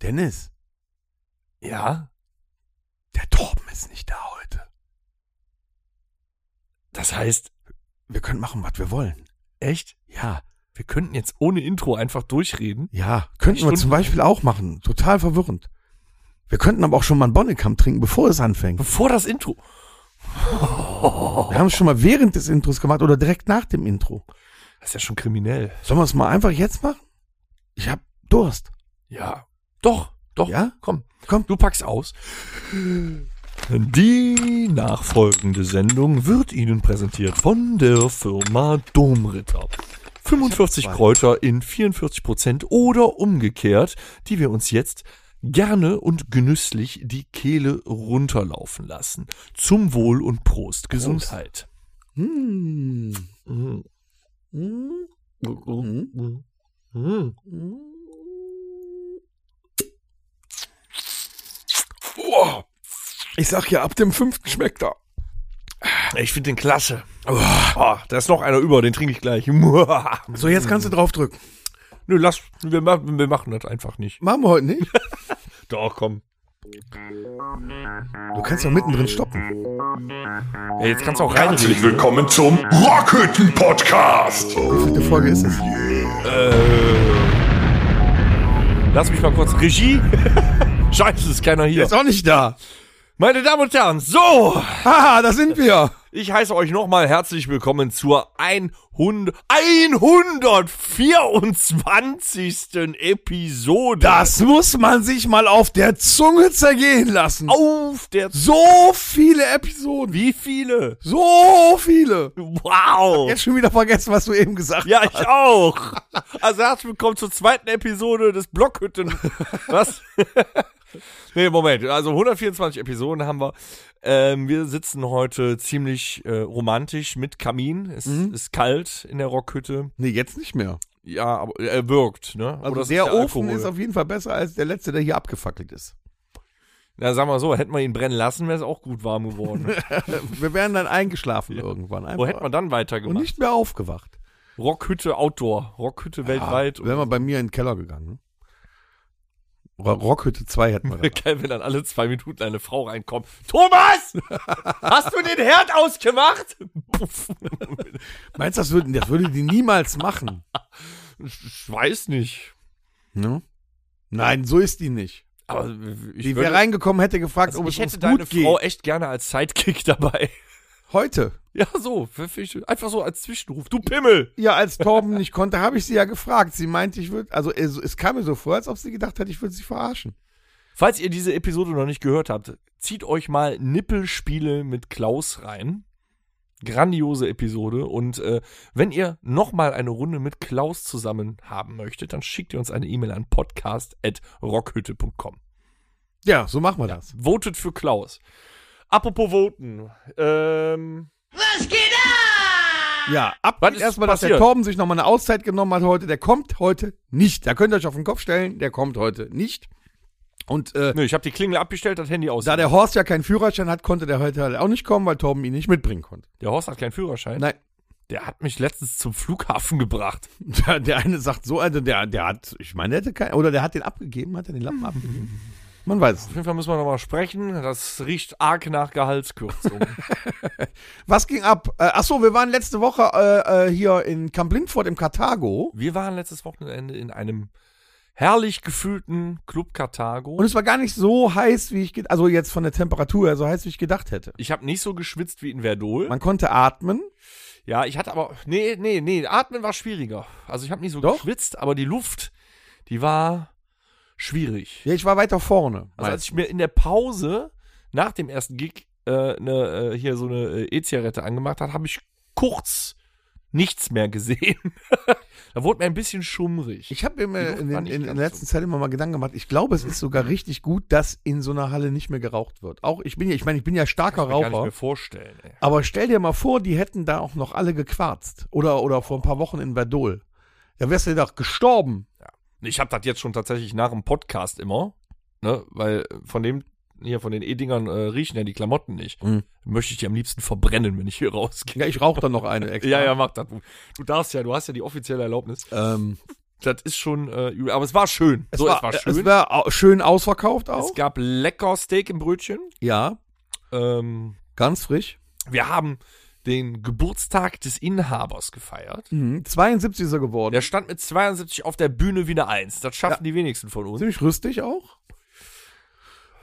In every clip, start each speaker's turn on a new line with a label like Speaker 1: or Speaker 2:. Speaker 1: Dennis,
Speaker 2: Ja,
Speaker 1: der Torben ist nicht da heute.
Speaker 2: das heißt,
Speaker 1: Wir können machen, was wir wollen.
Speaker 2: echt,
Speaker 1: Ja,
Speaker 2: wir könnten jetzt ohne Intro einfach durchreden.
Speaker 1: ja, könnten wir
Speaker 2: Stunden-
Speaker 1: zum Beispiel auch machen. Total verwirrend. Wir könnten aber auch schon mal einen Bonnekamp trinken, bevor es anfängt.
Speaker 2: Bevor das Intro.
Speaker 1: Wir haben es schon mal während des Intros gemacht oder direkt nach dem Intro.
Speaker 2: Das ist ja schon kriminell.
Speaker 1: Sollen wir es mal einfach jetzt machen? Ich hab Durst.
Speaker 2: Ja. Doch, doch.
Speaker 1: Ja?
Speaker 2: Komm,
Speaker 1: Komm.
Speaker 2: du packst aus. Die nachfolgende Sendung wird Ihnen präsentiert von der Firma Domritter. 45
Speaker 1: Ich hab zwei.
Speaker 2: Kräuter in 44 Prozent oder umgekehrt, die wir uns jetzt gerne und genüsslich die Kehle runterlaufen lassen. Zum Wohl und Prost. Gesundheit.
Speaker 1: Hm.
Speaker 2: Mhm.
Speaker 1: Hm. Hm.
Speaker 2: Mhm.
Speaker 1: Boah. Ich sag ja, ab dem fünften schmeckt er.
Speaker 2: Ich finde den klasse. Oh, da ist noch einer über, den trinke ich gleich. Nö,
Speaker 1: So, jetzt kannst du draufdrücken.
Speaker 2: lass, wir, ma- wir machen das einfach nicht.
Speaker 1: Machen wir heute nicht.
Speaker 2: Doch, komm.
Speaker 1: Du kannst doch mittendrin stoppen.
Speaker 2: Ey, jetzt kannst du auch
Speaker 3: Herzlich
Speaker 2: reinreden.
Speaker 3: willkommen zum Rockhütten Podcast.
Speaker 1: Wie viele Folge ist es?
Speaker 2: Lass mich mal kurz. Regie? Scheiße, ist keiner hier.
Speaker 1: auch nicht da.
Speaker 2: Meine Damen und Herren, so,
Speaker 1: Haha, da sind wir.
Speaker 2: ich heiße euch nochmal herzlich willkommen zur 100, 124. Episode.
Speaker 1: Das muss man sich mal auf der Zunge zergehen lassen.
Speaker 2: auf der...
Speaker 1: So viele Episoden.
Speaker 2: Wie viele?
Speaker 1: So viele.
Speaker 2: Wow.
Speaker 1: Jetzt schon wieder vergessen, was du eben gesagt
Speaker 2: Ja, ich auch. Also herzlich willkommen zur zweiten Episode des Blockhütten. Was? nee, Moment. Also 124 Episoden haben wir. Ähm, wir sitzen heute ziemlich äh, romantisch mit Kamin. Es ist kalt in der Rockhütte.
Speaker 1: Nee, jetzt nicht mehr.
Speaker 2: Ja, aber er wirkt, ne?
Speaker 1: Also
Speaker 2: Oder es
Speaker 1: der
Speaker 2: Oh, ist
Speaker 1: Ofen
Speaker 2: Alkohol.
Speaker 1: ist auf jeden Fall besser als der letzte, der hier abgefackelt ist.
Speaker 2: Na, sagen wir so, hätten wir ihn brennen lassen, wäre es auch gut warm geworden.
Speaker 1: Wir wären dann eingeschlafen irgendwann. Einfach
Speaker 2: Wo hätten wir dann
Speaker 1: und
Speaker 2: weitergemacht?
Speaker 1: nicht mehr aufgewacht. Ah,
Speaker 2: Rockhütte Outdoor. Rockhütte weltweit.
Speaker 1: Wären wir bei mir in den Keller gegangen. ne? Ro- Rockhütte 2 hätten wir da.
Speaker 2: Geil, wenn dann alle zwei Minuten eine Frau reinkommt. Thomas! Hast du den Herd ausgemacht? Puff.
Speaker 1: Meinst du, das würde, das würde die niemals machen?
Speaker 2: ich weiß nicht.
Speaker 1: Ne? Nein, so ist die nicht.
Speaker 2: Aber ich,
Speaker 1: Die wäre
Speaker 2: würde,
Speaker 1: reingekommen, hätte gefragt,
Speaker 2: also
Speaker 1: ob
Speaker 2: ich
Speaker 1: es
Speaker 2: hätte
Speaker 1: uns
Speaker 2: deine
Speaker 1: gut
Speaker 2: Frau
Speaker 1: geht.
Speaker 2: echt gerne als Sidekick dabei.
Speaker 1: Heute.
Speaker 2: Ja, so. Einfach so als Zwischenruf. Du Pimmel!
Speaker 1: Ja, als Torben nicht konnte, habe ich sie ja gefragt. Sie meinte, ich würde, also es, es kam mir so vor, als ob sie gedacht hätte, ich würde sie verarschen.
Speaker 2: Falls ihr diese Episode noch nicht gehört habt, zieht euch mal Nippelspiele mit Klaus rein. Grandiose Episode. Und äh, wenn ihr nochmal eine Runde mit Klaus zusammen haben möchtet, dann schickt ihr uns eine E-Mail an podcast.rockhütte.com.
Speaker 1: Ja, so machen wir das.
Speaker 2: Votet für Klaus. Apropos Voten. Ähm,
Speaker 1: Ja, ab
Speaker 2: Was ist
Speaker 1: erstmal, dass der
Speaker 2: passiert?
Speaker 1: Torben sich nochmal eine Auszeit genommen hat heute. Der kommt heute nicht. Da könnt ihr euch auf den Kopf stellen, der kommt heute nicht. Und äh,
Speaker 2: nö, ich habe die Klingel abgestellt, das Handy aus.
Speaker 1: da der Horst ja keinen Führerschein hat, konnte der heute halt auch nicht kommen, weil Torben ihn nicht mitbringen konnte.
Speaker 2: der Horst hat keinen Führerschein.
Speaker 1: Nein.
Speaker 2: Der hat mich letztens zum Flughafen gebracht.
Speaker 1: Der, der eine sagt so, also der, der hat, ich meine, der hätte keinen, oder der hat den abgegeben, hat er den Lappen abgegeben. Man weiß es.
Speaker 2: Auf jeden Fall müssen wir nochmal sprechen. Das riecht arg nach Gehaltskürzung.
Speaker 1: Was ging ab? Äh, ach so, wir waren letzte Woche äh, äh, hier in Camp Lindfort im Karthago
Speaker 2: wir waren letztes Wochenende in einem herrlich gefühlten Club Karthago.
Speaker 1: und es war gar nicht so heiß, wie ich, ge- also jetzt von der Temperatur her, so heiß, wie ich gedacht hätte.
Speaker 2: Ich habe nicht so geschwitzt wie in Verdol.
Speaker 1: Man konnte atmen.
Speaker 2: Ja, ich hatte aber. Nee, nee, nee. Atmen war schwieriger. Also ich habe nicht so
Speaker 1: Doch?
Speaker 2: geschwitzt, aber die Luft, die war schwierig.
Speaker 1: Ja, ich war weiter vorne.
Speaker 2: Also als ich mir in der Pause nach dem ersten Gig äh, ne, äh, hier so eine äh, E-Zigarette angemacht hat, habe ich kurz nichts mehr gesehen. da wurde mir ein bisschen schummrig.
Speaker 1: ich habe mir
Speaker 2: Die Luft
Speaker 1: in,
Speaker 2: war
Speaker 1: den,
Speaker 2: nicht
Speaker 1: in, in
Speaker 2: ganz
Speaker 1: der letzten Zeit immer mal Gedanken gemacht. Ich glaube, es ist sogar richtig gut, dass in so einer Halle nicht mehr geraucht wird. Auch ich bin ja, ich meine, ich bin ja starker
Speaker 2: kann mir gar nicht
Speaker 1: Raucher.
Speaker 2: mehr vorstellen. Ey.
Speaker 1: Aber stell dir mal vor, die hätten da auch noch alle gequarzt. Oder, oder vor ein paar Wochen in Verdol. Da wärst du doch gestorben.
Speaker 2: Ich habe das jetzt schon tatsächlich nach dem Podcast immer, ne, weil von dem hier von den E-Dingern äh, riechen ja die Klamotten nicht.
Speaker 1: Mhm.
Speaker 2: Möchte ich die am liebsten verbrennen, wenn ich hier rausgehe.
Speaker 1: Ja, ich rauche dann noch eine extra.
Speaker 2: Ja, ja, mach das. Du darfst ja, du hast ja die offizielle Erlaubnis.
Speaker 1: Ähm,
Speaker 2: Das ist schon äh, übel. Aber es war schön.
Speaker 1: Es
Speaker 2: so,
Speaker 1: war,
Speaker 2: es war schön.
Speaker 1: Es war au- schön ausverkauft auch.
Speaker 2: Es gab lecker Steak im Brötchen.
Speaker 1: ja,
Speaker 2: Ähm,
Speaker 1: ganz frisch.
Speaker 2: wir haben den Geburtstag des Inhabers gefeiert.
Speaker 1: Mhm. 72 ist er geworden.
Speaker 2: Der stand mit 72 auf der Bühne wie eine Eins. Das schaffen die wenigsten von uns.
Speaker 1: Ziemlich rüstig auch.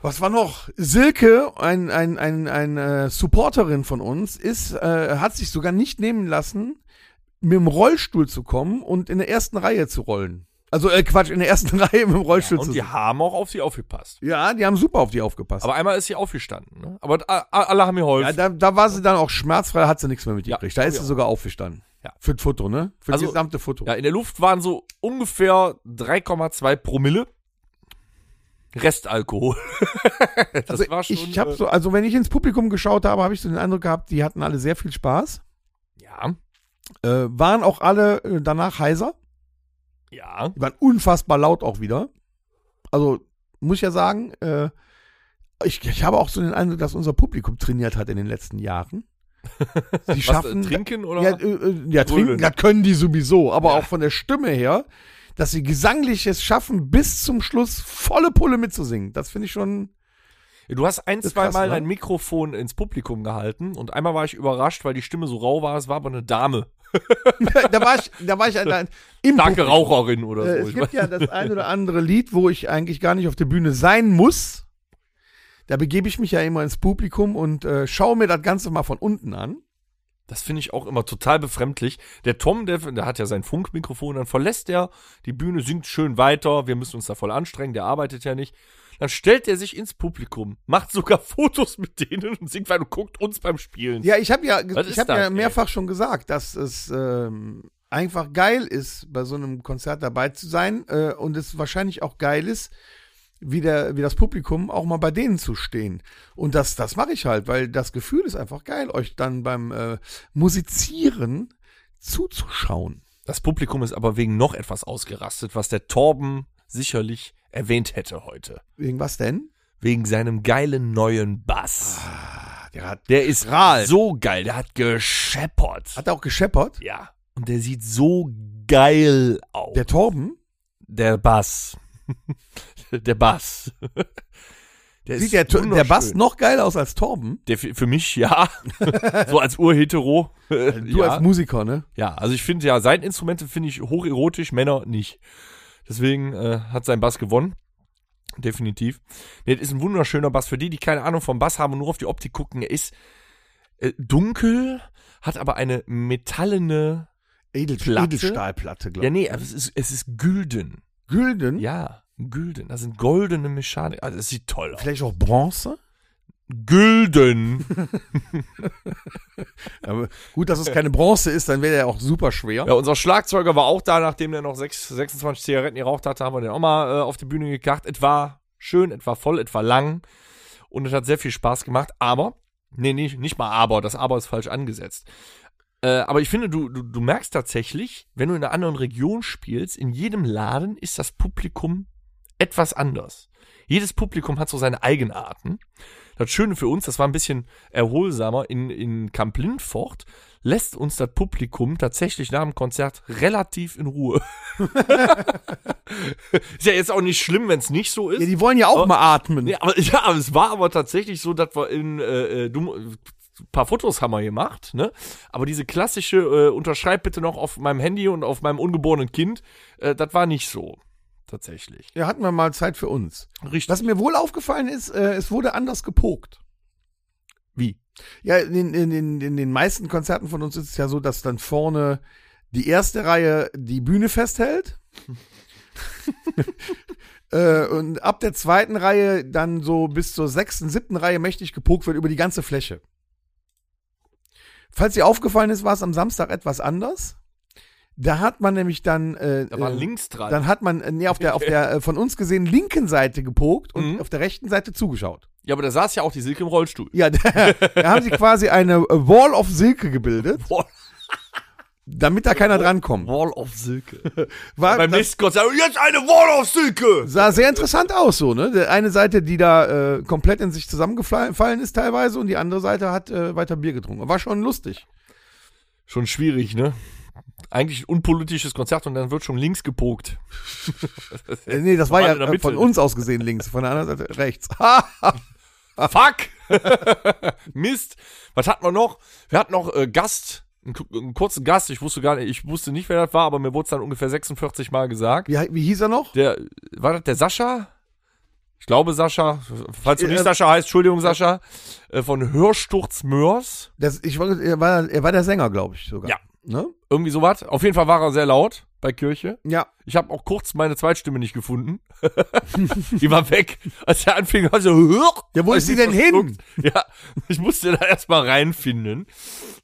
Speaker 1: Was war noch? Silke, ein, ein, ein, ein äh, Supporterin von uns, ist, äh, hat sich sogar nicht nehmen lassen, mit dem Rollstuhl zu kommen und in der ersten Reihe zu rollen. Also äh, Quatsch, in der ersten Reihe mit dem Rollstuhl
Speaker 2: Und
Speaker 1: zu
Speaker 2: die haben auch auf sie aufgepasst.
Speaker 1: Ja, die haben super auf die aufgepasst.
Speaker 2: Aber einmal ist sie aufgestanden. Ne? Aber a- a- alle haben mir
Speaker 1: ja,
Speaker 2: geholfen.
Speaker 1: da, da war sie dann auch schmerzfrei, hat sie nichts mehr mitgekriegt.
Speaker 2: Ja,
Speaker 1: da ist
Speaker 2: ja.
Speaker 1: sie sogar aufgestanden.
Speaker 2: Ja.
Speaker 1: Für das Foto, ne? Für
Speaker 2: Also-
Speaker 1: das gesamte Foto.
Speaker 2: Ja, in der Luft waren so ungefähr 3,2 Promille. Restalkohol. das
Speaker 1: also ich habe
Speaker 2: äh,
Speaker 1: so, also wenn ich ins Publikum geschaut habe, habe ich so den Eindruck gehabt, die hatten alle sehr viel Spaß.
Speaker 2: Ja,
Speaker 1: Äh, waren auch alle äh, danach heiser.
Speaker 2: ja.
Speaker 1: Die waren unfassbar laut auch wieder. Also muss ich ja sagen, äh, ich, ich habe auch so den Eindruck, dass unser Publikum trainiert hat in den letzten Jahren. Sie schaffen
Speaker 2: Was, äh, trinken oder?
Speaker 1: Ja, äh, äh, ja trinken,
Speaker 2: Grölen.
Speaker 1: das können die sowieso, aber
Speaker 2: Ja.
Speaker 1: auch von der Stimme her, dass sie gesanglich es schaffen, bis zum Schluss volle Pulle mitzusingen. Das finde ich schon.
Speaker 2: Du hast ein,
Speaker 1: Ist
Speaker 2: zwei
Speaker 1: krass,
Speaker 2: Mal
Speaker 1: ne?
Speaker 2: dein Mikrofon ins Publikum gehalten und einmal war ich überrascht, weil die Stimme so rau war. Es war aber eine Dame.
Speaker 1: da war ich, da war ich ein, ein, im
Speaker 2: Starke
Speaker 1: Publikum.
Speaker 2: Raucherin
Speaker 1: Äh,
Speaker 2: oder so.
Speaker 1: es
Speaker 2: Ich
Speaker 1: gibt
Speaker 2: weiß-
Speaker 1: ja das ein oder andere Lied, wo ich eigentlich gar nicht auf der Bühne sein muss. Da begebe ich mich ja immer ins Publikum und äh, schaue mir das Ganze mal von unten an.
Speaker 2: Das finde ich auch immer total befremdlich. Der Tom, der, der hat ja sein Funkmikrofon, dann verlässt er die Bühne, singt schön weiter. Wir müssen uns da voll anstrengen, der arbeitet ja nicht. Dann stellt er sich ins Publikum, macht sogar Fotos mit denen und singt weiter und guckt uns beim Spielen.
Speaker 1: Ja, ich habe ja,
Speaker 2: Was
Speaker 1: ich
Speaker 2: ist
Speaker 1: hab
Speaker 2: das,
Speaker 1: ja
Speaker 2: ey?
Speaker 1: mehrfach schon gesagt, dass es ähm, einfach geil ist, bei so einem Konzert dabei zu sein äh, und es wahrscheinlich auch geil ist, wie, der, wie das Publikum auch mal bei denen zu stehen. Und das, das mache ich halt, weil das Gefühl ist einfach geil, euch dann beim äh, Musizieren zuzuschauen.
Speaker 2: Das Publikum ist aber wegen noch etwas ausgerastet, was der Torben sicherlich erwähnt hätte heute.
Speaker 1: Wegen was denn?
Speaker 2: Wegen seinem geilen neuen Bass.
Speaker 1: Der hat,
Speaker 2: Der ist
Speaker 1: Strahl.
Speaker 2: so geil, der hat gescheppert.
Speaker 1: hat er auch gescheppert.
Speaker 2: ja. Und der sieht so geil aus.
Speaker 1: Der Torben
Speaker 2: Der Bass. der Bass. Der
Speaker 1: sieht der, der Bass noch geiler aus als Torben.
Speaker 2: Der für, für mich, ja. so als Urhetero.
Speaker 1: Du
Speaker 2: ja.
Speaker 1: als Musiker, ne?
Speaker 2: ja, also ich finde ja, Seiteninstrumente finde ich hocherotisch, Männer nicht. Deswegen äh, hat sein Bass gewonnen. Definitiv. Nee, das ist ein wunderschöner Bass. Für die, die keine Ahnung vom Bass haben und nur auf die Optik gucken, er ist äh, dunkel, hat aber eine metallene.
Speaker 1: Edel,
Speaker 2: Platte?
Speaker 1: Edelstahlplatte, glaube
Speaker 2: Ja,
Speaker 1: ich.
Speaker 2: nee, aber es ist, es ist gülden.
Speaker 1: Gülden,
Speaker 2: Ja, Gülden. Das sind goldene Mechanik. Also, es sieht toll aus.
Speaker 1: vielleicht auch Bronze.
Speaker 2: Gülden.
Speaker 1: Aber gut, dass es keine Bronze ist, dann wäre der auch super schwer.
Speaker 2: Ja, unser Schlagzeuger war auch da, nachdem der noch sechs, 26 Zigaretten geraucht hatte, haben wir den auch mal äh, auf die Bühne gekracht. Es war schön, es war voll, es war lang und es hat sehr viel Spaß gemacht, aber, nee, nicht, nicht mal aber, das aber ist falsch angesetzt. Äh, aber ich finde, du, du, du merkst tatsächlich, wenn du in einer anderen Region spielst, in jedem Laden ist das Publikum etwas anders. Jedes Publikum hat so seine Eigenarten. Das Schöne für uns, das war ein bisschen erholsamer, in, in Kamp Lindfort lässt uns das Publikum tatsächlich nach dem Konzert relativ in Ruhe. ist ja jetzt auch nicht schlimm, wenn es nicht so ist.
Speaker 1: Ja, die wollen ja auch
Speaker 2: Oh.
Speaker 1: mal atmen.
Speaker 2: Nee, aber, ja, aber es war aber tatsächlich so, dass wir in äh, äh, dumm- ein paar Fotos haben wir gemacht, ne? Aber diese klassische äh, unterschreib bitte noch auf meinem Handy und auf meinem ungeborenen Kind, äh, das war nicht so tatsächlich.
Speaker 1: Ja, hatten wir mal Zeit für uns.
Speaker 2: Richtig.
Speaker 1: Was mir wohl aufgefallen ist, äh, es wurde anders gepokt.
Speaker 2: Wie?
Speaker 1: Ja, in, in, in, in den meisten Konzerten von uns ist es ja so, dass dann vorne die erste Reihe die Bühne festhält. äh, und ab der zweiten Reihe dann so bis zur sechsten, siebten Reihe mächtig gepokt wird über die ganze Fläche. Falls dir aufgefallen ist, war es am Samstag etwas anders. Da hat man nämlich dann. Äh,
Speaker 2: Da war
Speaker 1: äh,
Speaker 2: links dran.
Speaker 1: dann hat man äh, nee, auf der, auf der äh, von uns gesehen linken Seite gepokt und
Speaker 2: Mhm.
Speaker 1: auf der rechten Seite zugeschaut.
Speaker 2: ja, aber da saß ja auch die Silke im Rollstuhl.
Speaker 1: Ja, da, da haben sie quasi eine äh, Wall of Silke gebildet,
Speaker 2: Wall,
Speaker 1: damit da keiner drankommt.
Speaker 2: Wall of Silke.
Speaker 1: War,
Speaker 2: Beim
Speaker 1: das
Speaker 2: nächsten Konzert, jetzt eine Wall of Silke!
Speaker 1: sah sehr interessant aus so, ne? Die eine Seite, die da äh, komplett in sich zusammengefallen ist teilweise und die andere Seite hat äh, weiter Bier getrunken. War schon lustig.
Speaker 2: Schon schwierig, ne? eigentlich ein unpolitisches Konzert und dann wird schon links gepokt.
Speaker 1: Äh, nee, das war
Speaker 2: waren
Speaker 1: ja
Speaker 2: in der
Speaker 1: äh,
Speaker 2: Mitte.
Speaker 1: von uns aus gesehen links, von der anderen Seite rechts. Ha!
Speaker 2: Ah, Fuck! Mist! Was hatten wir noch? Wir hatten noch äh, Gast, einen, ku- einen kurzen Gast. Ich wusste gar nicht, ich wusste nicht, wer das war, aber mir wurde es dann ungefähr 46 Mal gesagt.
Speaker 1: Wie, wie hieß er noch?
Speaker 2: Der, war das der Sascha? Ich glaube Sascha. Falls du
Speaker 1: Äh,
Speaker 2: nicht
Speaker 1: äh,
Speaker 2: Sascha heißt, Entschuldigung Sascha. Äh, von Hörsturz Mörs.
Speaker 1: Das, ich, wollte- er, war, er war der Sänger, glaube ich sogar.
Speaker 2: Ja.
Speaker 1: Ne?
Speaker 2: Irgendwie sowas. Auf jeden Fall war er sehr laut bei Kirche.
Speaker 1: Ja.
Speaker 2: Ich habe auch kurz meine Zweitstimme nicht gefunden. die war weg. Als er anfing, war ich so, "Huch!"
Speaker 1: Ja, wo
Speaker 2: Weil
Speaker 1: ist sie
Speaker 2: ich
Speaker 1: denn hin?
Speaker 2: Ja, ich musste da erstmal reinfinden.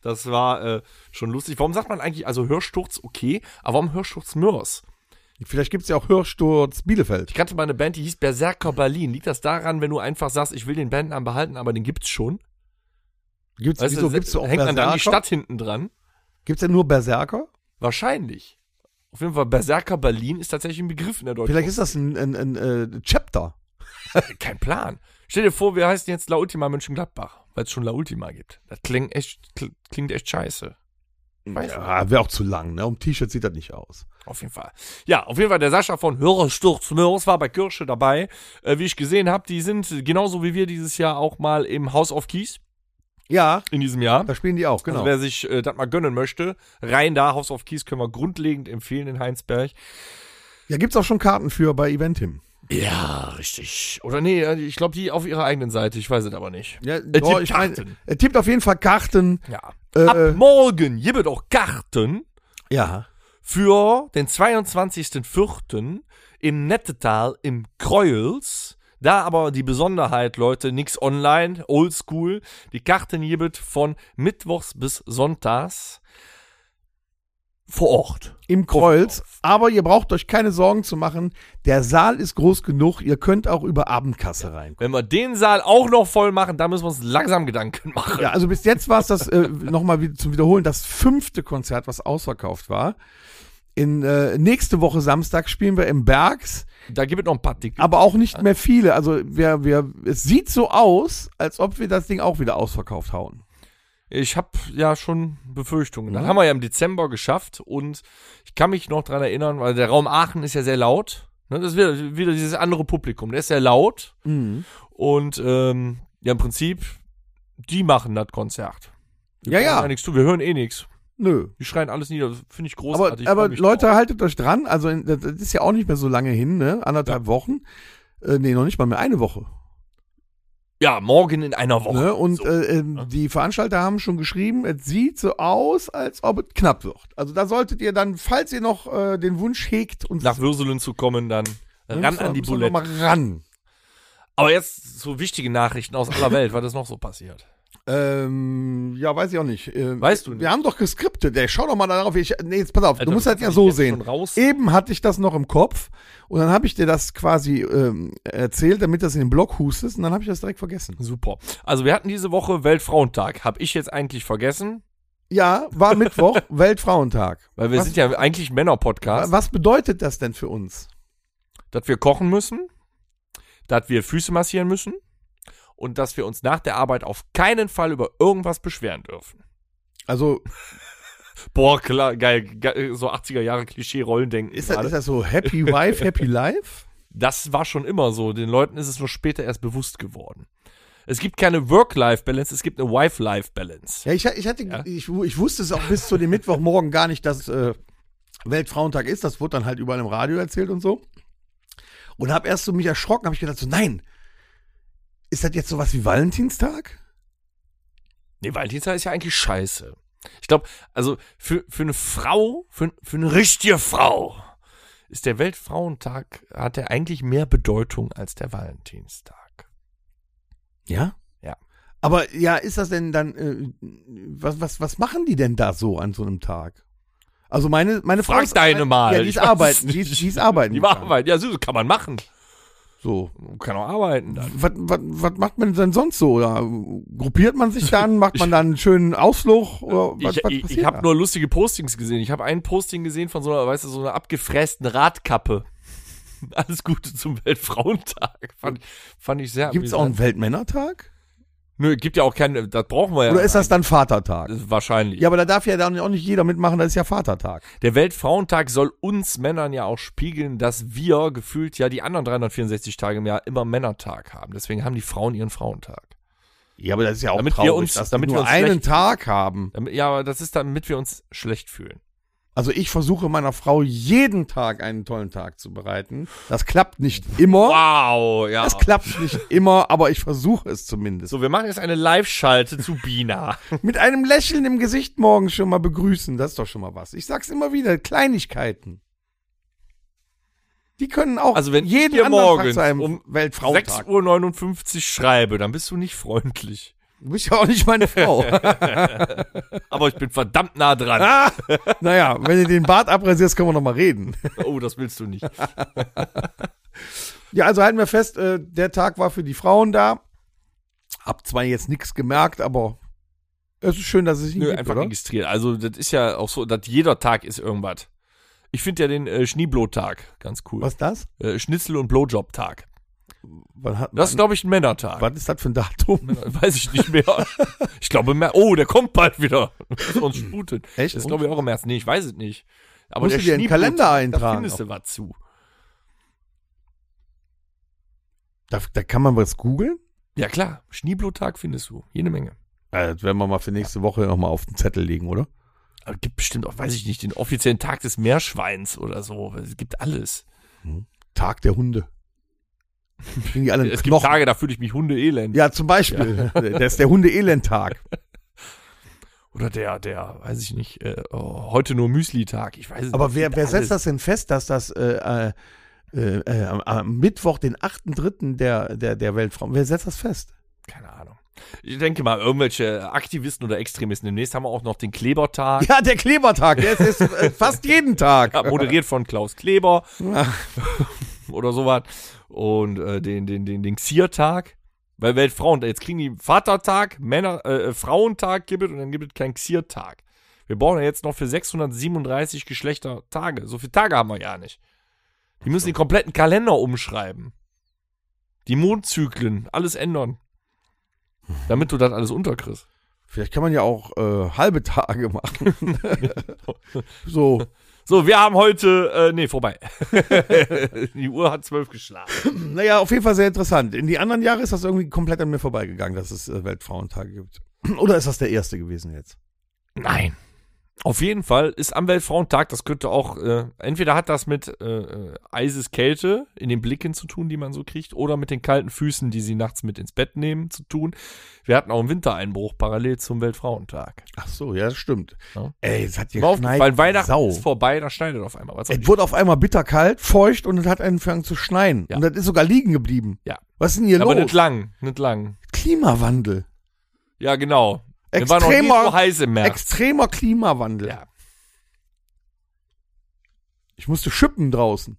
Speaker 2: Das war äh, schon lustig. Warum sagt man eigentlich, also Hörsturz okay, aber warum Hörsturz Mörs?
Speaker 1: Vielleicht gibt es ja auch Hörsturz Bielefeld.
Speaker 2: Ich kannte mal eine Band, die hieß Berserker Berlin. Liegt das daran, wenn du einfach sagst, ich will den Bandnamen behalten, aber den gibt's schon?
Speaker 1: Gibt's,
Speaker 2: Weißt
Speaker 1: wieso
Speaker 2: du,
Speaker 1: gibt es auch
Speaker 2: hängt dann da die
Speaker 1: Berserker?
Speaker 2: Stadt hinten dran?
Speaker 1: Gibt es denn nur Berserker?
Speaker 2: Wahrscheinlich. Auf jeden Fall, Berserker Berlin ist tatsächlich ein Begriff in der deutschen
Speaker 1: Vielleicht ist das ein, ein, ein, äh, Chapter.
Speaker 2: Kein Plan. Stell dir vor, wir heißen jetzt La Ultima Mönchengladbach, weil es schon La Ultima gibt. Das klingt echt, kl- klingt echt scheiße. Weiß
Speaker 1: Ja, wäre auch zu lang. Ne? Um T-Shirt sieht das nicht aus.
Speaker 2: Auf jeden Fall. Ja, auf jeden Fall, der Sascha von Hörersturz Mörs war bei Kirsche dabei. Äh, wie ich gesehen habe, die sind äh, genauso wie wir dieses Jahr auch mal im House of Keys
Speaker 1: Ja,
Speaker 2: in diesem Jahr.
Speaker 1: da spielen die auch, genau.
Speaker 2: Also wer sich äh, das mal gönnen möchte, rein da, House of Keys können wir grundlegend empfehlen in Heinsberg.
Speaker 1: ja, gibt es auch schon Karten für bei Eventim.
Speaker 2: Ja, richtig. Oder nee, äh, ich glaube, die auf ihrer eigenen Seite, ich weiß es aber nicht.
Speaker 1: Ja,
Speaker 2: tippt
Speaker 1: doch, ich mein,
Speaker 2: Karten.
Speaker 1: er Äh, tippt auf jeden Fall Karten.
Speaker 2: Ja.
Speaker 1: Äh, äh.
Speaker 2: Ab morgen gibt es auch Karten
Speaker 1: Ja.
Speaker 2: für den 22.04. im Nettetal im Kreuels. Da aber die Besonderheit, Leute, nix online, oldschool. Die Karten gibt von Mittwochs bis Sonntags vor Ort.
Speaker 1: Im Kreuz. Aber ihr braucht euch keine Sorgen zu machen. Der Saal ist groß genug. Ihr könnt auch über Abendkasse rein.
Speaker 2: Wenn wir den Saal auch noch voll machen, dann müssen wir uns langsam Gedanken machen.
Speaker 1: Ja, also bis jetzt war es das, äh, nochmal zum Wiederholen, das fünfte Konzert, was ausverkauft war. In, äh, nächste Woche Samstag spielen wir im Bergs,
Speaker 2: Da gibt Äh. es noch ein paar Tickets.
Speaker 1: aber auch nicht mehr viele. Also wir, wir, es sieht so aus, als ob wir das Ding auch wieder ausverkauft hauen.
Speaker 2: Ich habe ja schon Befürchtungen.
Speaker 1: Mhm.
Speaker 2: Das haben wir ja im Dezember geschafft und ich kann mich noch dran erinnern, weil der Raum Aachen ist ja sehr laut. Ne, das ist wieder, wieder dieses andere Publikum. Der ist sehr laut und ähm, ja, im Prinzip, die machen das Konzert.
Speaker 1: Ja,
Speaker 2: Wir können
Speaker 1: ja.
Speaker 2: nichts tun. Wir hören eh nichts.
Speaker 1: Nö.
Speaker 2: Die schreien alles nieder. Das Finde ich
Speaker 1: Aber,
Speaker 2: großartig.
Speaker 1: aber
Speaker 2: Freu mich
Speaker 1: Leute,
Speaker 2: drauf.
Speaker 1: haltet euch dran. Also in, das das ist ja auch nicht mehr so lange hin, ne? Anderthalb Wochen. Äh, nee, noch nicht mal mehr eine Woche.
Speaker 2: Ja, morgen in einer Woche.
Speaker 1: Ne? Und
Speaker 2: So.
Speaker 1: äh, ähm, die Veranstalter haben schon geschrieben, es sieht so aus, als ob es knapp wird. Also da solltet ihr dann, falls ihr noch äh, den Wunsch hegt und
Speaker 2: Nach Würselen zu kommen, dann
Speaker 1: Ne,
Speaker 2: ran
Speaker 1: müssen wir-
Speaker 2: an die
Speaker 1: müssen wir noch
Speaker 2: Bulette.
Speaker 1: mal ran.
Speaker 2: Aber jetzt so wichtige Nachrichten aus aller Welt, was ist noch so passiert?
Speaker 1: Ähm, ja, weiß ich auch nicht. Ähm,
Speaker 2: Weißt du nicht.
Speaker 1: Wir haben doch geskriptet. Ey, schau doch mal darauf. Ich, nee, jetzt pass auf.
Speaker 2: Alter,
Speaker 1: du musst
Speaker 2: das
Speaker 1: halt ja
Speaker 2: kann
Speaker 1: so
Speaker 2: ich jetzt
Speaker 1: sehen.
Speaker 2: schon raus.
Speaker 1: Eben hatte ich das noch im Kopf und dann habe ich dir das quasi ähm, erzählt, damit das in den Blog hustest und dann habe ich das direkt vergessen.
Speaker 2: Super. Also wir hatten diese Woche Weltfrauentag. Hab ich jetzt eigentlich vergessen,
Speaker 1: Ja, war Mittwoch, Weltfrauentag.
Speaker 2: weil wir
Speaker 1: Was-
Speaker 2: sind ja eigentlich Männer-Podcast,
Speaker 1: Was bedeutet das denn für uns?
Speaker 2: dass wir kochen müssen, dass wir Füße massieren müssen und dass wir uns nach der Arbeit auf keinen Fall über irgendwas beschweren dürfen.
Speaker 1: Also
Speaker 2: Boah, klar, geil, ge- so 80er Jahre Klischee-Rollendenken.
Speaker 1: ist das,
Speaker 2: gerade.
Speaker 1: ist das so Happy Wife, Happy Life?
Speaker 2: Das war schon immer so. Den Leuten ist es nur später erst bewusst geworden. Es gibt keine Work-Life-Balance, es gibt eine Wife-Life-Balance.
Speaker 1: Ja, ich, ich hatte, Ich, ich wusste es auch bis zu dem Mittwochmorgen gar nicht, dass äh, Weltfrauentag ist. Das wurde dann halt überall im Radio erzählt und so. Und habe erst so mich erschrocken, habe ich gedacht so, nein, ist das jetzt sowas wie Valentinstag?
Speaker 2: Nee, Valentinstag ist ja eigentlich scheiße. Ich glaube, also für, für eine Frau, für, für eine richtige Frau, ist der Weltfrauentag, hat er eigentlich mehr Bedeutung als der Valentinstag.
Speaker 1: Ja.
Speaker 2: Ja.
Speaker 1: Aber ja, ist das denn dann, äh, was, was, was machen die denn da so an so einem Tag? Also meine, meine Frau.
Speaker 2: Frag
Speaker 1: ist-
Speaker 2: deine mal.
Speaker 1: Ja, die
Speaker 2: Ich
Speaker 1: ist
Speaker 2: weiß
Speaker 1: arbeiten.
Speaker 2: nicht.
Speaker 1: Die ist, die ist arbeiten.
Speaker 2: Die
Speaker 1: gegangen.
Speaker 2: Arbeit, ja, so kann man machen.
Speaker 1: So.
Speaker 2: Man kann auch arbeiten dann.
Speaker 1: Was, was, was macht man denn sonst so? Oder gruppiert man sich dann? Macht man dann einen schönen Ausflug? Oder Hm, was,
Speaker 2: ich
Speaker 1: was
Speaker 2: ich,
Speaker 1: passiert
Speaker 2: ich
Speaker 1: da?
Speaker 2: habe nur lustige Postings gesehen. Ich habe ein Posting gesehen von so einer, weißt du, so einer abgefrästen Radkappe. Alles Gute zum Weltfrauentag. Fand, fand ich sehr
Speaker 1: Gibt's auch einen Weltmännertag?
Speaker 2: Nö, gibt ja auch keine, das brauchen wir ja.
Speaker 1: Oder ist das dann Vatertag?
Speaker 2: wahrscheinlich.
Speaker 1: Ja, aber da darf ja dann auch nicht jeder mitmachen, das ist ja Vatertag.
Speaker 2: Der Weltfrauentag soll uns Männern ja auch spiegeln, dass wir gefühlt ja die anderen 364 Tage im Jahr immer Männertag haben. Deswegen haben die Frauen ihren Frauentag.
Speaker 1: Ja, aber das ist ja auch
Speaker 2: Damit wir
Speaker 1: traurig,
Speaker 2: uns-
Speaker 1: dass
Speaker 2: damit
Speaker 1: damit
Speaker 2: wir
Speaker 1: wir nur
Speaker 2: uns
Speaker 1: einen
Speaker 2: schlecht-
Speaker 1: Tag haben.
Speaker 2: Damit, ja, aber das ist damit wir uns schlecht fühlen.
Speaker 1: Also ich versuche meiner Frau jeden Tag einen tollen Tag zu bereiten. Das klappt nicht immer.
Speaker 2: Wow, ja.
Speaker 1: Oh. Das klappt nicht immer, aber ich versuche es zumindest.
Speaker 2: So, wir machen jetzt eine Live-Schalte zu Bina.
Speaker 1: Mit einem Lächeln im Gesicht morgen schon mal begrüßen, das ist doch schon mal was. Ich sag's immer wieder, Kleinigkeiten. Die können auch
Speaker 2: Also wenn ich
Speaker 1: jeden
Speaker 2: dir
Speaker 1: anderen Tag
Speaker 2: morgens
Speaker 1: zu einem
Speaker 2: um
Speaker 1: Weltfrauentag.
Speaker 2: 6.59 Uhr schreibe, dann bist du nicht freundlich.
Speaker 1: Du bist ja auch nicht meine Frau.
Speaker 2: Aber ich bin verdammt nah dran.
Speaker 1: naja, wenn du den Bart abrasierst, können wir noch mal reden.
Speaker 2: Oh, das willst du nicht.
Speaker 1: Ja, also halten wir fest, äh, der Tag war für die Frauen da. Hab zwar jetzt nichts gemerkt, aber es ist schön, dass es ihn
Speaker 2: Nö,
Speaker 1: gibt,
Speaker 2: einfach
Speaker 1: oder?
Speaker 2: registriert. Also, das ist ja auch so, dass jeder Tag ist irgendwas. Ich finde ja den äh, Schneeblot-Tag ganz cool.
Speaker 1: Was ist das?
Speaker 2: Äh, Schnitzel- und Blowjob-Tag.
Speaker 1: Wann hat,
Speaker 2: Das ist, glaube ich, ein Männertag.
Speaker 1: wann ist das für ein Datum?
Speaker 2: Weiß ich nicht mehr. ich glaube, im März. Oh, der kommt bald wieder. Sonst sputet.
Speaker 1: Echt?
Speaker 2: Das ist, glaube ich, auch im März. Nee, ich weiß es nicht. Aber
Speaker 1: Musst
Speaker 2: der
Speaker 1: du dir einen
Speaker 2: Schneeblot-
Speaker 1: Kalender
Speaker 2: Da
Speaker 1: eintragen?
Speaker 2: findest du was zu.
Speaker 1: Da, da kann man was googeln?
Speaker 2: Ja, klar. Schneeblot-Tag findest du. Jede Menge.
Speaker 1: Ja, das werden wir mal für nächste Woche nochmal auf den Zettel legen, oder?
Speaker 2: Aber es gibt bestimmt auch, weiß ich nicht, den offiziellen Tag des Meerschweins oder so. Es gibt alles.
Speaker 1: Tag der Hunde. Kriegen die alle einen
Speaker 2: Es gibt
Speaker 1: Knochen.
Speaker 2: Tage, da fühle ich mich hundeelend.
Speaker 1: Ja, zum Beispiel. Der ist der Hunde-Elend-Tag.
Speaker 2: Oder der, der, weiß ich nicht, äh, oh, heute nur Müsli-Tag. Ich weiß es
Speaker 1: Aber
Speaker 2: nicht.
Speaker 1: wer,
Speaker 2: Gibt
Speaker 1: wer
Speaker 2: alles.
Speaker 1: setzt das denn fest, dass das äh, äh, äh, am, am Mittwoch, den 8.3. Der, der, der Weltfrau, wer setzt das fest?
Speaker 2: Keine Ahnung. Ich denke mal, irgendwelche Aktivisten oder Extremisten. Demnächst haben wir auch noch den Klebertag.
Speaker 1: Ja, der Klebertag, der ist, ist äh, fast jeden Tag.
Speaker 2: Ja, moderiert von Klaus Kleber
Speaker 1: Ja.
Speaker 2: oder sowas. Und äh, den, den, den, den Xiertag. Weil Weltfrauen, jetzt kriegen die Vatertag, Männer, äh, äh, Frauentag gibt es und dann gibt es keinen Xiertag. Wir brauchen ja jetzt noch für 637 Geschlechter Tage. So viele Tage haben wir ja nicht. Die müssen den kompletten Kalender umschreiben. Die Mondzyklen, alles ändern. Damit du das alles unterkriegst.
Speaker 1: Vielleicht kann man ja auch äh, halbe Tage machen. so,
Speaker 2: So, wir haben heute, äh, nee, vorbei. die Uhr hat zwölf geschlagen.
Speaker 1: naja, auf jeden Fall sehr interessant. In die anderen Jahre ist das irgendwie komplett an mir vorbeigegangen, dass es äh, Weltfrauentage gibt. Oder ist das der erste gewesen jetzt?
Speaker 2: Nein. Auf jeden Fall ist am Weltfrauentag, das könnte auch, äh, entweder hat das mit äh, äh, eises Kälte in den Blicken zu tun, die man so kriegt, oder mit den kalten Füßen, die sie nachts mit ins Bett nehmen, zu tun. Wir hatten auch einen Wintereinbruch parallel zum Weltfrauentag.
Speaker 1: Ach so, ja, das stimmt.
Speaker 2: Ja.
Speaker 1: Ey, es hat
Speaker 2: War aufgefallen,
Speaker 1: geschneit,
Speaker 2: Weihnachten
Speaker 1: Sau.
Speaker 2: ist vorbei, da schneidet auf einmal. Was soll
Speaker 1: Es
Speaker 2: ich-
Speaker 1: wurde auf einmal bitterkalt, feucht und es hat angefangen zu schneien.
Speaker 2: Ja.
Speaker 1: Und das ist sogar liegen geblieben.
Speaker 2: Ja.
Speaker 1: Was ist denn hier
Speaker 2: Aber
Speaker 1: los?
Speaker 2: nicht lang, nicht lang.
Speaker 1: Klimawandel.
Speaker 2: Ja, genau. Wir waren noch nie
Speaker 1: Extremer-
Speaker 2: so heiß im März.
Speaker 1: Extremer Klimawandel.
Speaker 2: Ja.
Speaker 1: Ich musste schippen draußen.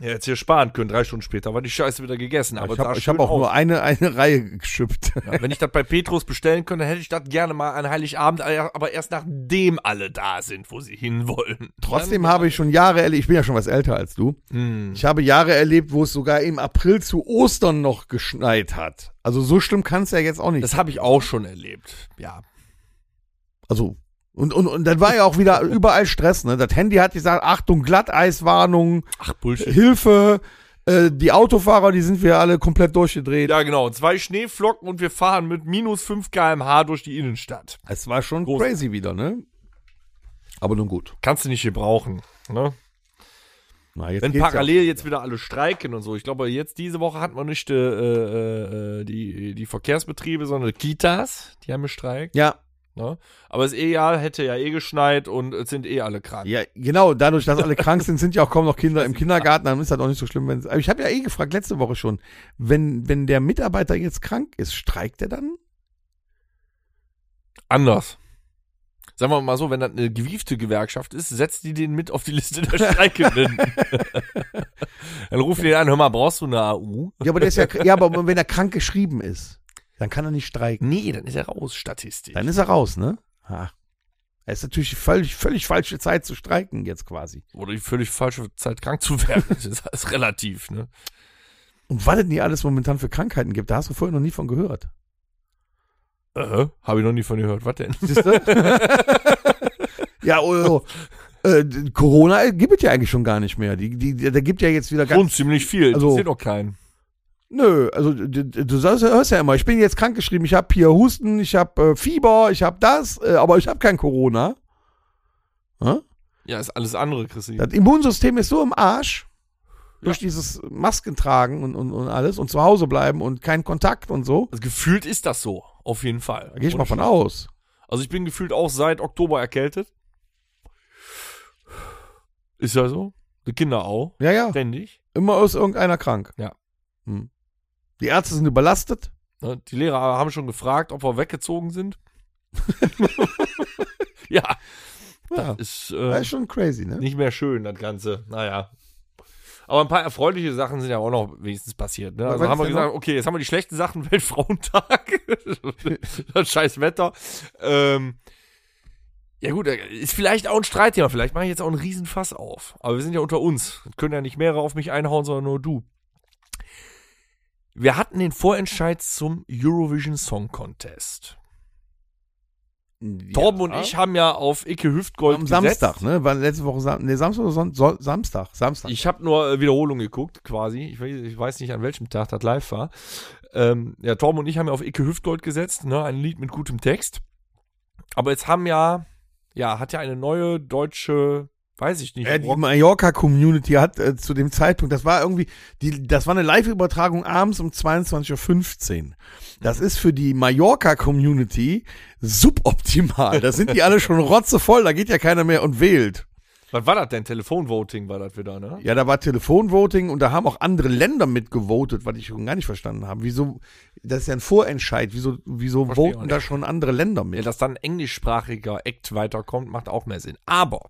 Speaker 2: ja, jetzt hier sparen können, drei Stunden später war die Scheiße wieder gegessen. Aber
Speaker 1: ich
Speaker 2: sah
Speaker 1: habe hab
Speaker 2: schön
Speaker 1: auch
Speaker 2: aus.
Speaker 1: nur eine, eine Reihe geschippt.
Speaker 2: Ja, Wenn ich das bei Petrus bestellen könnte, hätte ich das gerne mal an Heiligabend, äh, aber erst nachdem alle da sind, wo sie hinwollen.
Speaker 1: Trotzdem habe ich schon Jahre erlebt, ich bin ja schon was älter als du.
Speaker 2: Hm.
Speaker 1: Ich habe Jahre erlebt, wo es sogar im April zu Ostern noch geschneit hat. Also so schlimm kann es ja jetzt auch nicht.
Speaker 2: Das habe ich auch schon erlebt. Ja.
Speaker 1: also und, und, und dann war ja auch wieder überall Stress, ne? Das Handy hat gesagt, Achtung, Glatteiswarnung,
Speaker 2: Ach, Bullshit.
Speaker 1: Hilfe, äh, die Autofahrer, die sind wir alle komplett durchgedreht.
Speaker 2: Ja, genau. Zwei Schneeflocken und wir fahren mit minus 5 km/h durch die Innenstadt.
Speaker 1: Es war schon
Speaker 2: Groß.
Speaker 1: crazy wieder, ne? Aber nun gut.
Speaker 2: Kannst du nicht gebrauchen. Ne?
Speaker 1: Na, jetzt
Speaker 2: Wenn
Speaker 1: geht's
Speaker 2: parallel jetzt wieder alle streiken und so. Ich glaube, jetzt diese Woche hatten wir nicht äh, äh, äh, die, die Verkehrsbetriebe, sondern Kitas. Die haben gestreikt.
Speaker 1: Ja.
Speaker 2: Ne? Aber das E-Jahr hätte ja eh geschneit und es sind eh alle krank.
Speaker 1: ja, ja, genau. Dadurch, dass alle krank sind, sind ja auch kaum noch Kinder im Kindergarten. Dann ist das auch nicht so schlimm. Wenn's, aber ich habe ja eh gefragt letzte Woche schon, wenn, wenn der Mitarbeiter jetzt krank ist, streikt er dann?
Speaker 2: anders. Sagen wir mal so, wenn das eine gewiefte Gewerkschaft ist, setzt die den mit auf die Liste der Streikenden. Dann rufen die an, hör mal, brauchst du eine AU?
Speaker 1: Ja, aber, der ist ja, ja, aber wenn er krank geschrieben ist, dann kann er nicht streiken.
Speaker 2: Nee, dann ist er raus, statistisch.
Speaker 1: Dann ist er raus, ne? Ha. Es ist natürlich völlig, völlig falsche Zeit zu streiken jetzt quasi.
Speaker 2: Oder die völlig falsche Zeit krank zu werden. Das ist alles relativ, ne?
Speaker 1: Und was es nie alles momentan für Krankheiten gibt, da hast du vorher noch nie von gehört.
Speaker 2: Äh, habe ich noch nie von gehört. Was denn?
Speaker 1: Ja, oh, oh. Äh, d- Corona gibt es ja eigentlich schon gar nicht mehr. Die, die, da gibt ja jetzt wieder
Speaker 2: Schon ziemlich viel.
Speaker 1: Also-
Speaker 2: Interessiert doch keinen.
Speaker 1: Nö, also d- d- du sagst, hörst ja immer, ich bin jetzt krankgeschrieben, ich habe hier Husten, ich habe äh, Fieber, ich habe das, äh, aber ich habe kein Corona. Hä?
Speaker 2: Ja, ist alles andere, Chrissy.
Speaker 1: Das Immunsystem ist so im Arsch durch dieses Maskentragen und, und, und alles und zu Hause bleiben und kein Kontakt und so.
Speaker 2: Also gefühlt ist das so, auf jeden Fall.
Speaker 1: Da gehe ich mal von aus.
Speaker 2: Also ich bin gefühlt auch seit Oktober erkältet. Ist ja so. Die Kinder auch.
Speaker 1: Ja, ja,
Speaker 2: Ständig.
Speaker 1: immer ist irgendeiner krank.
Speaker 2: Ja.
Speaker 1: Hm. Die Ärzte sind überlastet.
Speaker 2: Ne? Die Lehrer haben schon gefragt, ob wir weggezogen sind. ja,
Speaker 1: Ja, das
Speaker 2: ist, äh,
Speaker 1: ist schon crazy, ne?
Speaker 2: nicht mehr schön, das Ganze. Naja. Aber ein paar erfreuliche Sachen sind ja auch noch wenigstens passiert. Ne?
Speaker 1: Was
Speaker 2: Also haben wir
Speaker 1: ist denn
Speaker 2: gesagt, okay, jetzt haben wir die schlechten Sachen, Weltfrauentag, das scheiß Wetter. Ähm, ja gut, ist vielleicht auch ein Streitthema, vielleicht mache ich jetzt auch einen Riesenfass auf. Aber wir sind ja unter uns, Es können ja nicht mehrere auf mich einhauen, sondern nur du. Wir hatten den Vorentscheid zum Eurovision Song Contest. Torben und ich haben ja auf Icke Hüftgold
Speaker 1: am
Speaker 2: gesetzt.
Speaker 1: Samstag, ne? War letzte Woche Sam nee, Samstag oder Son Son Samstag, Samstag.
Speaker 2: Ich habe nur äh, Wiederholung geguckt, quasi. Ich, weiß- ich weiß nicht, an welchem Tag das live war. Ähm, ja, Torben und ich haben ja auf Icke Hüftgold gesetzt, ne? ein Lied mit gutem Text. Aber jetzt haben ja, ja, hat ja eine neue deutsche, weiß ich nicht,
Speaker 1: Äh, die
Speaker 2: Rock-
Speaker 1: Mallorca Community hat äh, zu dem Zeitpunkt, das war irgendwie, die, das war eine Live-Übertragung abends um 22.15 Uhr. Das ist für die Mallorca Community suboptimal. Da sind die alle schon rotzevoll, da geht ja keiner mehr und wählt.
Speaker 2: was war das denn? Telefonvoting war das wieder, ne?
Speaker 1: Ja, da war Telefonvoting und da haben auch andere Länder mitgevotet, was ich schon gar nicht verstanden habe. Wieso, das ist ja ein Vorentscheid, wieso, wieso
Speaker 2: Verstehe auch
Speaker 1: voten da schon andere Länder mit?
Speaker 2: Ja, dass dann ein englischsprachiger Act weiterkommt, macht auch mehr Sinn. Aber,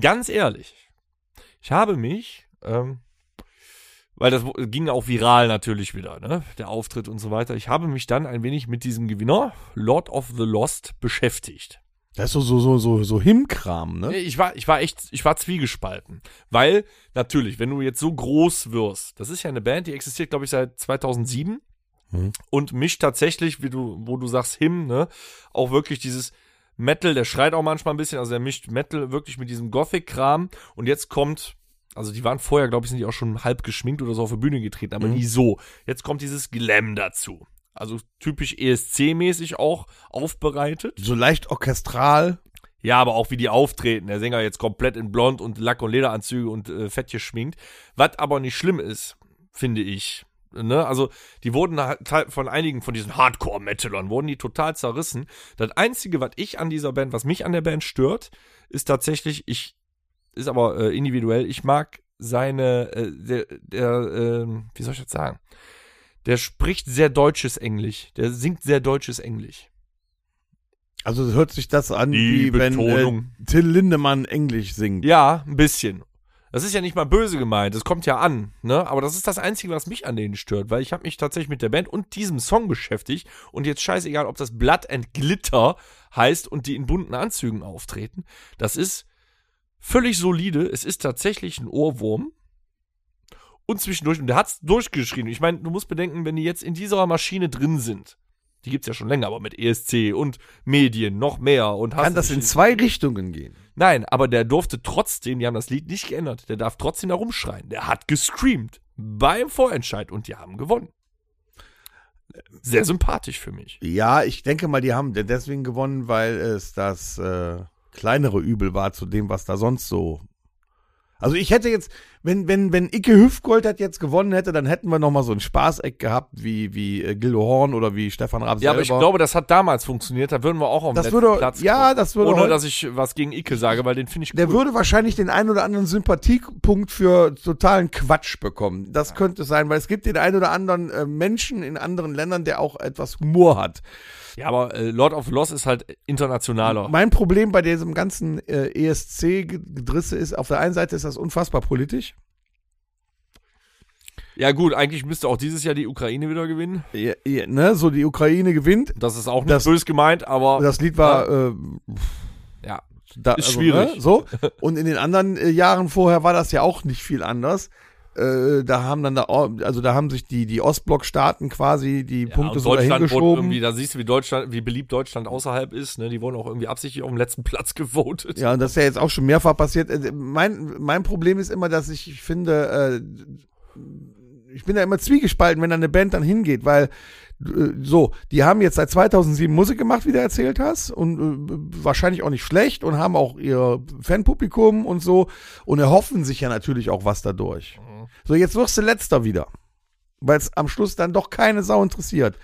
Speaker 2: ganz ehrlich, ich habe mich, ähm, weil das wo- ging auch viral natürlich wieder, ne? der Auftritt und so weiter, ich habe mich dann ein wenig mit diesem Gewinner, Lord of the Lost, beschäftigt.
Speaker 1: Das ist so, so, so, so, so Himkram, ne?
Speaker 2: Ich war, ich war echt, ich war zwiegespalten. Weil, natürlich, wenn du jetzt so groß wirst, das ist ja eine Band, die existiert, glaube ich, seit 2007
Speaker 1: Mhm.
Speaker 2: und mischt tatsächlich, wie du, wo du sagst, Him, ne, auch wirklich dieses Metal, der schreit auch manchmal ein bisschen, also der mischt Metal wirklich mit diesem Gothic-Kram und jetzt kommt, also die waren vorher, glaube ich, sind die auch schon halb geschminkt oder so auf die Bühne getreten,
Speaker 1: Mhm.
Speaker 2: aber nie so. Jetzt kommt dieses Glam dazu. Also typisch ESC-mäßig auch aufbereitet.
Speaker 1: So leicht orchestral.
Speaker 2: Ja, aber auch wie die auftreten. Der Sänger jetzt komplett in Blond und Lack- und Lederanzüge und äh, fett geschminkt. Was aber nicht schlimm ist, finde ich. Ne? Also, die wurden halt teil- von einigen von diesen Hardcore-Metalern, wurden die total zerrissen. Das Einzige, was ich an dieser Band, was mich an der Band stört, ist tatsächlich, ich, ist aber äh, individuell, ich mag seine, äh, der, der ähm, wie soll ich das sagen? Der spricht sehr deutsches Englisch. Der singt sehr deutsches Englisch.
Speaker 1: Also es hört sich das an, wie wenn äh, Till Lindemann Englisch singt.
Speaker 2: Ja, ein bisschen. Das ist ja nicht mal böse gemeint, das kommt ja an, ne? Aber das ist das Einzige, was mich an denen stört, weil ich habe mich tatsächlich mit der Band und diesem Song beschäftigt und jetzt scheißegal, ob das Blood and Glitter heißt und die in bunten Anzügen auftreten. Das ist völlig solide, es ist tatsächlich ein Ohrwurm. Und zwischendurch, und der hat's durchgeschrien. Ich meine, du musst bedenken, wenn die jetzt in dieser Maschine drin sind, die gibt's ja schon länger, aber mit ESC und Medien noch mehr und hast
Speaker 1: Kann
Speaker 2: nicht
Speaker 1: das in
Speaker 2: gesehen.
Speaker 1: zwei Richtungen gehen?
Speaker 2: Nein, aber der durfte trotzdem, die haben das Lied nicht geändert, der darf trotzdem da rumschreien. Der hat gescreamt beim Vorentscheid und die haben gewonnen. Sehr sympathisch für mich.
Speaker 1: Ja, ich denke mal, die haben de- deswegen gewonnen, weil es das äh, kleinere Übel war zu dem, was da sonst so. Also ich hätte jetzt, wenn wenn wenn Icke Hüfgold das jetzt gewonnen hätte, dann hätten wir noch mal so einen Spaßeck gehabt wie wie äh, Gildo Horn oder wie Stefan Raab
Speaker 2: Ja, aber ich
Speaker 1: selber.
Speaker 2: glaube, das hat damals funktioniert. Da würden wir auch auf
Speaker 1: Das
Speaker 2: den
Speaker 1: würde-
Speaker 2: Platz
Speaker 1: ja,
Speaker 2: kommen.
Speaker 1: das würde
Speaker 2: Ohne,
Speaker 1: heute-
Speaker 2: dass ich was gegen Icke sage, weil den finde ich
Speaker 1: der würde wahrscheinlich den einen oder anderen Sympathiepunkt für totalen Quatsch bekommen. Das könnte sein, weil es gibt den einen oder anderen äh, Menschen in anderen Ländern, der auch etwas Humor hat.
Speaker 2: Ja, aber äh, Lord of Loss ist halt internationaler.
Speaker 1: Mein Problem bei diesem ganzen äh, ESC-Gedrisse ist, auf der einen Seite ist das unfassbar politisch.
Speaker 2: Ja gut, eigentlich müsste auch dieses Jahr die Ukraine wieder gewinnen.
Speaker 1: Ja, ja, ne? So, die Ukraine gewinnt.
Speaker 2: Das ist auch nicht
Speaker 1: Das-
Speaker 2: böse gemeint, aber
Speaker 1: Das Lied war äh,
Speaker 2: ja.
Speaker 1: da, also,
Speaker 2: Ist schwierig.
Speaker 1: Ne? So. Und in den anderen äh, Jahren vorher war das ja auch nicht viel anders. Äh, da haben dann da, also da haben sich die, die Ostblock-Staaten quasi die
Speaker 2: Ja,
Speaker 1: Punkte
Speaker 2: und
Speaker 1: so dahin
Speaker 2: Deutschland wurde
Speaker 1: geschoben.
Speaker 2: irgendwie, da siehst du, wie Deutschland, wie beliebt Deutschland außerhalb ist, ne? Die wurden auch irgendwie absichtlich auf den letzten Platz gewotet.
Speaker 1: Ja, und das ist ja jetzt auch schon mehrfach passiert. Äh, Mein, mein Problem ist immer, dass ich finde, äh, ich bin da immer zwiegespalten, wenn da eine Band dann hingeht, weil äh, so, die haben jetzt seit 2007 Musik gemacht, wie du erzählt hast, und äh, wahrscheinlich auch nicht schlecht und haben auch ihr Fanpublikum und so und erhoffen sich ja natürlich auch was dadurch.
Speaker 2: Mhm.
Speaker 1: So, jetzt wirst du letzter wieder, weil es am Schluss dann doch keine Sau interessiert.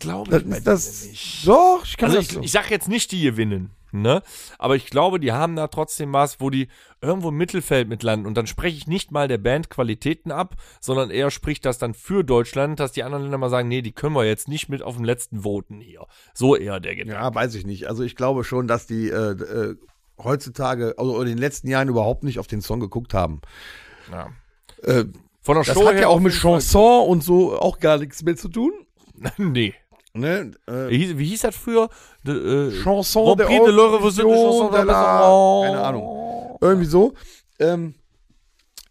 Speaker 2: Glaube
Speaker 1: Das, das doch, ich kann
Speaker 2: Also
Speaker 1: das
Speaker 2: ich,
Speaker 1: so.
Speaker 2: ich sag jetzt nicht, die gewinnen, ne? Aber ich glaube, die haben da trotzdem was, wo die irgendwo im Mittelfeld mit landen. Und dann spreche ich nicht mal der Band Qualitäten ab, sondern eher spricht das dann für Deutschland, dass die anderen Länder mal sagen, nee, die können wir jetzt nicht mit auf dem letzten Voten hier. So eher der Gedanke.
Speaker 1: Ja, weiß ich nicht. Also ich glaube schon, dass die äh, äh, heutzutage, also in den letzten Jahren überhaupt nicht auf den Song geguckt haben.
Speaker 2: Ja.
Speaker 1: Äh,
Speaker 2: Von der
Speaker 1: das
Speaker 2: Show
Speaker 1: hat ja
Speaker 2: her-
Speaker 1: auch mit Chanson und so auch gar nichts mehr zu tun.
Speaker 2: nee.
Speaker 1: Ne? Äh,
Speaker 2: Wie hieß, wie hieß das früher? De, äh,
Speaker 1: Chanson der
Speaker 2: Grand Prix de l'Eurovision, Chanson
Speaker 1: Eurovision,
Speaker 2: de
Speaker 1: de
Speaker 2: la-
Speaker 1: la, keine Ahnung. Irgendwie so. Ähm,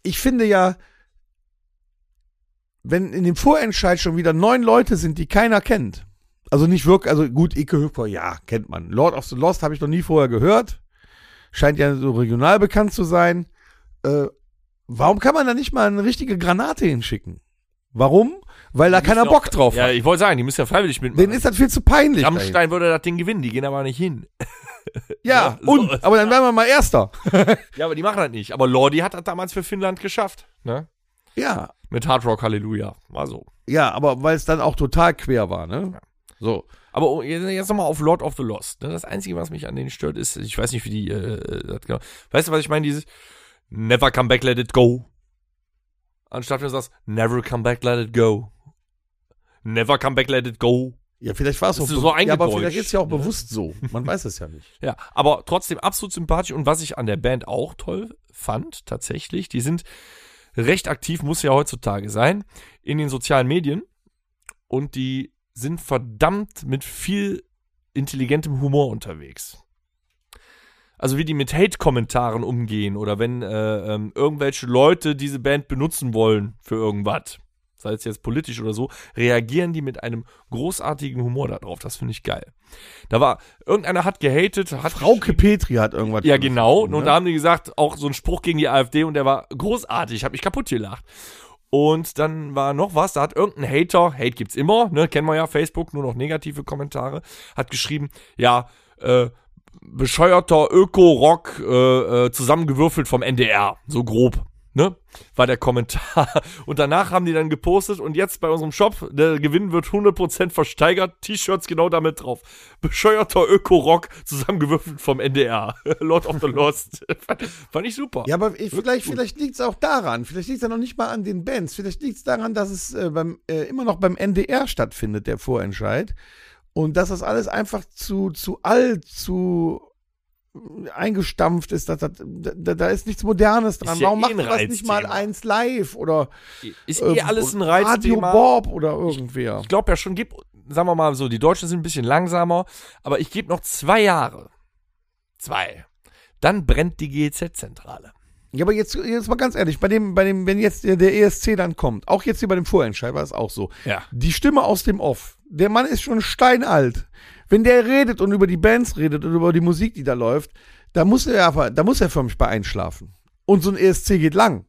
Speaker 1: ich finde ja, wenn in dem Vorentscheid schon wieder neun Leute sind, die keiner kennt. Also nicht wirklich, also gut, Ike Hüpfer, ja, kennt man. Lord of the Lost habe ich noch nie vorher gehört. Scheint ja so regional bekannt zu sein. Äh, warum kann man da nicht mal eine richtige Granate hinschicken? Warum? Weil da
Speaker 2: Die
Speaker 1: keiner
Speaker 2: müssen auch-
Speaker 1: Bock drauf
Speaker 2: ja,
Speaker 1: hat.
Speaker 2: ich wollte sagen, die müssen ja freiwillig mitmachen.
Speaker 1: Denen ist das viel zu peinlich. dahin.
Speaker 2: Rammstein würde das Ding gewinnen, die gehen aber nicht hin.
Speaker 1: Ja,
Speaker 2: Ja,
Speaker 1: und,
Speaker 2: so-
Speaker 1: aber dann wären wir mal Erster.
Speaker 2: Ja, aber die machen das nicht. Aber Lordi hat das damals für Finnland geschafft, ne?
Speaker 1: ja,
Speaker 2: Mit Hard Rock Halleluja. War so.
Speaker 1: ja, aber weil es dann auch total quer war, ne? So.
Speaker 2: Aber oh, jetzt jetzt nochmal auf Lord of the Lost. ne? Das Einzige, was mich an denen stört, ist, ich weiß nicht, wie die, äh, das genau. Weißt du, was ich meine? Dieses Never come back, let it go. Anstatt wenn du sagst, never come back, let it go. Never come back, let it go.
Speaker 1: Ja, vielleicht war es
Speaker 2: Das
Speaker 1: auch
Speaker 2: ist
Speaker 1: be-
Speaker 2: so
Speaker 1: ja, aber
Speaker 2: eingedeutscht,
Speaker 1: vielleicht ist ja auch
Speaker 2: ne?
Speaker 1: bewusst so. Man weiß es ja nicht.
Speaker 2: Ja, aber trotzdem absolut sympathisch. Und was ich an der Band auch toll fand, tatsächlich, die sind recht aktiv, muss ja heutzutage sein, in den sozialen Medien. Und die sind verdammt mit viel intelligentem Humor unterwegs. Also wie die mit Hate-Kommentaren umgehen oder wenn äh, ähm, irgendwelche Leute diese Band benutzen wollen für irgendwas, sei es jetzt politisch oder so, reagieren die mit einem großartigen Humor darauf. Das finde ich geil. Da war, irgendeiner hat gehatet, hat
Speaker 1: Frauke Petri hat irgendwas.
Speaker 2: ja, genau.
Speaker 1: Ne?
Speaker 2: Und da haben die gesagt, auch so ein Spruch gegen die AfD und der war großartig, hab mich kaputt gelacht. Und dann war noch was, da hat irgendein Hater, Hate gibt's immer, ne, kennen wir ja, Facebook, nur noch negative Kommentare, hat geschrieben, ja, äh, bescheuerter Öko-Rock, äh, äh, zusammengewürfelt vom NDR, so grob. Ne? War der Kommentar. Und danach haben die dann gepostet und jetzt bei unserem Shop, der Gewinn wird 100% versteigert, T-Shirts genau damit drauf. Bescheuerter Öko-Rock, zusammengewürfelt vom NDR. Lord of the Lost. Fand- Fand ich super.
Speaker 1: Ja, aber ich, vielleicht, vielleicht liegt es auch daran. Vielleicht liegt es ja noch nicht mal an den Bands. Vielleicht liegt es daran, dass es äh, beim, äh, immer noch beim NDR stattfindet, der Vorentscheid. Und dass das alles einfach zu, zu alt, zu eingestampft ist. Dass, dass, da, da ist nichts Modernes dran.
Speaker 2: Ist ja
Speaker 1: Warum
Speaker 2: eh
Speaker 1: macht
Speaker 2: ein
Speaker 1: man das nicht mal
Speaker 2: Reizthema.
Speaker 1: eins live oder
Speaker 2: Ist
Speaker 1: äh,
Speaker 2: eh alles ein Reizthema.
Speaker 1: Radio Bob oder irgendwer?
Speaker 2: Ich glaube ja schon, gib, sagen wir mal so, die Deutschen sind ein bisschen langsamer, aber ich gebe noch zwei Jahre. Zwei. Dann brennt die GEZ-Zentrale.
Speaker 1: Ja, aber jetzt, jetzt mal ganz ehrlich, bei dem, bei dem, wenn jetzt der, der ESC dann kommt, auch jetzt hier bei dem Vorentscheid war es auch so.
Speaker 2: Ja.
Speaker 1: Die Stimme aus dem Off, der Mann ist schon steinalt. Wenn der redet und über die Bands redet und über die Musik, die da läuft, da muss er aber, da muss er förmlich bei einschlafen. Und so ein ESC geht lang.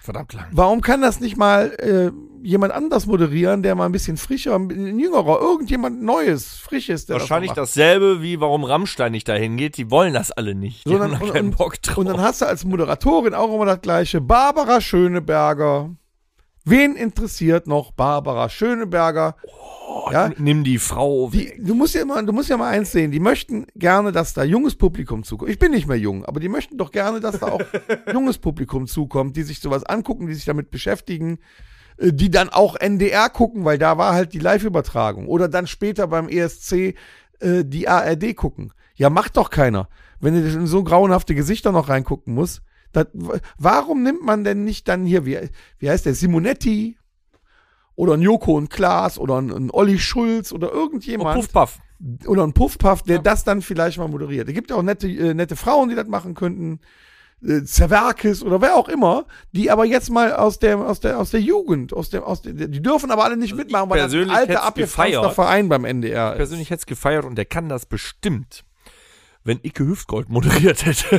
Speaker 2: Verdammt lang.
Speaker 1: Warum kann das nicht mal äh, jemand anders moderieren, der mal ein bisschen frischer, ein jüngerer, irgendjemand Neues, Frisches, der
Speaker 2: Wahrscheinlich
Speaker 1: das. so macht?
Speaker 2: dasselbe wie warum Rammstein nicht dahin geht. Die wollen das alle nicht. Die
Speaker 1: Sondern-
Speaker 2: haben da
Speaker 1: und-
Speaker 2: keinen Bock drauf.
Speaker 1: Und dann hast du als Moderatorin auch immer das gleiche. Barbara Schöneberger. Wen interessiert noch Barbara Schöneberger? ja,
Speaker 2: Nimm die Frau.
Speaker 1: die, du musst ja immer, du musst ja mal eins sehen. Die möchten gerne, dass da junges Publikum zukommt. Ich bin nicht mehr jung, aber die möchten doch gerne, dass da auch junges Publikum zukommt, die sich sowas angucken, die sich damit beschäftigen, äh, die dann auch NDR gucken, weil da war halt die Live-Übertragung. Oder dann später beim ESC äh, die ARD gucken. Ja, macht doch keiner. Wenn du in so grauenhafte Gesichter noch reingucken musst. Das, w- warum nimmt man denn nicht dann hier, wie, wie heißt der, Simonetti? Oder ein Joko und Klaas oder ein, ein Olli Schulz oder
Speaker 2: Oh,
Speaker 1: irgendjemand
Speaker 2: Puff, Puff.
Speaker 1: oder ein Puffpuff, der das dann vielleicht mal moderiert. Es gibt ja auch nette, äh, nette Frauen, die das machen könnten. äh, Zerwerkes oder wer auch immer, die aber jetzt mal aus der, aus der, aus der Jugend, aus dem, aus der, die dürfen aber alle nicht mitmachen, weil das ein
Speaker 2: Also persönlich
Speaker 1: alter
Speaker 2: hätt's
Speaker 1: abgefranster
Speaker 2: gefeiert.
Speaker 1: Verein beim NDR ist.
Speaker 2: Persönlich hätte es gefeiert und der kann das bestimmt, wenn Icke Hüftgold moderiert hätte.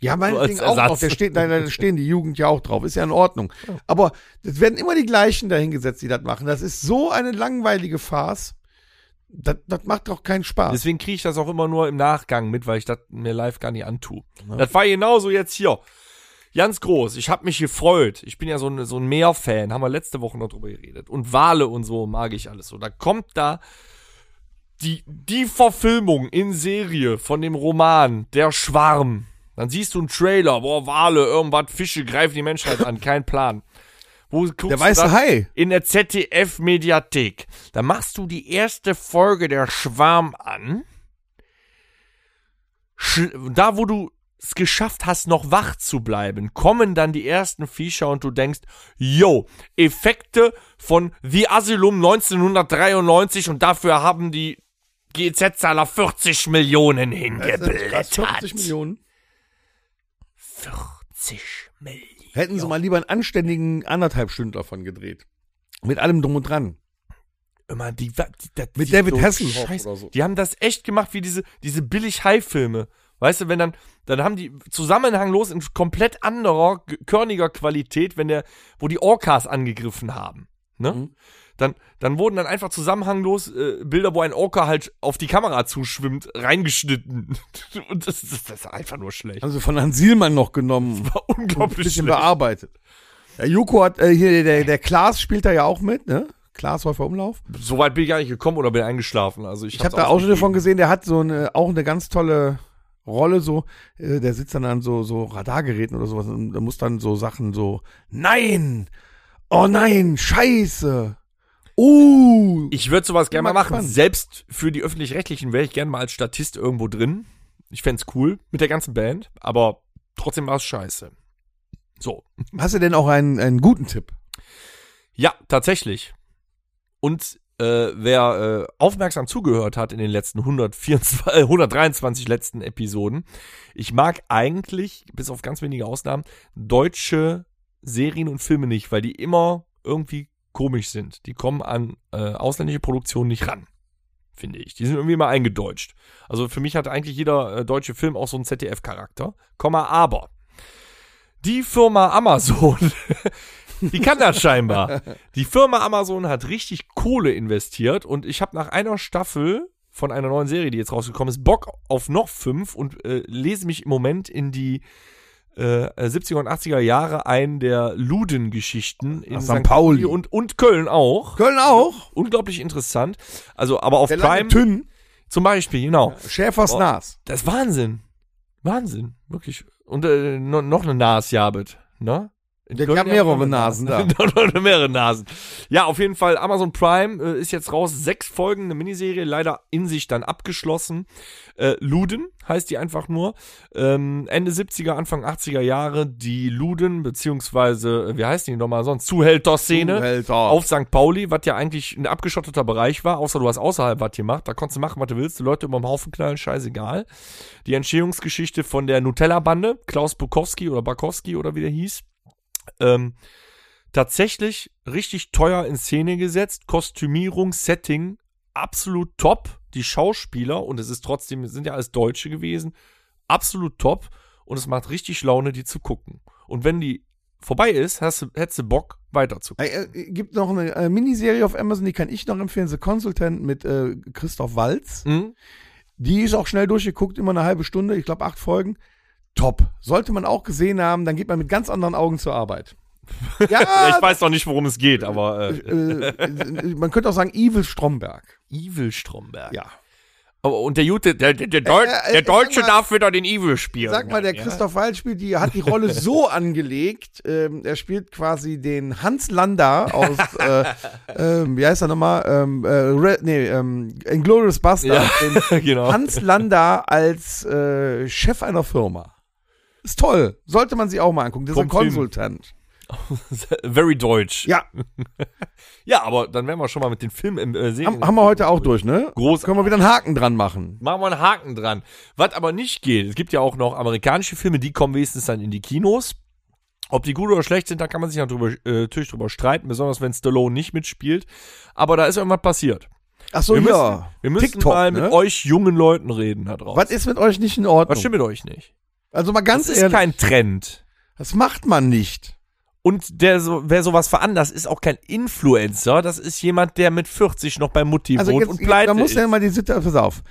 Speaker 1: Ja, meinetwegen
Speaker 2: als
Speaker 1: auch
Speaker 2: Ersatz.
Speaker 1: noch. Da steht, nein, da stehen die Jugend ja auch drauf. Ist ja in Ordnung. Aber es werden immer die gleichen dahingesetzt, die das machen. Das ist so eine langweilige Farce. Das, das macht doch keinen Spaß.
Speaker 2: Deswegen kriege ich das auch immer nur im Nachgang mit, weil ich das mir live gar nicht antue.
Speaker 1: Ne?
Speaker 2: Das war genauso jetzt hier. Ganz groß. Ich habe mich gefreut. Ich bin ja so ein, so ein Meer-Fan. Haben wir letzte Woche noch drüber geredet. Und Wale und so mag ich alles so. Da kommt da die, die Verfilmung in Serie von dem Roman Der Schwarm. Dann siehst du einen Trailer. Boah, Wale, irgendwas, Fische greifen die Menschheit an. Kein Plan. Wo guckst
Speaker 1: Der weiße
Speaker 2: das?
Speaker 1: Hai.
Speaker 2: in der ZDF-Mediathek. Da machst du die erste Folge der Schwarm an. Sch da, wo du es geschafft hast, noch wach zu bleiben, kommen dann die ersten Viecher und du denkst, yo, Effekte von The Asylum 1993 und dafür haben die GZ-Zahler 40 Millionen hingeblättert.
Speaker 1: 40 Millionen.
Speaker 2: 40 Millionen.
Speaker 1: Hätten sie mal lieber einen anständigen anderthalb Stündler von gedreht. Mit allem drum und dran.
Speaker 2: immer die, wa- die, das
Speaker 1: Mit
Speaker 2: die-
Speaker 1: David Hasselhoff
Speaker 2: Scheiß-
Speaker 1: oder so.
Speaker 2: Die haben das echt gemacht wie diese diese billig High Filme. Weißt du, wenn dann dann haben die zusammenhanglos in komplett anderer g- körniger Qualität, wenn der wo die Orcas angegriffen haben, ne?
Speaker 1: Mhm.
Speaker 2: Dann, dann wurden dann einfach zusammenhanglos äh, Bilder, wo ein Orca halt auf die Kamera zuschwimmt, reingeschnitten. Und das, das, das ist einfach nur schlecht.
Speaker 1: Haben sie von Herrn Sielmann noch genommen.
Speaker 2: War
Speaker 1: Also, Ein
Speaker 2: unglaublich
Speaker 1: bisschen
Speaker 2: schlecht.
Speaker 1: bearbeitet. Der Joko hat, äh, hier, der, der Klaas spielt da ja auch mit, ne? Klaas Häufer Umlauf.
Speaker 2: So weit bin ich gar nicht gekommen oder bin eingeschlafen. Also ich,
Speaker 1: Ich habe
Speaker 2: hab's
Speaker 1: da Ausschnitte von
Speaker 2: aufgegeben.
Speaker 1: gesehen, der hat so eine, auch eine ganz tolle Rolle so, äh, der sitzt dann an so, so Radargeräten oder sowas und der muss dann so Sachen so, nein, oh nein, scheiße, oh,
Speaker 2: Ich würde sowas gerne mal
Speaker 1: Bin mal
Speaker 2: machen.
Speaker 1: gespannt.
Speaker 2: Selbst für die öffentlich-rechtlichen wäre ich gerne mal als Statist irgendwo drin. Ich fänd's cool mit der ganzen Band, aber trotzdem war's scheiße. So.
Speaker 1: hast du denn auch einen, einen guten Tipp?
Speaker 2: Ja, tatsächlich. Und äh, wer äh, aufmerksam zugehört hat in den letzten 124, äh, 123 letzten Episoden, ich mag eigentlich, bis auf ganz wenige Ausnahmen, deutsche Serien und Filme nicht, weil die immer irgendwie komisch sind. Die kommen an äh, ausländische Produktionen nicht ran, finde ich. Die sind irgendwie immer eingedeutscht. Also für mich hat eigentlich jeder äh, deutsche Film auch so einen ZDF-Charakter. Komma, aber. Die Firma Amazon, die kann das scheinbar. Die Firma Amazon hat richtig Kohle investiert und ich habe nach einer Staffel von einer neuen Serie, die jetzt rausgekommen ist, Bock auf noch fünf und äh, lese mich im Moment in die äh, 70er und 80er Jahre ein der Luden-Geschichten in
Speaker 1: Aus St.
Speaker 2: St.
Speaker 1: Pauli.
Speaker 2: Pauli und, und Köln auch.
Speaker 1: Köln auch,
Speaker 2: Unglaublich interessant. Also, aber auf
Speaker 1: der lange
Speaker 2: Prime
Speaker 1: Tünn,
Speaker 2: zum Beispiel, genau.
Speaker 1: Schäfers
Speaker 2: Oh.
Speaker 1: Nas.
Speaker 2: Das ist Wahnsinn. Wahnsinn, wirklich. Und äh, no, noch eine Nas Jabet, ne? In
Speaker 1: Der
Speaker 2: Köln
Speaker 1: gab
Speaker 2: ja
Speaker 1: mehrere
Speaker 2: noch eine
Speaker 1: Nasen da.
Speaker 2: Noch noch mehrere Nasen. Ja, auf jeden Fall, Amazon Prime äh, ist jetzt raus. Sechs Folgen, eine Miniserie, leider in sich dann abgeschlossen. Äh, Luden heißt die einfach nur. Ähm, Ende 70er, Anfang 80er Jahre, die Luden, beziehungsweise, äh, wie heißt die nochmal sonst? Zuhälter-Szene auf St. Pauli, was ja eigentlich ein abgeschotteter Bereich war, außer du hast außerhalb was gemacht, da konntest du machen, was du willst, die Leute über den Haufen knallen, scheißegal. Die Entstehungsgeschichte von der Nutella-Bande, Klaus Bukowski oder Bakowski oder wie der hieß, ähm, tatsächlich richtig teuer in Szene gesetzt, Kostümierung, Setting, absolut top, die Schauspieler, und es ist trotzdem, es sind ja alles Deutsche gewesen, absolut top, und es macht richtig Laune, die zu gucken. Und wenn die vorbei ist, hast du, hättest du Bock, weiterzugucken.
Speaker 1: Äh, äh, gibt noch eine äh, Miniserie auf Amazon, die kann ich noch empfehlen, The Consultant mit äh, Christoph Walz.
Speaker 2: Mhm.
Speaker 1: Die ist auch schnell durchgeguckt, immer eine halbe Stunde, ich glaube acht Folgen. Top. Sollte man auch gesehen haben, dann geht man mit ganz anderen Augen zur Arbeit.
Speaker 2: Ja,
Speaker 1: Ja,
Speaker 2: ich weiß noch nicht, worum es geht, aber äh,
Speaker 1: äh, äh, man könnte auch sagen, Evil Stromberg.
Speaker 2: Evil Stromberg.
Speaker 1: Ja.
Speaker 2: Aber, und der Jute, der, der, der, Deu
Speaker 1: Äh, äh, sag
Speaker 2: der Deutsche
Speaker 1: mal-
Speaker 2: darf wieder den Evil spielen.
Speaker 1: Sag mal, der
Speaker 2: Ja.
Speaker 1: Christoph Waltz spielt, die hat die Rolle so angelegt. Ähm, er spielt quasi den Hans Landa aus, äh, ähm, wie heißt er nochmal? Ähm, äh, Re nee, ähm, Inglourious Bastard. Den
Speaker 2: genau.
Speaker 1: Hans Landa als äh, Chef einer Firma. Ist toll. Sollte man sich auch mal angucken. Das ist ein
Speaker 2: Kommt hin.
Speaker 1: Konsultant.
Speaker 2: Very deutsch.
Speaker 1: Ja,
Speaker 2: Ja, aber dann wären wir schon mal mit den Filmen, äh, Serien.
Speaker 1: haben, haben wir heute auch durch, ne?
Speaker 2: Großartig.
Speaker 1: Können wir wieder einen Haken dran machen.
Speaker 2: Machen wir einen Haken dran. Was aber nicht geht, es gibt ja auch noch amerikanische Filme, die kommen wenigstens dann in die Kinos. Ob die gut oder schlecht sind, da kann man sich drüber, äh, natürlich drüber streiten, besonders wenn Stallone nicht mitspielt. Aber da ist irgendwas passiert.
Speaker 1: Ach so,
Speaker 2: wir müssen,
Speaker 1: ja.
Speaker 2: wir müssen
Speaker 1: TikTok,
Speaker 2: mal mit
Speaker 1: ne?
Speaker 2: euch jungen Leuten reden da draußen.
Speaker 1: Was ist mit euch nicht in Ordnung?
Speaker 2: Was stimmt mit euch nicht?
Speaker 1: Also mal ganz
Speaker 2: Das ist
Speaker 1: ehrlich,
Speaker 2: kein Trend.
Speaker 1: das macht man nicht.
Speaker 2: Und der, so, wer sowas veranlasst, ist auch kein Influencer. Das ist jemand, der mit 40 noch bei Mutti
Speaker 1: Also
Speaker 2: wohnt
Speaker 1: jetzt,
Speaker 2: und pleite
Speaker 1: da muss
Speaker 2: ist.
Speaker 1: ja mal die Situation, pass auf.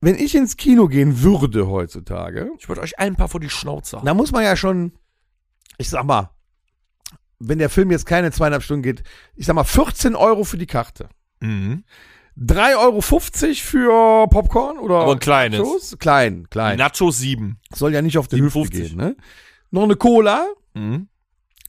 Speaker 1: Wenn ich ins Kino gehen würde heutzutage,
Speaker 2: Ich würde euch allen ein paar vor die Schnauze hauen.
Speaker 1: da muss man ja schon, ich sag mal, wenn der Film jetzt keine zweieinhalb Stunden geht, ich sag mal 14 Euro für die Karte.
Speaker 2: Mhm.
Speaker 1: 3,50 Euro für Popcorn oder
Speaker 2: Aber ein kleines.
Speaker 1: Nachos? Klein, klein.
Speaker 2: Nachos 7.
Speaker 1: Soll ja nicht auf die Hüfte
Speaker 2: 57.
Speaker 1: gehen, ne? Noch eine Cola,
Speaker 2: Mhm.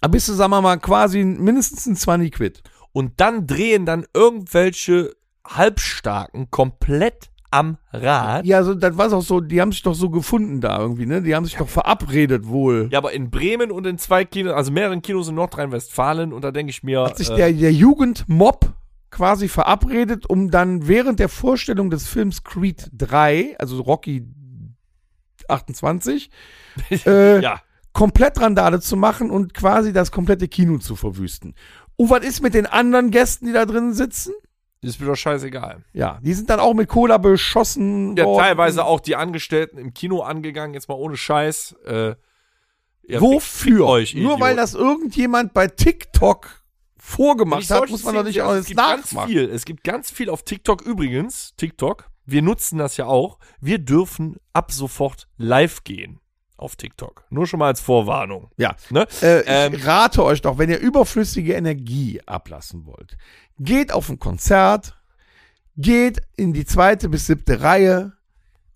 Speaker 1: aber bist du, sagen wir mal, quasi mindestens ein 20 Quid.
Speaker 2: und dann drehen dann irgendwelche Halbstarken komplett am Rad. Ja,
Speaker 1: Ja, so, das war auch so, die haben sich doch so gefunden da irgendwie, ne? Die haben sich doch verabredet wohl.
Speaker 2: aber in Bremen und in zwei Kinos, also mehreren Kinos in Nordrhein-Westfalen und da denke ich mir,
Speaker 1: Hat sich der, der Jugendmob quasi verabredet, um dann während der Vorstellung des Films Creed 3, also Rocky 28, äh,
Speaker 2: ja,
Speaker 1: komplett Randale zu machen und quasi das komplette Kino zu verwüsten. Und was ist mit den anderen Gästen, die da drin sitzen?
Speaker 2: ist mir doch scheißegal.
Speaker 1: Ja, die sind dann auch mit Cola beschossen.
Speaker 2: Ja,
Speaker 1: worden.
Speaker 2: teilweise auch die Angestellten im Kino angegangen, jetzt mal ohne Scheiß. Äh, ja,
Speaker 1: Wofür?
Speaker 2: euch,
Speaker 1: Nur
Speaker 2: Idiot.
Speaker 1: weil das irgendjemand bei TikTok
Speaker 2: Wenn
Speaker 1: vorgemacht
Speaker 2: ich
Speaker 1: hat,
Speaker 2: solche
Speaker 1: muss man doch
Speaker 2: Szenen
Speaker 1: nicht
Speaker 2: sehe, also
Speaker 1: alles nachmachen.
Speaker 2: Ganz viel, es gibt ganz viel auf TikTok übrigens, TikTok, wir nutzen das ja auch, wir dürfen ab sofort live gehen auf TikTok. Nur schon mal als Vorwarnung.
Speaker 1: Ja.
Speaker 2: Ne?
Speaker 1: Äh,
Speaker 2: Ähm,
Speaker 1: ich rate euch doch, wenn ihr überflüssige Energie ablassen wollt, geht auf ein Konzert, geht in die zweite bis siebte Reihe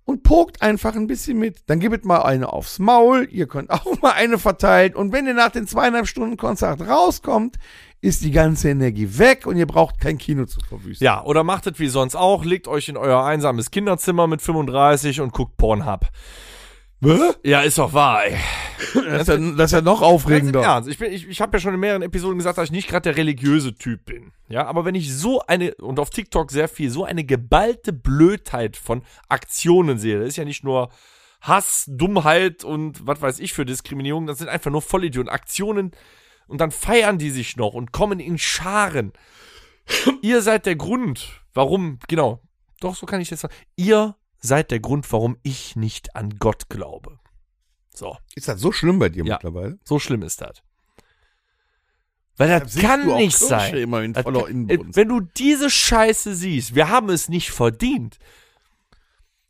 Speaker 1: und pokt einfach ein bisschen mit. Dann gebt mal eine aufs Maul, ihr könnt auch mal eine verteilen und wenn ihr nach den zweieinhalb Stunden Konzert rauskommt, ist die ganze Energie weg und ihr braucht kein Kino zu verwüsten.
Speaker 2: Ja, oder macht es wie sonst auch, legt euch in euer einsames Kinderzimmer mit 35 und guckt Pornhub. Ja, ist doch wahr, ey.
Speaker 1: das, ist ja, das ist ja noch
Speaker 2: Ganz im
Speaker 1: aufregender.
Speaker 2: Ernst. Ich, bin- ich, ich habe ja schon in mehreren Episoden gesagt, dass ich nicht gerade der religiöse Typ bin. Ja, aber wenn ich so eine, und auf TikTok sehr viel, so eine geballte Blödheit von Aktionen sehe, das ist ja nicht nur Hass, Dummheit und was weiß ich für Diskriminierung, das sind einfach nur Vollidioten. Aktionen und dann feiern die sich noch und kommen in Scharen. Ihr seid der Grund, warum, genau, doch, so kann ich das sagen. Ihr seid der Grund, warum ich nicht an Gott glaube. So.
Speaker 1: Ist das so schlimm bei dir
Speaker 2: Ja.
Speaker 1: mittlerweile?
Speaker 2: So schlimm ist das. Weil das
Speaker 1: Siehst
Speaker 2: kann
Speaker 1: du auch
Speaker 2: nicht
Speaker 1: Kirche
Speaker 2: sein.
Speaker 1: Immer in
Speaker 2: Das
Speaker 1: voller
Speaker 2: kann, äh,
Speaker 1: Inbrunst.
Speaker 2: wenn du diese Scheiße siehst, wir haben es nicht verdient.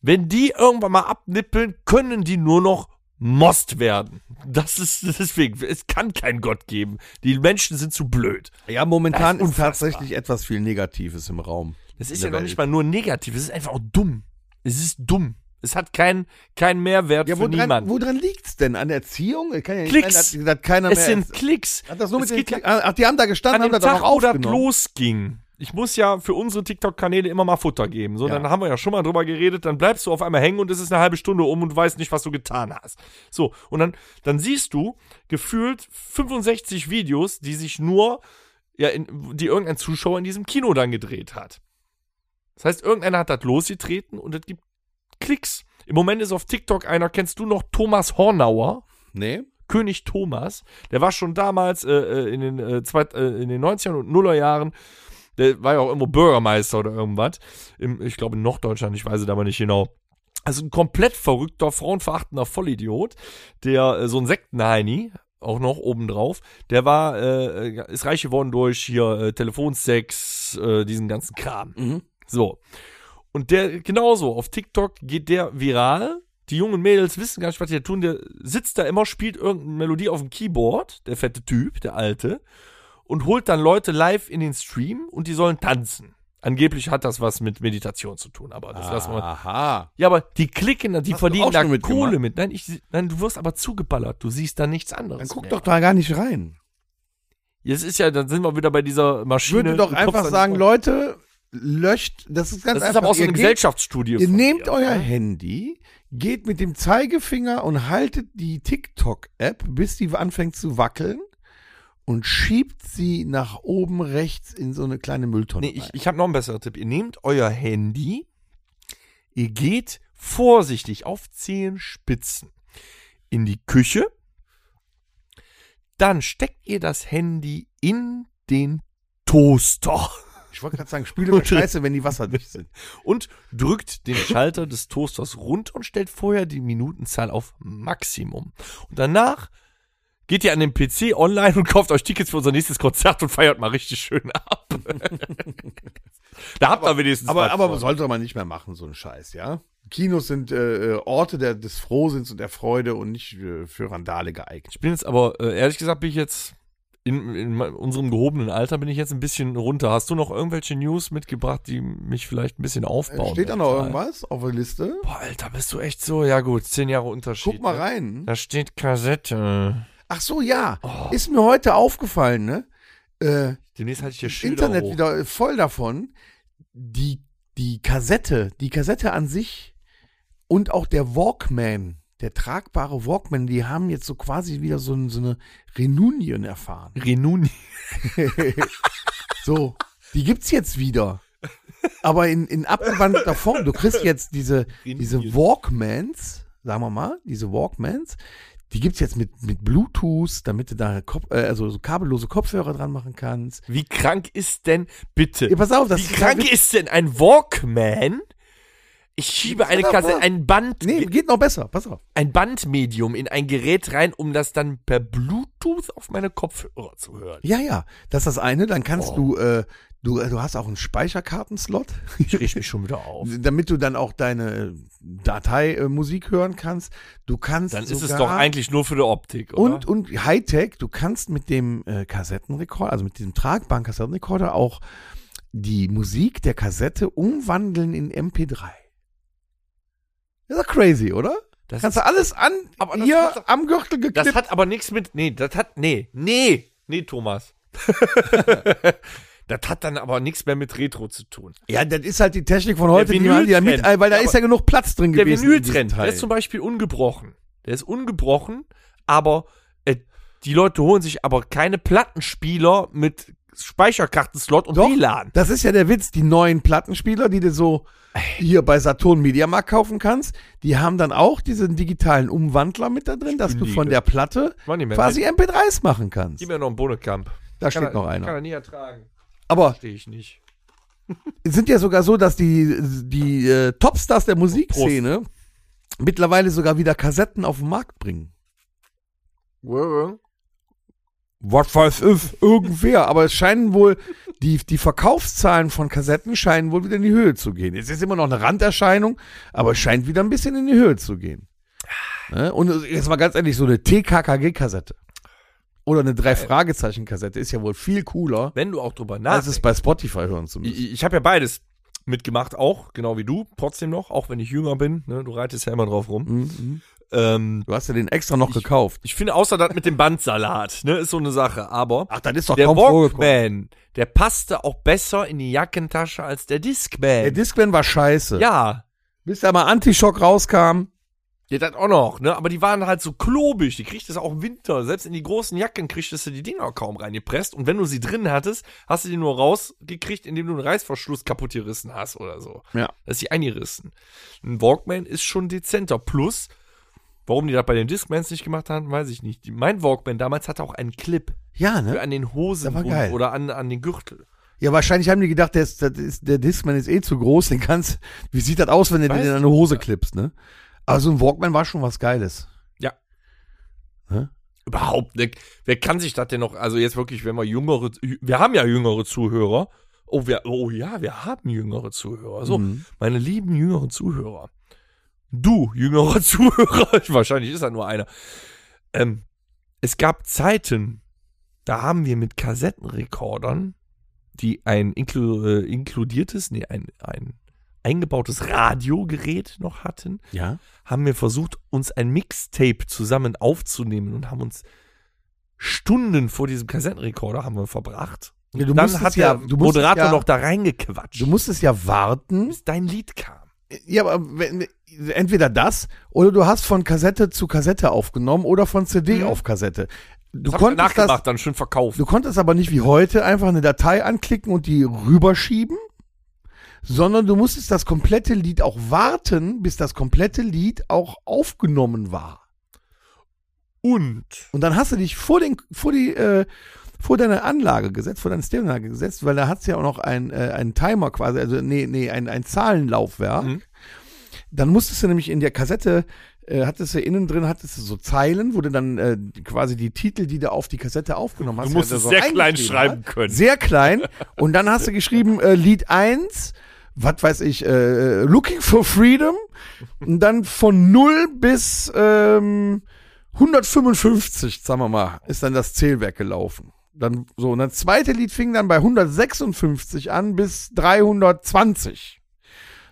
Speaker 2: Wenn die irgendwann mal abnippeln, können die nur noch Most werden. Das ist deswegen, es kann keinen Gott geben. Die Menschen sind zu blöd.
Speaker 1: Ja, momentan
Speaker 2: Das ist
Speaker 1: ist tatsächlich etwas viel Negatives im Raum.
Speaker 2: Das ist
Speaker 1: In
Speaker 2: ja
Speaker 1: der
Speaker 2: noch nicht
Speaker 1: Welt.
Speaker 2: mal nur negativ, es ist einfach auch dumm. Es ist dumm. Es hat keinen keinen Mehrwert
Speaker 1: Ja,
Speaker 2: für
Speaker 1: woran,
Speaker 2: niemanden.
Speaker 1: woran liegt's denn? An der Erziehung? Kann ja nicht
Speaker 2: Klicks.
Speaker 1: Sein, dass, dass keiner
Speaker 2: es
Speaker 1: mehr
Speaker 2: sind Klicks.
Speaker 1: hat das nur mit
Speaker 2: es
Speaker 1: den
Speaker 2: geht ja
Speaker 1: Klick, Ach, die haben da gestanden,
Speaker 2: an
Speaker 1: haben
Speaker 2: dem
Speaker 1: da dann
Speaker 2: Tag,
Speaker 1: auch
Speaker 2: wo das
Speaker 1: aufgenommen.
Speaker 2: losging. Ich muss ja für unsere TikTok-Kanäle immer mal Futter geben. So,
Speaker 1: Ja.
Speaker 2: dann haben wir ja schon mal drüber geredet. Dann bleibst du auf einmal hängen und es ist eine halbe Stunde um und du weißt nicht, was du getan hast. So, und dann, dann siehst du gefühlt 65 Videos, die sich nur, ja, in, die irgendein Zuschauer in diesem Kino dann gedreht hat. Das heißt, irgendeiner hat das losgetreten und es gibt Klicks. Im Moment ist auf TikTok einer, kennst du noch Thomas Hornauer?
Speaker 1: Nee?
Speaker 2: König Thomas, der war schon damals äh, äh, in, den, äh, zweit, äh, in den 90ern und Nullerjahren, der war ja auch irgendwo Bürgermeister oder irgendwas, im, ich glaube in Norddeutschland, ich weiß es aber nicht genau. Also ein komplett verrückter, frauenverachtender Vollidiot, der äh, so ein Sektenheini, auch noch obendrauf, der war, äh, äh, ist reich geworden durch hier äh, Telefonsex, äh, diesen ganzen Kram.
Speaker 1: Mhm.
Speaker 2: So. Und der, genauso, auf TikTok geht der viral. Die jungen Mädels wissen gar nicht, was die da tun. Der sitzt da immer, spielt irgendeine Melodie auf dem Keyboard, der fette Typ, der alte, und holt dann Leute live in den Stream und die sollen tanzen. Angeblich hat das was mit Meditation zu tun, aber das lassen wir.
Speaker 1: Aha.
Speaker 2: Ja, aber die klicken, da, die
Speaker 1: Ah. Hast du
Speaker 2: verdienen
Speaker 1: auch
Speaker 2: da
Speaker 1: schon mitgemacht?
Speaker 2: Kohle mit. Nein, ich, nein, du wirst aber zugeballert. Du siehst da nichts anderes.
Speaker 1: Dann guck
Speaker 2: mehr.
Speaker 1: doch da gar nicht rein.
Speaker 2: Jetzt ist ja, dann sind wir wieder bei dieser
Speaker 1: Ich
Speaker 2: Maschine.
Speaker 1: würde doch
Speaker 2: Du kommst da
Speaker 1: einfach
Speaker 2: nicht
Speaker 1: sagen,
Speaker 2: vor.
Speaker 1: Leute, löscht, das ist ganz
Speaker 2: Das
Speaker 1: einfach.
Speaker 2: ist aber auch so
Speaker 1: Ihr
Speaker 2: eine
Speaker 1: geht-
Speaker 2: Gesellschaftsstudie.
Speaker 1: Ihr
Speaker 2: von
Speaker 1: nehmt
Speaker 2: dir.
Speaker 1: euer Handy, geht mit dem Zeigefinger und haltet die TikTok-App, bis die anfängt zu wackeln. und schiebt sie nach oben rechts in so eine kleine Mülltonne.
Speaker 2: Nee, ich,
Speaker 1: rein.
Speaker 2: ich habe noch einen besseren Tipp. Ihr nehmt euer Handy, ihr geht vorsichtig auf Zehenspitzen in die Küche, dann steckt ihr das Handy in den Toaster
Speaker 1: Ich wollte gerade sagen, Spüle mal scheiße, wenn die wasserdicht sind.
Speaker 2: und drückt den Schalter des Toasters runter und stellt vorher die Minutenzahl auf Maximum. Und danach geht ihr an den PC online und kauft euch Tickets für unser nächstes Konzert und feiert mal richtig schön ab. da habt ihr wenigstens
Speaker 1: Aber,
Speaker 2: was
Speaker 1: aber
Speaker 2: von.
Speaker 1: sollte man nicht mehr machen, so einen Scheiß, ja? Kinos sind äh, äh, Orte der, des Frohsinns und der Freude und nicht äh, für Randale geeignet.
Speaker 2: Ich bin jetzt aber, äh, ehrlich gesagt, bin ich jetzt in, in me- unserem gehobenen Alter bin ich jetzt ein bisschen runter. Hast du noch irgendwelche News mitgebracht, die mich vielleicht ein bisschen
Speaker 1: Äh,
Speaker 2: aufbauen?
Speaker 1: steht da noch
Speaker 2: Alter?
Speaker 1: irgendwas auf der Liste?
Speaker 2: Boah, Alter, bist du echt so? Ja gut, zehn Jahre Unterschied.
Speaker 1: Guck mal
Speaker 2: ne?
Speaker 1: rein.
Speaker 2: Da steht Kassette.
Speaker 1: Ach so, ja.
Speaker 2: Oh.
Speaker 1: Ist mir heute aufgefallen, ne? Äh,
Speaker 2: Demnächst halte ich halt hier Schilder
Speaker 1: Internet
Speaker 2: hoch.
Speaker 1: wieder voll davon. Die, die Kassette, die Kassette an sich und auch der Walkman, der tragbare Walkman, die haben jetzt so quasi wieder so, ein- so eine Reunion erfahren.
Speaker 2: Renuni.
Speaker 1: So, die gibt's jetzt wieder. Aber in, in abgewandelter Form. Du kriegst jetzt diese, diese Walkmans, sagen wir mal, diese Walkmans, die gibt's jetzt mit, mit Bluetooth, damit du da Kopf, äh, also so kabellose Kopfhörer dran machen kannst.
Speaker 2: Wie krank ist denn, bitte,
Speaker 1: Ja, pass auf, das
Speaker 2: wie
Speaker 1: ist
Speaker 2: krank
Speaker 1: ja wit-
Speaker 2: ist denn ein Walkman? Ich schiebe eine
Speaker 1: da
Speaker 2: Kassette,
Speaker 1: vor?
Speaker 2: ein Band,
Speaker 1: Nee, geht noch besser, pass auf.
Speaker 2: ein Bandmedium in ein Gerät rein, um das dann per Bluetooth auf meine Kopfhörer zu hören.
Speaker 1: Ja, ja, das ist das eine, dann kannst du,
Speaker 2: Oh.
Speaker 1: äh, du, du hast auch einen Speicherkartenslot.
Speaker 2: Ich riech mich schon wieder auf.
Speaker 1: Damit du dann auch deine Datei äh, Musik hören kannst. Du kannst
Speaker 2: Dann ist
Speaker 1: sogar
Speaker 2: es doch eigentlich nur für die Optik, oder?
Speaker 1: Und, und Hightech, du kannst mit dem äh, Kassettenrekorder, also mit diesem tragbaren Kassettenrekorder auch die Musik der Kassette umwandeln in MP3. Das ist doch crazy, oder?
Speaker 2: das,
Speaker 1: kannst du alles an
Speaker 2: Aber das
Speaker 1: hier
Speaker 2: hat doch-
Speaker 1: am Gürtel
Speaker 2: das
Speaker 1: geknippt.
Speaker 2: hat aber nichts mit, nee, das hat, nee, nee, nee, Thomas. das hat dann aber nichts mehr mit Retro zu tun.
Speaker 1: Ja, das ist halt die Technik von heute,
Speaker 2: Der
Speaker 1: die haben die da mit,
Speaker 2: Vinyltrend.
Speaker 1: weil da
Speaker 2: Ja,
Speaker 1: ist ja genug Platz drin
Speaker 2: Der
Speaker 1: gewesen. in diesem
Speaker 2: Vinyltrend, der
Speaker 1: Teil.
Speaker 2: ist zum Beispiel ungebrochen. Der ist ungebrochen, aber äh, die Leute holen sich aber keine Plattenspieler mit Speicherkartenslot und
Speaker 1: Doch.
Speaker 2: WLAN.
Speaker 1: Das ist ja der Witz. Die neuen Plattenspieler, die du so hier bei Saturn Mediamarkt kaufen kannst, die haben dann auch diesen digitalen Umwandler mit da drin, dass du
Speaker 2: Spindige.
Speaker 1: von der Platte
Speaker 2: Mann, die Männer-
Speaker 1: quasi MP3s machen kannst.
Speaker 2: Gib mir noch einen Bonekamp.
Speaker 1: Da steht noch
Speaker 2: Kann
Speaker 1: einer.
Speaker 2: er nie ertragen.
Speaker 1: Aber
Speaker 2: Verstehe ich nicht.
Speaker 1: es sind ja sogar so, dass die, die äh, Topstars der Musikszene mittlerweile sogar wieder Kassetten auf den Markt bringen. Was weiß ich, irgendwer. Aber es scheinen wohl, die, die Verkaufszahlen von Kassetten scheinen wohl wieder in die Höhe zu gehen. Es ist immer noch eine Randerscheinung, aber es scheint wieder ein bisschen in die Höhe zu gehen. Ne? Und jetzt mal ganz ehrlich, so eine TKKG-Kassette oder eine Drei-Fragezeichen-Kassette ist ja wohl viel cooler,
Speaker 2: Wenn du auch drüber
Speaker 1: als
Speaker 2: nachdenkst.
Speaker 1: Also es bei Spotify hören zu müssen.
Speaker 2: Ich, ich habe ja beides mitgemacht, auch, genau wie du, trotzdem noch, auch wenn ich jünger bin. Ne, du reitest ja immer drauf rum.
Speaker 1: Mhm.
Speaker 2: Ähm,
Speaker 1: Du hast ja den extra noch gekauft.
Speaker 2: ich finde, außer das mit dem Bandsalat, ne, ist so eine Sache. Aber
Speaker 1: Ach, das ist doch
Speaker 2: der
Speaker 1: kaum vorgekommen.
Speaker 2: Walkman, der passte auch besser in die Jackentasche als der Discman.
Speaker 1: Der Discman war scheiße.
Speaker 2: ja,
Speaker 1: Bis da mal Antischock rauskam.
Speaker 2: ja, das auch noch, ne? Aber die waren halt so klobig, die kriegtest du auch im Winter. Selbst in die großen Jacken kriegtest du die Dinger kaum reingepresst. Und wenn du sie drin hattest, hast du die nur rausgekriegt, indem du einen Reißverschluss kaputt gerissen hast oder so.
Speaker 1: Ja.
Speaker 2: Das ist die eingerissen. Ein Walkman ist schon dezenter. Plus, warum die das bei den Discmans nicht gemacht haben, weiß ich nicht. Die, mein Walkman damals hatte auch einen Clip
Speaker 1: Ja,
Speaker 2: für
Speaker 1: ne?
Speaker 2: an den
Speaker 1: Das
Speaker 2: Hosen
Speaker 1: war geil.
Speaker 2: oder an, an den Gürtel.
Speaker 1: Ja, wahrscheinlich haben die gedacht, der, ist, das ist, der Discman ist eh zu groß, den kannst, wie sieht das aus, wenn du den
Speaker 2: Weiß
Speaker 1: in deine Hose klippst, ne? Aber so ein Walkman war schon was Geiles.
Speaker 2: Überhaupt nicht. Wer kann sich das denn noch, also jetzt wirklich, wenn wir jüngere, wir haben ja jüngere Zuhörer. Oh, wir, oh ja, wir haben jüngere Zuhörer. So,
Speaker 1: Mhm.
Speaker 2: meine lieben jüngeren Zuhörer. Du, jüngerer Zuhörer, wahrscheinlich ist da nur einer. Ähm, es gab Zeiten, da haben wir mit Kassettenrekordern, die ein inklu äh, inkludiertes, nee, ein, ein eingebautes Radiogerät noch hatten,
Speaker 1: Ja.
Speaker 2: haben wir versucht, uns ein Mixtape zusammen aufzunehmen und haben uns Stunden vor diesem Kassettenrekorder haben wir verbracht. Und
Speaker 1: Ja, du
Speaker 2: dann
Speaker 1: musstest
Speaker 2: hat
Speaker 1: ja-
Speaker 2: der
Speaker 1: du musstest
Speaker 2: Moderator
Speaker 1: ja-
Speaker 2: noch da reingequatscht,
Speaker 1: Du musstest ja warten.
Speaker 2: bis dein Lied kam.
Speaker 1: Ja, aber wenn, entweder das oder du hast von Kassette zu Kassette aufgenommen oder von CD
Speaker 2: Mhm.
Speaker 1: auf Kassette. Du
Speaker 2: hab ich
Speaker 1: konntest, das,
Speaker 2: nachgemacht, dann schön verkauft.
Speaker 1: du konntest aber nicht wie heute einfach eine Datei anklicken und die rüberschieben, sondern du musstest das komplette Lied auch warten, bis das komplette Lied auch aufgenommen war.
Speaker 2: Und
Speaker 1: Und dann hast du dich vor den vor die äh, vor deine Anlage gesetzt, vor deine Stereoanlage gesetzt, weil da hat's ja auch noch einen äh, einen Timer quasi, also nee, nee, ein ein Zahlenlaufwerk.
Speaker 2: Mhm.
Speaker 1: Dann musstest du nämlich in der Kassette äh, hattest du innen drin hattest du so Zeilen, wo du dann äh, quasi die Titel, die du auf die Kassette aufgenommen hast,
Speaker 2: du musst
Speaker 1: ja
Speaker 2: es
Speaker 1: so
Speaker 2: sehr klein
Speaker 1: eingeschrieben
Speaker 2: schreiben
Speaker 1: hast.
Speaker 2: können.
Speaker 1: Sehr klein und dann hast du geschrieben äh, Lied 1 was weiß ich, äh, Looking for Freedom und dann von 0 bis ähm, 155, sagen wir mal, ist dann das Zählwerk gelaufen. Dann so, und das zweite Lied fing dann bei 156 an bis 320.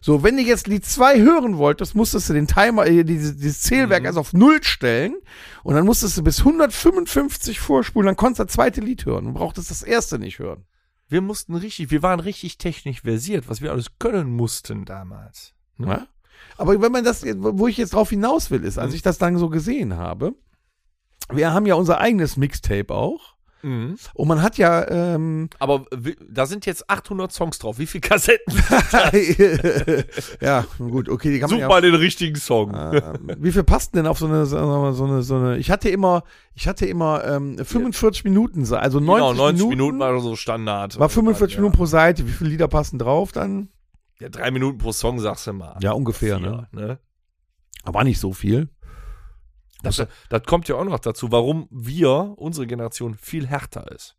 Speaker 1: So, wenn du jetzt Lied 2 hören wolltest, musstest du den Timer, äh, dieses, dieses Zählwerk also auf Null stellen und dann musstest du bis 155 vorspulen, dann konntest du das zweite Lied hören und brauchtest das erste nicht hören.
Speaker 2: Wir mussten richtig, wir waren richtig technisch versiert, was wir alles können mussten damals.
Speaker 1: Ne? Aber wenn man das, wo ich jetzt drauf hinaus will, ist,
Speaker 2: Mhm.
Speaker 1: als ich das dann so gesehen habe, wir haben ja unser eigenes Mixtape auch.
Speaker 2: Mhm.
Speaker 1: Und man hat ja, ähm,
Speaker 2: Aber wi- da sind jetzt 800 Songs drauf. Wie viele Kassetten?
Speaker 1: ja, gut, okay, die kann man
Speaker 2: Such
Speaker 1: ja.
Speaker 2: mal den richtigen Song.
Speaker 1: Ähm, wie viel passt denn auf so eine, so eine, so eine, so eine ich hatte immer, ich hatte immer ähm, 45 Minuten, se- also 90,
Speaker 2: genau, 90 Minuten,
Speaker 1: Minuten,
Speaker 2: war so Standard.
Speaker 1: war 45
Speaker 2: ja.
Speaker 1: Minuten pro Seite. Wie viele Lieder passen drauf dann?
Speaker 2: Ja, drei Minuten pro Song, sagst du mal.
Speaker 1: Ja, ungefähr,
Speaker 2: Vier, ne?
Speaker 1: Aber nicht so viel.
Speaker 2: Das, das kommt ja auch noch dazu, warum wir, unsere Generation, viel härter ist.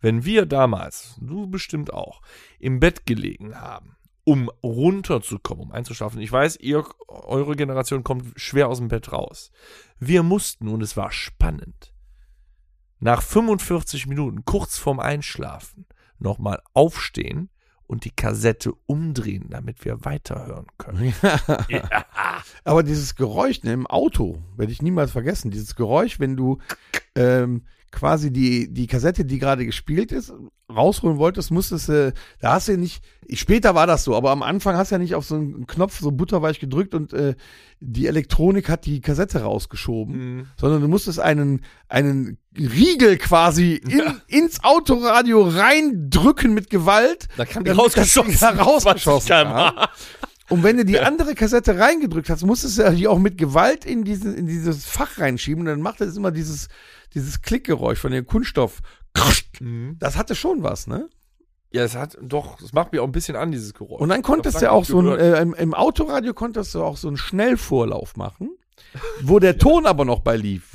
Speaker 2: Wenn wir damals, du bestimmt auch, im Bett gelegen haben, um runterzukommen, um einzuschlafen. Ich weiß, ihr, eure Generation kommt schwer aus dem Bett raus. Wir mussten, und es war spannend, nach 45 Minuten, kurz vorm Einschlafen, nochmal aufstehen und die Kassette umdrehen, damit wir weiterhören können. Ja.
Speaker 1: Aber dieses Geräusch ne, im Auto werde ich niemals vergessen. Dieses Geräusch, wenn du ähm, quasi die, die Kassette, die gerade gespielt ist, rausholen wolltest, musstest du, da hast du nicht, später war das so, aber am Anfang hast du ja nicht auf so einen Knopf so butterweich gedrückt und äh, die Elektronik hat die Kassette rausgeschoben, sondern du musstest einen, einen Riegel quasi in, ins Autoradio reindrücken mit Gewalt.
Speaker 2: Da kam
Speaker 1: damit das Ding da rausgeschossen. kam. Und wenn du die andere Kassette reingedrückt hast, musstest du die auch mit Gewalt in, diesen, in dieses Fach reinschieben. Und dann machte es immer dieses, dieses Klickgeräusch von dem Kunststoff.
Speaker 2: Mhm.
Speaker 1: Das hatte schon was, ne?
Speaker 2: Ja, es hat doch, es macht mir auch ein bisschen an, dieses Geräusch.
Speaker 1: Und dann konntest
Speaker 2: Das
Speaker 1: du ja
Speaker 2: hab
Speaker 1: auch
Speaker 2: ich
Speaker 1: so ein,
Speaker 2: gehört.
Speaker 1: äh, im, im Autoradio konntest du auch so einen Schnellvorlauf machen, wo der Ton aber noch bei lief.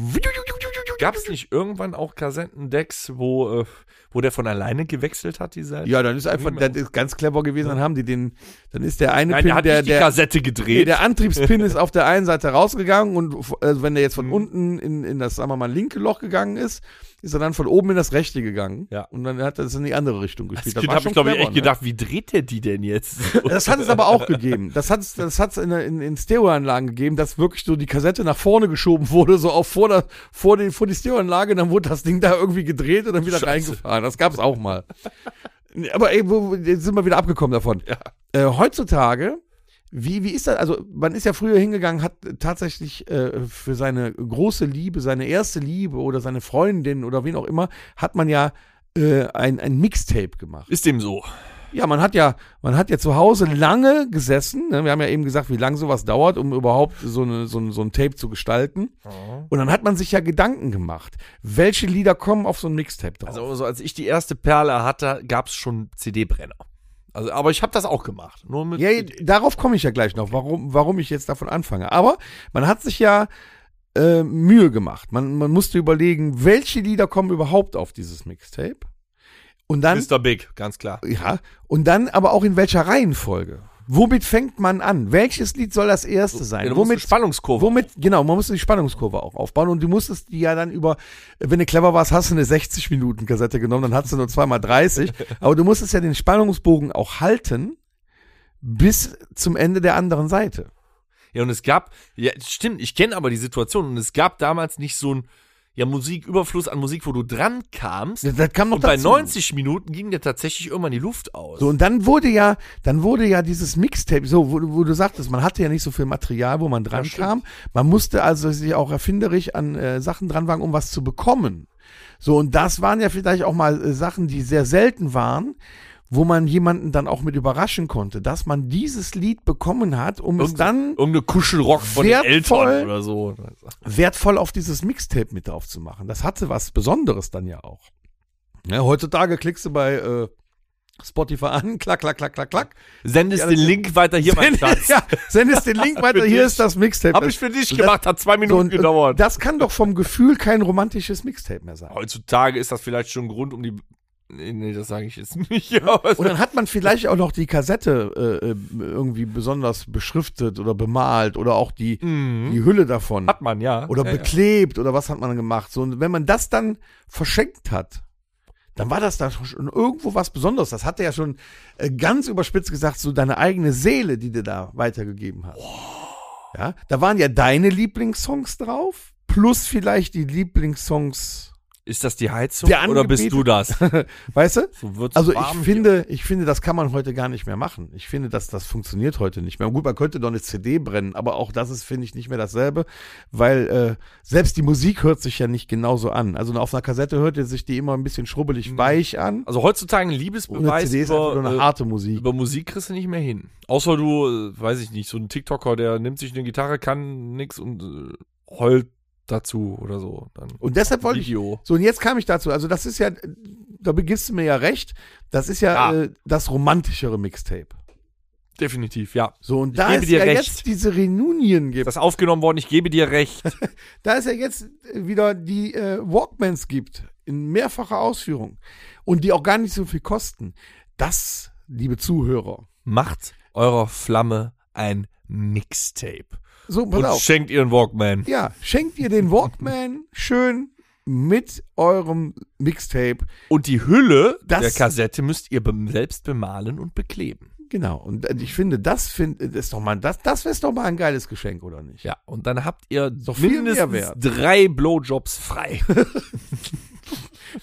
Speaker 2: Gab es nicht irgendwann auch Kassettendecks, wo, äh, wo der von alleine gewechselt hat, die Seite?
Speaker 1: Ja, dann ist einfach, das ist ganz clever gewesen, dann haben die den, dann ist der eine
Speaker 2: Nein,
Speaker 1: Pin,
Speaker 2: der hat
Speaker 1: der,
Speaker 2: nicht die
Speaker 1: der,
Speaker 2: Kassette
Speaker 1: Nee,
Speaker 2: gedreht.
Speaker 1: der Antriebspin ist auf der einen Seite rausgegangen und äh, wenn der jetzt
Speaker 2: Mhm.
Speaker 1: von unten in, in das, sagen wir mal, linke Loch gegangen ist, ist er dann von oben in das rechte gegangen.
Speaker 2: Ja.
Speaker 1: Und dann hat er das in die andere Richtung
Speaker 2: das
Speaker 1: gespielt.
Speaker 2: Kind
Speaker 1: war
Speaker 2: habe
Speaker 1: schon
Speaker 2: ich, glaube ich,
Speaker 1: clever,
Speaker 2: echt
Speaker 1: ne?
Speaker 2: gedacht, wie dreht der die denn jetzt?
Speaker 1: Das hat es aber auch gegeben. Das hat es das hat's in, der- in, in Stereoanlagen gegeben, dass wirklich so die Kassette nach vorne geschoben wurde, so auf vor, der, vor, die, vor die Stereoanlage, dann wurde das Ding da irgendwie gedreht und dann wieder
Speaker 2: Scheiße.
Speaker 1: reingefahren. Das gab es auch mal. Nee, Aber ey, wo, wo- jetzt sind wir wieder abgekommen davon. Äh, heutzutage, wie, wie ist das? Also, man ist ja früher hingegangen, hat tatsächlich äh, für seine große Liebe, seine erste Liebe oder seine Freundin oder wen auch immer, hat man ja äh, ein, ein Mixtape gemacht.
Speaker 2: Ist dem so.
Speaker 1: Ja, man hat ja, man hat ja zu Hause lange gesessen. Ne? Wir haben ja eben gesagt, wie lange sowas dauert, um überhaupt so, eine, so, ein, so ein Tape zu gestalten.
Speaker 2: Mhm.
Speaker 1: Und dann hat man sich ja Gedanken gemacht, welche Lieder kommen auf so ein Mixtape drauf.
Speaker 2: Also, also als ich die erste Perle hatte, gab es schon CD-Brenner. Also, aber ich habe das auch gemacht. Nur mit
Speaker 1: ja,
Speaker 2: CD.
Speaker 1: darauf komme ich ja gleich noch, warum, warum ich jetzt davon anfange. Aber man hat sich ja äh, Mühe gemacht. Man, man musste überlegen, welche Lieder kommen überhaupt auf dieses Mixtape. Und dann
Speaker 2: Mr. Big, ganz klar.
Speaker 1: Ja, und dann aber auch in welcher Reihenfolge? Womit fängt man an? Welches Lied soll das erste sein?
Speaker 2: Ja, du musst eine
Speaker 1: womit,
Speaker 2: Spannungskurve.
Speaker 1: womit, genau, man musste die Spannungskurve auch aufbauen und du musstest die ja dann über, wenn du clever warst, hast du eine 60-Minuten-Kassette genommen, dann hast du nur zweimal 30, aber du musstest ja den Spannungsbogen auch halten bis zum Ende der anderen Seite.
Speaker 2: Ja, und es gab, ja, stimmt, ich kenne aber die Situation und es gab damals nicht so ein, ja Musiküberfluss an Musik, wo du dran kamst.
Speaker 1: Das, das kam noch
Speaker 2: Und bei
Speaker 1: dazu.
Speaker 2: 90 Minuten ging dir tatsächlich irgendwann die Luft aus.
Speaker 1: So, und dann wurde ja, dann wurde ja dieses Mixtape, so, wo, du- wo du sagtest, man hatte ja nicht so viel Material, wo man dran
Speaker 2: Ja, stimmt.
Speaker 1: kam. Man musste also sich auch erfinderisch an äh, Sachen dran wagen, um was zu bekommen. So, und das waren ja vielleicht auch mal äh, Sachen, die sehr selten waren, wo man jemanden dann auch mit überraschen konnte, dass man dieses Lied bekommen hat, um es
Speaker 2: Irgend-
Speaker 1: dann
Speaker 2: Irgendeine Kuschelrock von den
Speaker 1: Wertvoll.
Speaker 2: Eltern oder so.
Speaker 1: wertvoll auf dieses Mixtape mit drauf zu machen. Das hatte was Besonderes dann ja auch. Ja, heutzutage klickst du bei äh, Spotify an, klack, klack, klack, klack, klack.
Speaker 2: Sendest
Speaker 1: Ja, das-
Speaker 2: den Link weiter hier, mein Schatz.
Speaker 1: ja, sendest den Link weiter,
Speaker 2: Für
Speaker 1: hier
Speaker 2: dich.
Speaker 1: ist das Mixtape.
Speaker 2: Hab
Speaker 1: Das-
Speaker 2: ich für dich gemacht, hat zwei
Speaker 1: so,
Speaker 2: Minuten
Speaker 1: und,
Speaker 2: gedauert.
Speaker 1: Das kann doch vom Gefühl kein romantisches Mixtape mehr sein.
Speaker 2: Heutzutage ist das vielleicht schon ein Grund, um die. Nee, nee das sage ich jetzt nicht. Aber
Speaker 1: Und dann hat man vielleicht auch noch die Kassette äh, äh, irgendwie besonders beschriftet oder bemalt oder auch die,
Speaker 2: Mhm.
Speaker 1: die Hülle davon.
Speaker 2: hat man, ja.
Speaker 1: Oder
Speaker 2: ja, ja.
Speaker 1: beklebt oder was hat man gemacht. So, und wenn man das dann verschenkt hat, dann war das da schon irgendwo was Besonderes. Das hatte ja schon äh, ganz überspitzt gesagt, so deine eigene Seele, die dir da weitergegeben hat. Ja, da waren ja deine Lieblingssongs drauf, plus vielleicht die Lieblingssongs,
Speaker 2: Ist das die Heizung
Speaker 1: Der
Speaker 2: oder bist
Speaker 1: Angebetete-
Speaker 2: du das?
Speaker 1: weißt du?
Speaker 2: So wird's
Speaker 1: Also ich
Speaker 2: warm hier.
Speaker 1: finde, ich finde, das kann man heute gar nicht mehr machen. Ich finde, dass das funktioniert heute nicht mehr. Gut, man könnte doch eine CD brennen, aber auch das ist, finde ich, nicht mehr dasselbe, weil äh, selbst die Musik hört sich ja nicht genauso an. Also auf einer Kassette hört ihr sich die immer ein bisschen schrubbelig weich an.
Speaker 2: Also heutzutage ein
Speaker 1: Und eine
Speaker 2: Liebesbeweis
Speaker 1: CD ist einfach nur eine
Speaker 2: über,
Speaker 1: harte
Speaker 2: äh,
Speaker 1: Musik.
Speaker 2: über Musik kriegst du nicht mehr hin. Außer du, äh, weiß ich nicht, so ein TikToker, der nimmt sich eine Gitarre, kann nix und äh, heult dazu oder so. Dann
Speaker 1: Und deshalb wollte ich.
Speaker 2: Video.
Speaker 1: So, und jetzt kam ich dazu. Also, das ist ja, da gibst du mir ja recht, das ist ja,
Speaker 2: Ja.
Speaker 1: Äh, das romantischere Mixtape.
Speaker 2: Definitiv, ja.
Speaker 1: So, und
Speaker 2: Ich
Speaker 1: da
Speaker 2: gebe
Speaker 1: es
Speaker 2: dir
Speaker 1: ja
Speaker 2: recht.
Speaker 1: jetzt diese Reunion gibt,
Speaker 2: Das ist aufgenommen worden, ich gebe dir recht.
Speaker 1: da es ja jetzt wieder die äh, Walkmans gibt, in mehrfacher Ausführung und die auch gar nicht so viel kosten, das, liebe Zuhörer,
Speaker 2: Macht eurer Flamme ein Mixtape.
Speaker 1: so, pass
Speaker 2: Und
Speaker 1: auf.
Speaker 2: schenkt ihr einen Walkman.
Speaker 1: Ja, schenkt ihr den Walkman schön mit eurem Mixtape.
Speaker 2: Und die Hülle
Speaker 1: Das-
Speaker 2: der Kassette müsst ihr bem- selbst bemalen und bekleben.
Speaker 1: Genau. Und äh, ich finde, das find, das ist doch mal, das, das wäre doch mal ein geiles Geschenk, oder nicht?
Speaker 2: Ja, und dann habt ihr
Speaker 1: Doch viel
Speaker 2: mindestens
Speaker 1: Mehrwert.
Speaker 2: drei Blowjobs frei.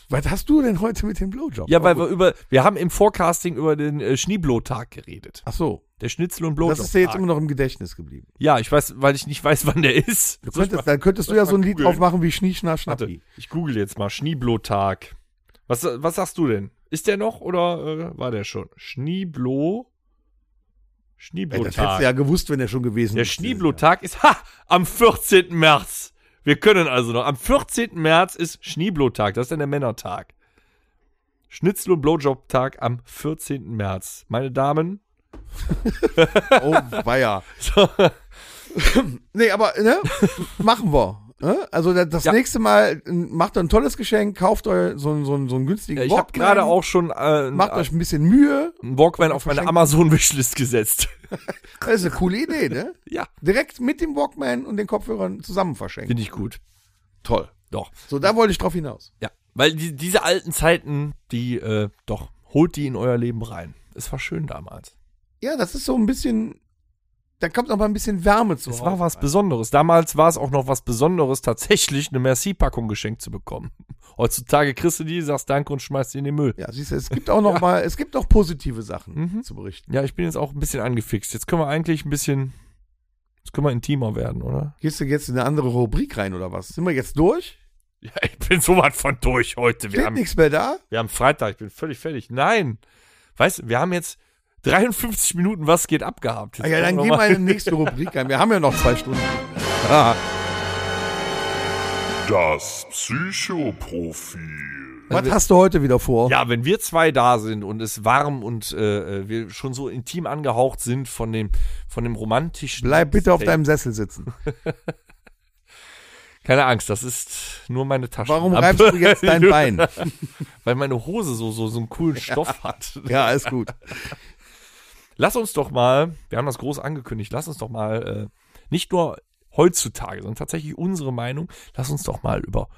Speaker 1: Was hast du denn heute mit dem Blowjob?
Speaker 2: Ja, weil wir über, wir haben im Forecasting über den äh, Schneeblotag geredet.
Speaker 1: Ach so,
Speaker 2: Der Schnitzel und
Speaker 1: das
Speaker 2: Blowjob.
Speaker 1: ist dir jetzt immer noch im Gedächtnis geblieben.
Speaker 2: ja, ich weiß, weil ich nicht weiß, wann der ist.
Speaker 1: Du
Speaker 2: Soll ich
Speaker 1: könntest, dann könntest du ja so ein Lied
Speaker 2: googeln?
Speaker 1: drauf machen wie Schnie, Schna,
Speaker 2: mal,
Speaker 1: Schnappi.
Speaker 2: warte, ich google jetzt mal Schneeblotag. Was, was sagst du denn? Ist der noch oder äh, war der schon? Schneeblo.
Speaker 1: Ey, das hättest
Speaker 2: Schneeblotag.
Speaker 1: du ja gewusst, wenn der schon gewesen
Speaker 2: Der
Speaker 1: ist.
Speaker 2: Schneeblotag ist ha, am 14. März. Wir können also noch. Am 14. März ist Schneeblotag. Das ist dann der Männertag. Schnitzel- und Blowjob-Tag am 14. März. Meine Damen.
Speaker 1: Oh, weia.
Speaker 2: So.
Speaker 1: Nee, aber ne, machen wir. Ne? Also da- das
Speaker 2: Ja.
Speaker 1: nächste Mal äh, macht euch ein tolles Geschenk, kauft euch so, einen- so, einen- so einen günstigen
Speaker 2: Ja, ich habe
Speaker 1: Walkman,
Speaker 2: gerade auch schon äh, einen-
Speaker 1: Macht euch ein bisschen Mühe.
Speaker 2: einen Walkman auf meine
Speaker 1: verschenkt.
Speaker 2: Amazon-Wishlist gesetzt.
Speaker 1: Das ist eine coole Idee, ne?
Speaker 2: ja,
Speaker 1: Direkt mit dem Walkman und den Kopfhörern zusammen verschenken.
Speaker 2: finde ich gut.
Speaker 1: Toll.
Speaker 2: Doch.
Speaker 1: So, da wollte ich drauf hinaus.
Speaker 2: Ja, weil die, diese alten Zeiten, die, äh, doch, holt die in euer Leben rein. Es war schön damals.
Speaker 1: Ja, das ist so ein bisschen, da kommt noch mal ein bisschen Wärme zu.
Speaker 2: Es
Speaker 1: Hause
Speaker 2: war was
Speaker 1: rein.
Speaker 2: Besonderes. Damals war es auch noch was Besonderes, tatsächlich eine Merci-Packung geschenkt zu bekommen. Heutzutage kriegst du die, sagst Danke und schmeißt sie in den Müll.
Speaker 1: Ja, siehst du, es gibt auch noch mal, es gibt auch positive Sachen
Speaker 2: Mhm.
Speaker 1: zu berichten.
Speaker 2: Ja, ich bin jetzt auch ein bisschen angefixt. Jetzt können wir eigentlich ein bisschen, jetzt können wir intimer werden, oder?
Speaker 1: Gehst du jetzt in eine andere Rubrik rein oder was? Sind wir jetzt durch?
Speaker 2: Ja, ich bin so was von durch heute.
Speaker 1: Steht nichts mehr da?
Speaker 2: Wir haben Freitag, ich bin völlig fertig. Nein. Weißt du, wir haben jetzt 53 Minuten was geht ab gehabt. Jetzt
Speaker 1: Ah, ja, dann
Speaker 2: kommen wir
Speaker 1: geh mal in die nächste Rubrik rein. Wir haben ja noch zwei Stunden. Ah,
Speaker 3: Das Psychoprofil.
Speaker 1: was hast du heute wieder vor?
Speaker 2: Ja, wenn wir zwei da sind und es warm und äh, äh, wir schon so intim angehaucht sind von dem, von dem romantischen.
Speaker 1: Bleib bitte auf
Speaker 2: Steak.
Speaker 1: deinem Sessel sitzen.
Speaker 2: Keine Angst, das ist nur meine Tasche.
Speaker 1: Warum reibst du jetzt dein Bein?
Speaker 2: Weil meine Hose so, so, so einen coolen Stoff hat.
Speaker 1: Ja, alles gut.
Speaker 2: Lass uns doch mal, wir haben das groß angekündigt, lass uns doch mal äh, nicht nur heutzutage, sondern tatsächlich unsere Meinung, lass uns doch mal über.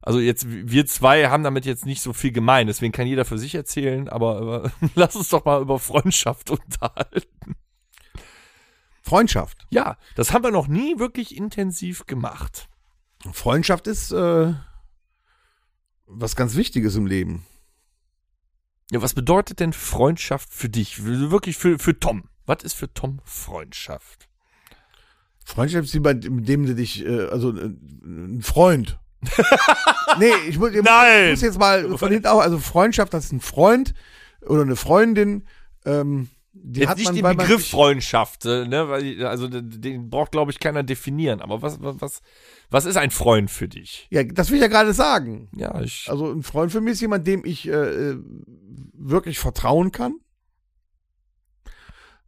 Speaker 2: Also jetzt, wir zwei haben damit jetzt nicht so viel gemein, deswegen kann jeder für sich erzählen, aber äh, lass uns doch mal über Freundschaft unterhalten.
Speaker 1: Freundschaft.
Speaker 2: Ja, das haben wir noch nie wirklich intensiv gemacht.
Speaker 1: Freundschaft ist äh, was ganz Wichtiges im Leben.
Speaker 2: Ja, was bedeutet denn Freundschaft für dich? Wirklich für, für Tom. Was ist für Tom Freundschaft?
Speaker 1: Freundschaft ist wie bei dem, der dich, äh, also äh, ein Freund. nee, ich muss, ich
Speaker 2: Nein!
Speaker 1: muss jetzt mal von hinten auch, also Freundschaft, das ist ein Freund oder eine Freundin. Ähm, die
Speaker 2: Jetzt
Speaker 1: hat
Speaker 2: nicht
Speaker 1: man,
Speaker 2: den
Speaker 1: weil man
Speaker 2: Begriff
Speaker 1: sich-
Speaker 2: Freundschaft, äh, ne? Weil, also den- den braucht, glaube ich, keiner definieren. Aber was, was, was- was ist ein Freund für dich?
Speaker 1: Ja, das will ich ja gerade sagen.
Speaker 2: Ja, ich.
Speaker 1: Also ein Freund für mich ist jemand, dem ich äh, äh, wirklich vertrauen kann,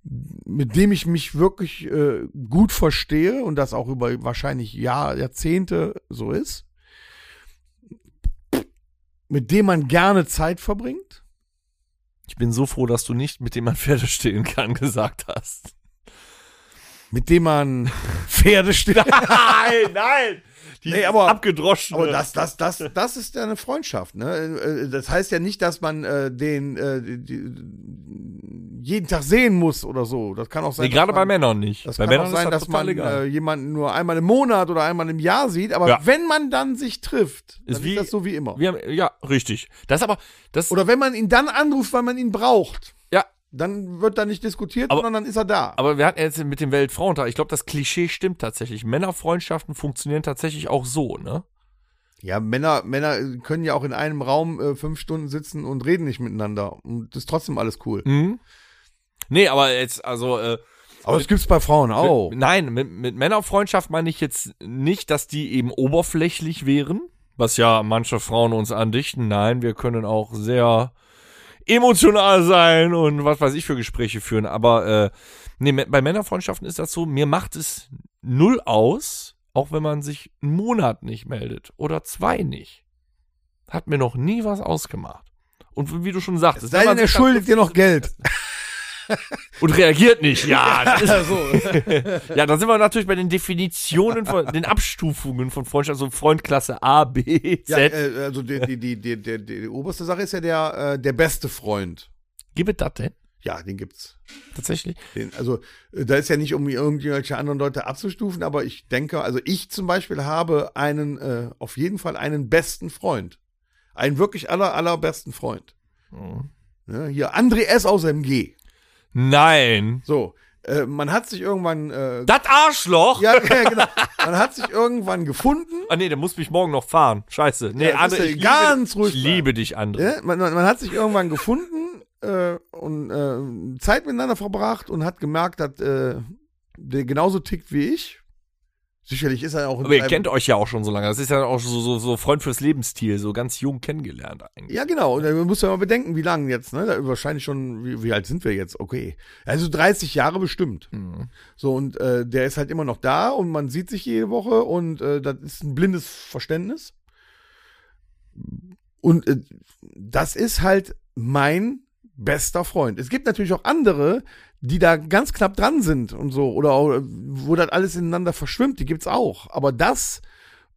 Speaker 1: mit dem ich mich wirklich äh, gut verstehe und das auch über wahrscheinlich Jahr, Jahrzehnte so ist, mit dem man gerne Zeit verbringt.
Speaker 2: Ich bin so froh, dass du nicht mit dem man Pferde stehlen kann gesagt hast.
Speaker 1: Mit dem man Pferde steht.
Speaker 2: Nein, nein! Die
Speaker 1: Nee, aber-
Speaker 2: abgedroschen.
Speaker 1: Aber das, das, das, das ist ja eine Freundschaft. Ne? Äh, Das heißt ja nicht, dass man äh, den äh, die- die- jeden Tag sehen muss oder so. Das kann auch sein.
Speaker 2: nee, gerade
Speaker 1: dass
Speaker 2: bei
Speaker 1: man-
Speaker 2: Männern nicht.
Speaker 1: Das
Speaker 2: bei
Speaker 1: kann
Speaker 2: Männern
Speaker 1: auch sein,
Speaker 2: ist das
Speaker 1: dass
Speaker 2: total
Speaker 1: man
Speaker 2: egal.
Speaker 1: äh, jemanden nur einmal im Monat oder einmal im Jahr sieht, aber
Speaker 2: Ja.
Speaker 1: wenn man dann sich trifft, dann
Speaker 2: Ist
Speaker 1: ist,
Speaker 2: wie-
Speaker 1: das so wie immer.
Speaker 2: Wir haben, ja, richtig. Das aber, das,
Speaker 1: Oder wenn man ihn dann anruft, weil man ihn braucht,
Speaker 2: ja,
Speaker 1: dann wird da nicht diskutiert,
Speaker 2: Aber-
Speaker 1: sondern dann ist er da.
Speaker 2: aber wir hatten ja jetzt mit dem Weltfrauentag, ich glaube, das Klischee stimmt tatsächlich. Männerfreundschaften funktionieren tatsächlich auch so, ne?
Speaker 1: Ja, Männer, Männer können ja auch in einem Raum äh, fünf Stunden sitzen und reden nicht miteinander. Und das ist trotzdem alles cool.
Speaker 2: Mhm. Nee, aber jetzt, also, äh,
Speaker 1: Aber das gibt's bei Frauen auch.
Speaker 2: Mit, nein, mit, mit Männerfreundschaft meine ich jetzt nicht, dass die eben oberflächlich wären, was ja manche Frauen uns andichten. Nein, wir können auch sehr emotional sein und was weiß ich für Gespräche führen. Aber äh, nee, mä- bei Männerfreundschaften ist das so, mir macht es null aus, auch wenn man sich einen Monat nicht meldet oder zwei nicht. Hat mir noch nie was ausgemacht. Und wie du schon sagtest,
Speaker 1: Sei
Speaker 2: wenn man
Speaker 1: denn, er
Speaker 2: sich dann-
Speaker 1: schuldet dir noch Geld.
Speaker 2: und reagiert nicht. Ja, das ist,
Speaker 1: so.
Speaker 2: ja, dann sind wir natürlich bei den Definitionen von den Abstufungen von Freundschaft, also Freund Klasse A, B, Z.
Speaker 1: Ja, äh, also die, die, die, die, die, die, die oberste Sache ist ja der, äh, der beste Freund.
Speaker 2: Gibt es das denn?
Speaker 1: Ja, den gibt's.
Speaker 2: Tatsächlich?
Speaker 1: Den, also äh, da ist ja nicht, um irgendwelche anderen Leute abzustufen, aber ich denke, also ich zum Beispiel habe einen, äh, auf jeden Fall einen besten Freund. Einen wirklich aller, allerbesten Freund.
Speaker 2: Mhm.
Speaker 1: Ne, hier, André S. aus MG.
Speaker 2: Nein.
Speaker 1: So, äh, man hat sich irgendwann, äh,
Speaker 2: Das Arschloch?
Speaker 1: ja, ja, genau, man hat sich irgendwann gefunden,
Speaker 2: Ah, nee, der muss mich morgen noch fahren. Scheiße. Nee,
Speaker 1: Ja, das
Speaker 2: André,
Speaker 1: ist ja
Speaker 2: ich liebe,
Speaker 1: ganz ruhig
Speaker 2: ich liebe dich, André.
Speaker 1: ne? man, man man hat sich irgendwann gefunden äh, und äh, Zeit miteinander verbracht und hat gemerkt, dass äh, der genauso tickt wie ich. Sicherlich ist er auch in
Speaker 2: Aber ihr
Speaker 1: seinem-
Speaker 2: kennt euch ja auch schon so lange. Das ist ja auch so, so, so Freund fürs Lebensstil, so ganz jung kennengelernt eigentlich.
Speaker 1: Ja, genau. Und man muss ja mal bedenken, wie lange jetzt, ne? Da wahrscheinlich schon, wie, wie alt sind wir jetzt? Okay. Also 30 Jahre bestimmt.
Speaker 2: Mhm.
Speaker 1: So, und äh, der ist halt immer noch da und man sieht sich jede Woche und äh, das ist ein blindes Verständnis. Und äh, das ist halt mein bester Freund. Es gibt natürlich auch andere, die da ganz knapp dran sind und so, oder auch, äh, wo das alles ineinander verschwimmt, die gibt's auch. Aber das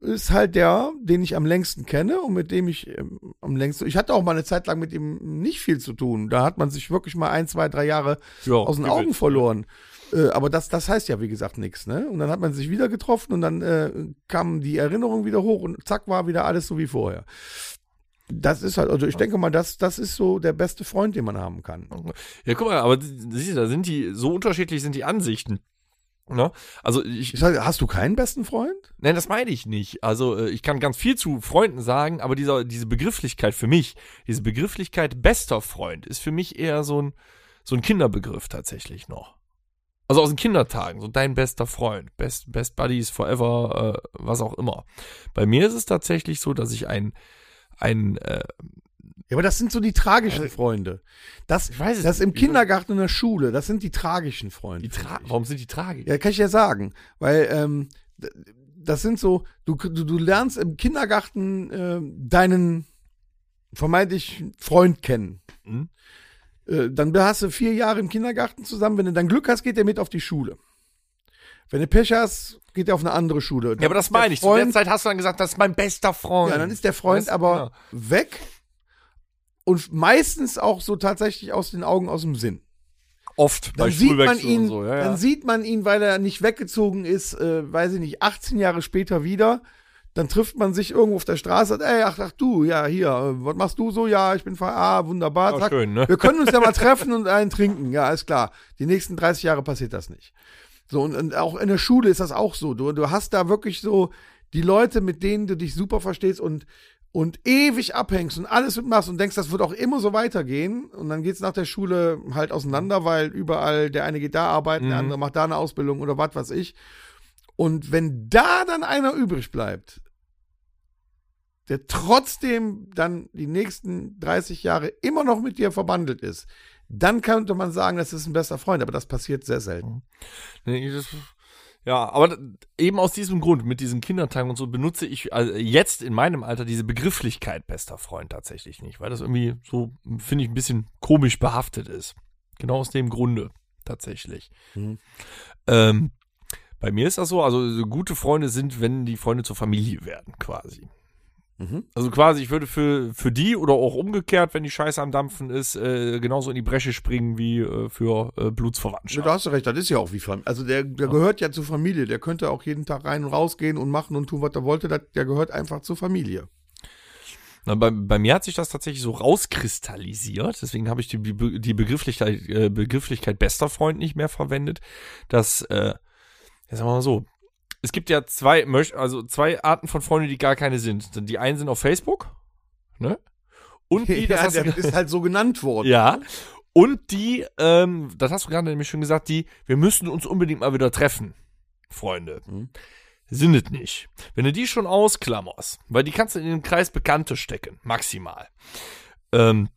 Speaker 1: ist halt der, den ich am längsten kenne und mit dem ich ähm, am längsten. Ich hatte auch mal eine Zeit lang mit ihm nicht viel zu tun. Da hat man sich wirklich mal ein, zwei, drei Jahre
Speaker 2: Ja,
Speaker 1: aus den
Speaker 2: übel.
Speaker 1: Augen verloren. Äh, aber das, das heißt ja, wie gesagt, nichts. Ne? Und dann hat man sich wieder getroffen und dann äh, kamen die Erinnerungen wieder hoch und zack, war wieder alles so wie vorher. Das ist halt, also ich denke mal, das, das ist so der beste Freund, den man haben kann.
Speaker 2: Ja, guck mal, aber siehst du, da sind die, so unterschiedlich sind die Ansichten. Ne? Also ich,
Speaker 1: Ich sage, hast du keinen besten Freund?
Speaker 2: Nein, das meine ich nicht. Also äh, ich kann ganz viel zu Freunden sagen, aber dieser, diese Begrifflichkeit für mich, diese Begrifflichkeit bester Freund ist für mich eher so ein, so ein Kinderbegriff tatsächlich noch. Also aus den Kindertagen, so dein bester Freund, best, best buddies forever, äh, was auch immer. Bei mir ist es tatsächlich so, dass ich ein, ein, äh,
Speaker 1: Ja, aber das sind so die tragischen Freunde. Das,
Speaker 2: ich weiß es
Speaker 1: das im
Speaker 2: nicht.
Speaker 1: Kindergarten und in der Schule, das sind die tragischen Freunde.
Speaker 2: Die Tra Warum sind die tragisch?
Speaker 1: Ja, kann ich ja sagen. Weil ähm, d- das sind so, du, du, du lernst im Kindergarten äh, deinen vermeintlich Freund kennen.
Speaker 2: Mhm.
Speaker 1: Äh, dann hast du vier Jahre im Kindergarten zusammen. Wenn du dann Glück hast, geht er mit auf die Schule. Wenn du Pech hast, geht er auf eine andere Schule.
Speaker 2: Ja, aber das
Speaker 1: Der
Speaker 2: meine ich. Zu der
Speaker 1: Freund,
Speaker 2: Zeit hast du dann gesagt, das ist mein bester Freund.
Speaker 1: ja, dann ist der Freund
Speaker 2: Weißt du,
Speaker 1: aber
Speaker 2: ja.
Speaker 1: weg und meistens auch so tatsächlich aus den Augen, aus dem Sinn
Speaker 2: oft
Speaker 1: dann
Speaker 2: bei
Speaker 1: sieht man
Speaker 2: Schulwechsel
Speaker 1: ihn,
Speaker 2: und so. Ja, ja.
Speaker 1: dann sieht man ihn, weil er nicht weggezogen ist, äh, weiß ich nicht, 18 Jahre später wieder. Dann trifft man sich irgendwo auf der Straße, sagt, ey, ach, ach du, ja, hier, äh, was machst du so? Ja, ich bin ver, ah, wunderbar.
Speaker 2: Ja,
Speaker 1: zack.
Speaker 2: schön, ne?
Speaker 1: Wir können uns ja mal treffen und einen trinken. Ja, alles klar. Die nächsten 30 Jahre passiert das nicht. So, und, und auch in der Schule ist das auch so. Du, du hast da wirklich so die Leute, mit denen du dich super verstehst und, und ewig abhängst und alles mitmachst und denkst, das wird auch immer so weitergehen. Und dann geht's nach der Schule halt auseinander, weil überall der eine geht da arbeiten, der
Speaker 2: Mhm.
Speaker 1: andere macht da eine Ausbildung oder was weiß ich. Und wenn da dann einer übrig bleibt, der trotzdem dann die nächsten 30 Jahre immer noch mit dir verbandelt ist, dann könnte man sagen, das ist ein bester Freund, aber das passiert sehr selten.
Speaker 2: Nee, das, ja, aber d- eben aus diesem Grund, mit diesen Kindertagen und so, benutze ich also jetzt in meinem Alter diese Begrifflichkeit bester Freund tatsächlich nicht, weil das irgendwie so, finde ich, ein bisschen komisch behaftet ist. Genau aus dem Grunde tatsächlich.
Speaker 1: Mhm.
Speaker 2: Ähm, bei mir ist das so, also so gute Freunde sind, wenn die Freunde zur Familie werden, quasi.
Speaker 1: Mhm.
Speaker 2: Also quasi, ich würde für, für die oder auch umgekehrt, wenn die Scheiße am Dampfen ist, äh, genauso in die Bresche springen wie äh, für äh, Blutsverwandtschaft.
Speaker 1: Da hast du recht, das ist ja auch wie Familie. Also der, der gehört ja zur Familie, der könnte auch jeden Tag rein und rausgehen und machen und tun, was er wollte, das- der gehört einfach zur Familie.
Speaker 2: Na, bei, bei mir hat sich das tatsächlich so rauskristallisiert, deswegen habe ich die, Be- die Begrifflichkeit, äh, Begrifflichkeit bester Freund nicht mehr verwendet, dass, äh, ja, sagen wir mal so, es gibt ja zwei, Möch- also zwei Arten von Freunden, die gar keine sind. Die einen sind auf Facebook, ne? Und die, das
Speaker 1: ja,
Speaker 2: hast du
Speaker 1: der
Speaker 2: ge-
Speaker 1: ist halt so genannt worden.
Speaker 2: ja. Und die, ähm, das hast du gerade nämlich schon gesagt, die, wir müssen uns unbedingt mal wieder treffen, Freunde.
Speaker 1: Mhm.
Speaker 2: Sind es nicht. Wenn du die schon ausklammerst, weil die kannst du in den Kreis Bekannte stecken, maximal. Ähm,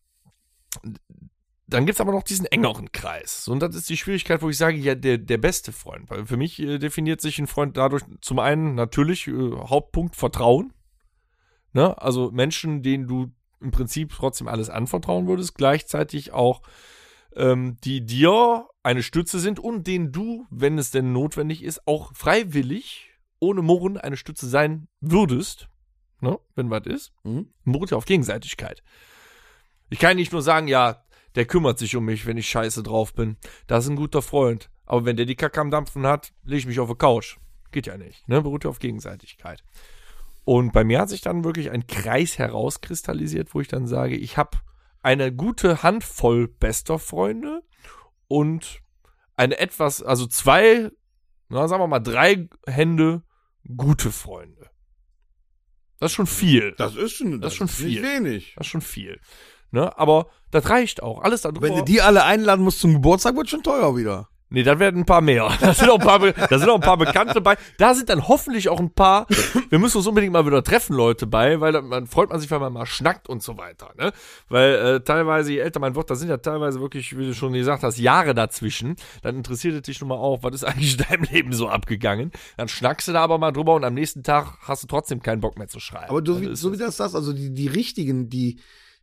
Speaker 2: dann gibt's aber noch diesen engeren Kreis. Und das ist die Schwierigkeit, wo ich sage, ja, der, der beste Freund. Weil für mich äh, definiert sich ein Freund dadurch zum einen natürlich äh, Hauptpunkt Vertrauen. Ne? Also Menschen, denen du im Prinzip trotzdem alles anvertrauen würdest, gleichzeitig auch, ähm, die dir eine Stütze sind und denen du, wenn es denn notwendig ist, auch freiwillig ohne Murren eine Stütze sein würdest. Ne? Wenn was ist
Speaker 1: Mhm.
Speaker 2: beruht ja auf Gegenseitigkeit. Ich kann nicht nur sagen, ja, der kümmert sich um mich, wenn ich scheiße drauf bin. Das ist ein guter Freund. Aber wenn der die Kacke am Dampfen hat, lege ich mich auf die Couch. Geht ja nicht. Ne? Beruht ja auf Gegenseitigkeit. Und bei mir hat sich dann wirklich ein Kreis herauskristallisiert, wo ich dann sage, ich habe eine gute Handvoll bester Freunde und eine etwas, also zwei, na, sagen wir mal drei Hände gute Freunde. Das ist schon viel.
Speaker 1: Das ist schon,
Speaker 2: Das ist schon
Speaker 1: nicht
Speaker 2: viel.
Speaker 1: wenig.
Speaker 2: Das ist schon viel. Ne? Aber das reicht auch. Alles darüber.
Speaker 1: Wenn du die alle einladen musst zum Geburtstag, wird schon teuer wieder.
Speaker 2: nee, dann werden ein paar mehr. Da sind auch ein paar, Be- da sind auch ein paar Bekannte bei. Da sind dann hoffentlich auch ein paar, wir müssen uns unbedingt mal wieder treffen, Leute bei, weil dann dann freut man sich, weil man mal schnackt und so weiter. Ne? Weil äh, teilweise, je älter man wird, da sind ja teilweise wirklich, wie du schon gesagt hast, Jahre dazwischen. Dann interessiert es dich nun mal auch, was ist eigentlich in deinem Leben so abgegangen. Dann schnackst du da aber mal drüber und am nächsten Tag hast du trotzdem keinen Bock mehr zu schreiben.
Speaker 1: Aber du,
Speaker 2: Das
Speaker 1: wie,
Speaker 2: ist
Speaker 1: so wie das sagst, also die, die richtigen, die,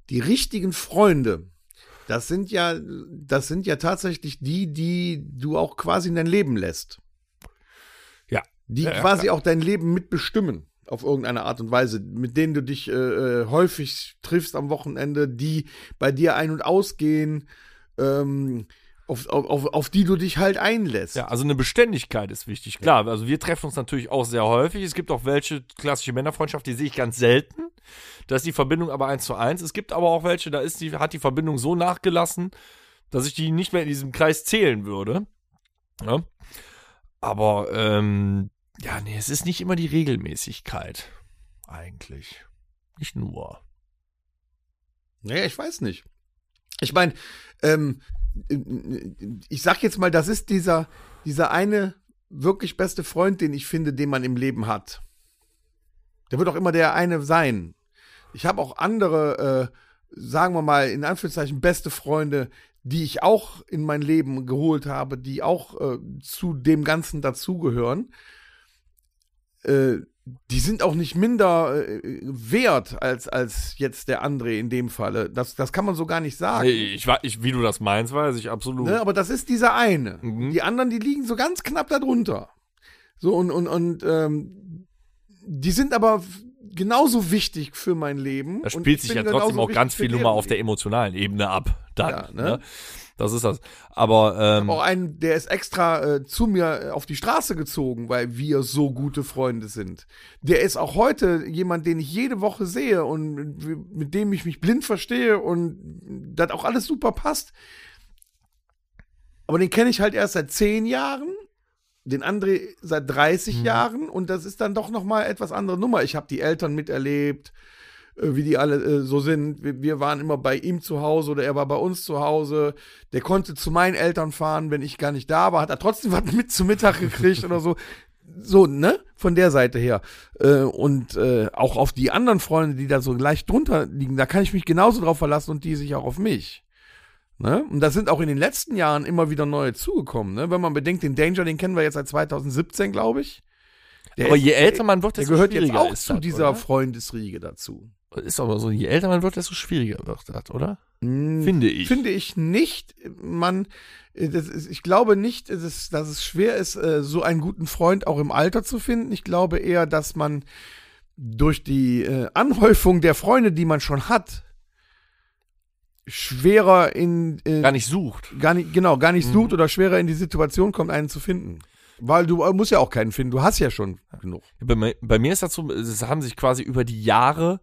Speaker 1: die richtigen Freunde, das sind ja, das sind ja tatsächlich die, die du auch quasi in dein Leben lässt.
Speaker 2: Ja.
Speaker 1: Die
Speaker 2: Ja, ja,
Speaker 1: quasi auch dein Leben mitbestimmen, auf irgendeine Art und Weise, mit denen du dich äh, äh, häufig triffst am Wochenende, die bei dir ein- und ausgehen, ähm, auf, auf, auf, auf die du dich halt einlässt.
Speaker 2: Ja, also eine Beständigkeit ist wichtig. Klar, also wir treffen uns natürlich auch sehr häufig. Es gibt auch welche klassische Männerfreundschaft, die sehe ich ganz selten. Da ist die Verbindung aber eins zu eins. Es gibt aber auch welche, da ist die, hat die Verbindung so nachgelassen, dass ich die nicht mehr in diesem Kreis zählen würde. Ja? Aber ähm, ja, nee, es ist nicht immer die Regelmäßigkeit. Eigentlich. Nicht nur.
Speaker 1: Naja, ich weiß nicht. Ich meine, ähm, äh, ich sag jetzt mal, das ist dieser, dieser eine wirklich beste Freund, den ich finde, den man im Leben hat. Der wird auch immer der eine sein. Ich habe auch andere, äh, sagen wir mal, in Anführungszeichen beste Freunde, die ich auch in mein Leben geholt habe, die auch äh, zu dem Ganzen dazugehören. Äh, die sind auch nicht minder äh, wert als, als jetzt der André in dem Falle. Das, das kann man so gar nicht sagen.
Speaker 2: Nee, ich, wa- ich, wie du das meinst, weiß ich absolut.
Speaker 1: Ne, aber das ist dieser eine.
Speaker 2: Mhm.
Speaker 1: Die anderen, die liegen so ganz knapp darunter. So und und und ähm, die sind aber f- genauso wichtig für mein Leben.
Speaker 2: Das
Speaker 1: und
Speaker 2: spielt
Speaker 1: ich
Speaker 2: sich
Speaker 1: bin
Speaker 2: ja
Speaker 1: genauso
Speaker 2: trotzdem auch
Speaker 1: wichtig
Speaker 2: ganz
Speaker 1: für
Speaker 2: viel
Speaker 1: deren
Speaker 2: nur mal auf der
Speaker 1: Leben.
Speaker 2: emotionalen Ebene ab. Dann,
Speaker 1: Ja, ne?
Speaker 2: ne? Das ist das. Aber ähm,
Speaker 1: Auch einen, der ist extra äh, zu mir äh, auf die Straße gezogen, weil wir so gute Freunde sind. Der ist auch heute jemand, den ich jede Woche sehe und mit- mit dem ich mich blind verstehe und das auch alles super passt. Aber den kenne ich halt erst seit zehn Jahren, den André seit 30 Jahren und das ist dann doch nochmal etwas andere Nummer. Ich habe die Eltern miterlebt, äh, wie die alle äh, so sind. Wir, wir waren immer bei ihm zu Hause oder er war bei uns zu Hause. Der konnte zu meinen Eltern fahren, wenn ich gar nicht da war, hat er trotzdem was mit zu Mittag gekriegt oder so. So, ne? Von der Seite her. Äh, und äh, auch auf die anderen Freunde, die da so leicht drunter liegen, da kann ich mich genauso drauf verlassen und die sich auch auf mich. Ne? Und das sind auch in den letzten Jahren immer wieder neue zugekommen. Ne? Wenn man bedenkt, den Danger, den kennen wir jetzt seit 2017, glaube ich. Der
Speaker 2: aber
Speaker 1: ist-
Speaker 2: je älter man wird,
Speaker 1: der
Speaker 2: desto
Speaker 1: gehört jetzt
Speaker 2: schwieriger
Speaker 1: auch
Speaker 2: ist
Speaker 1: zu
Speaker 2: das,
Speaker 1: dieser
Speaker 2: oder?
Speaker 1: Freundesriege dazu.
Speaker 2: Ist aber so, je älter man wird, desto schwieriger wird das, oder?
Speaker 1: Hm,
Speaker 2: Finde ich.
Speaker 1: Finde ich nicht. Man, äh, das ist, ich glaube nicht, dass es, dass es schwer ist, äh, so einen guten Freund auch im Alter zu finden. Ich glaube eher, dass man durch die äh, Anhäufung der Freunde, die man schon hat, schwerer in äh,
Speaker 2: Gar nicht sucht.
Speaker 1: gar nicht genau gar nicht sucht oder schwerer in die Situation kommt, einen zu finden. Weil du äh, musst ja auch keinen finden. Du hast ja schon genug.
Speaker 2: Bei, mir- bei mir ist das so, es haben sich quasi über die Jahre,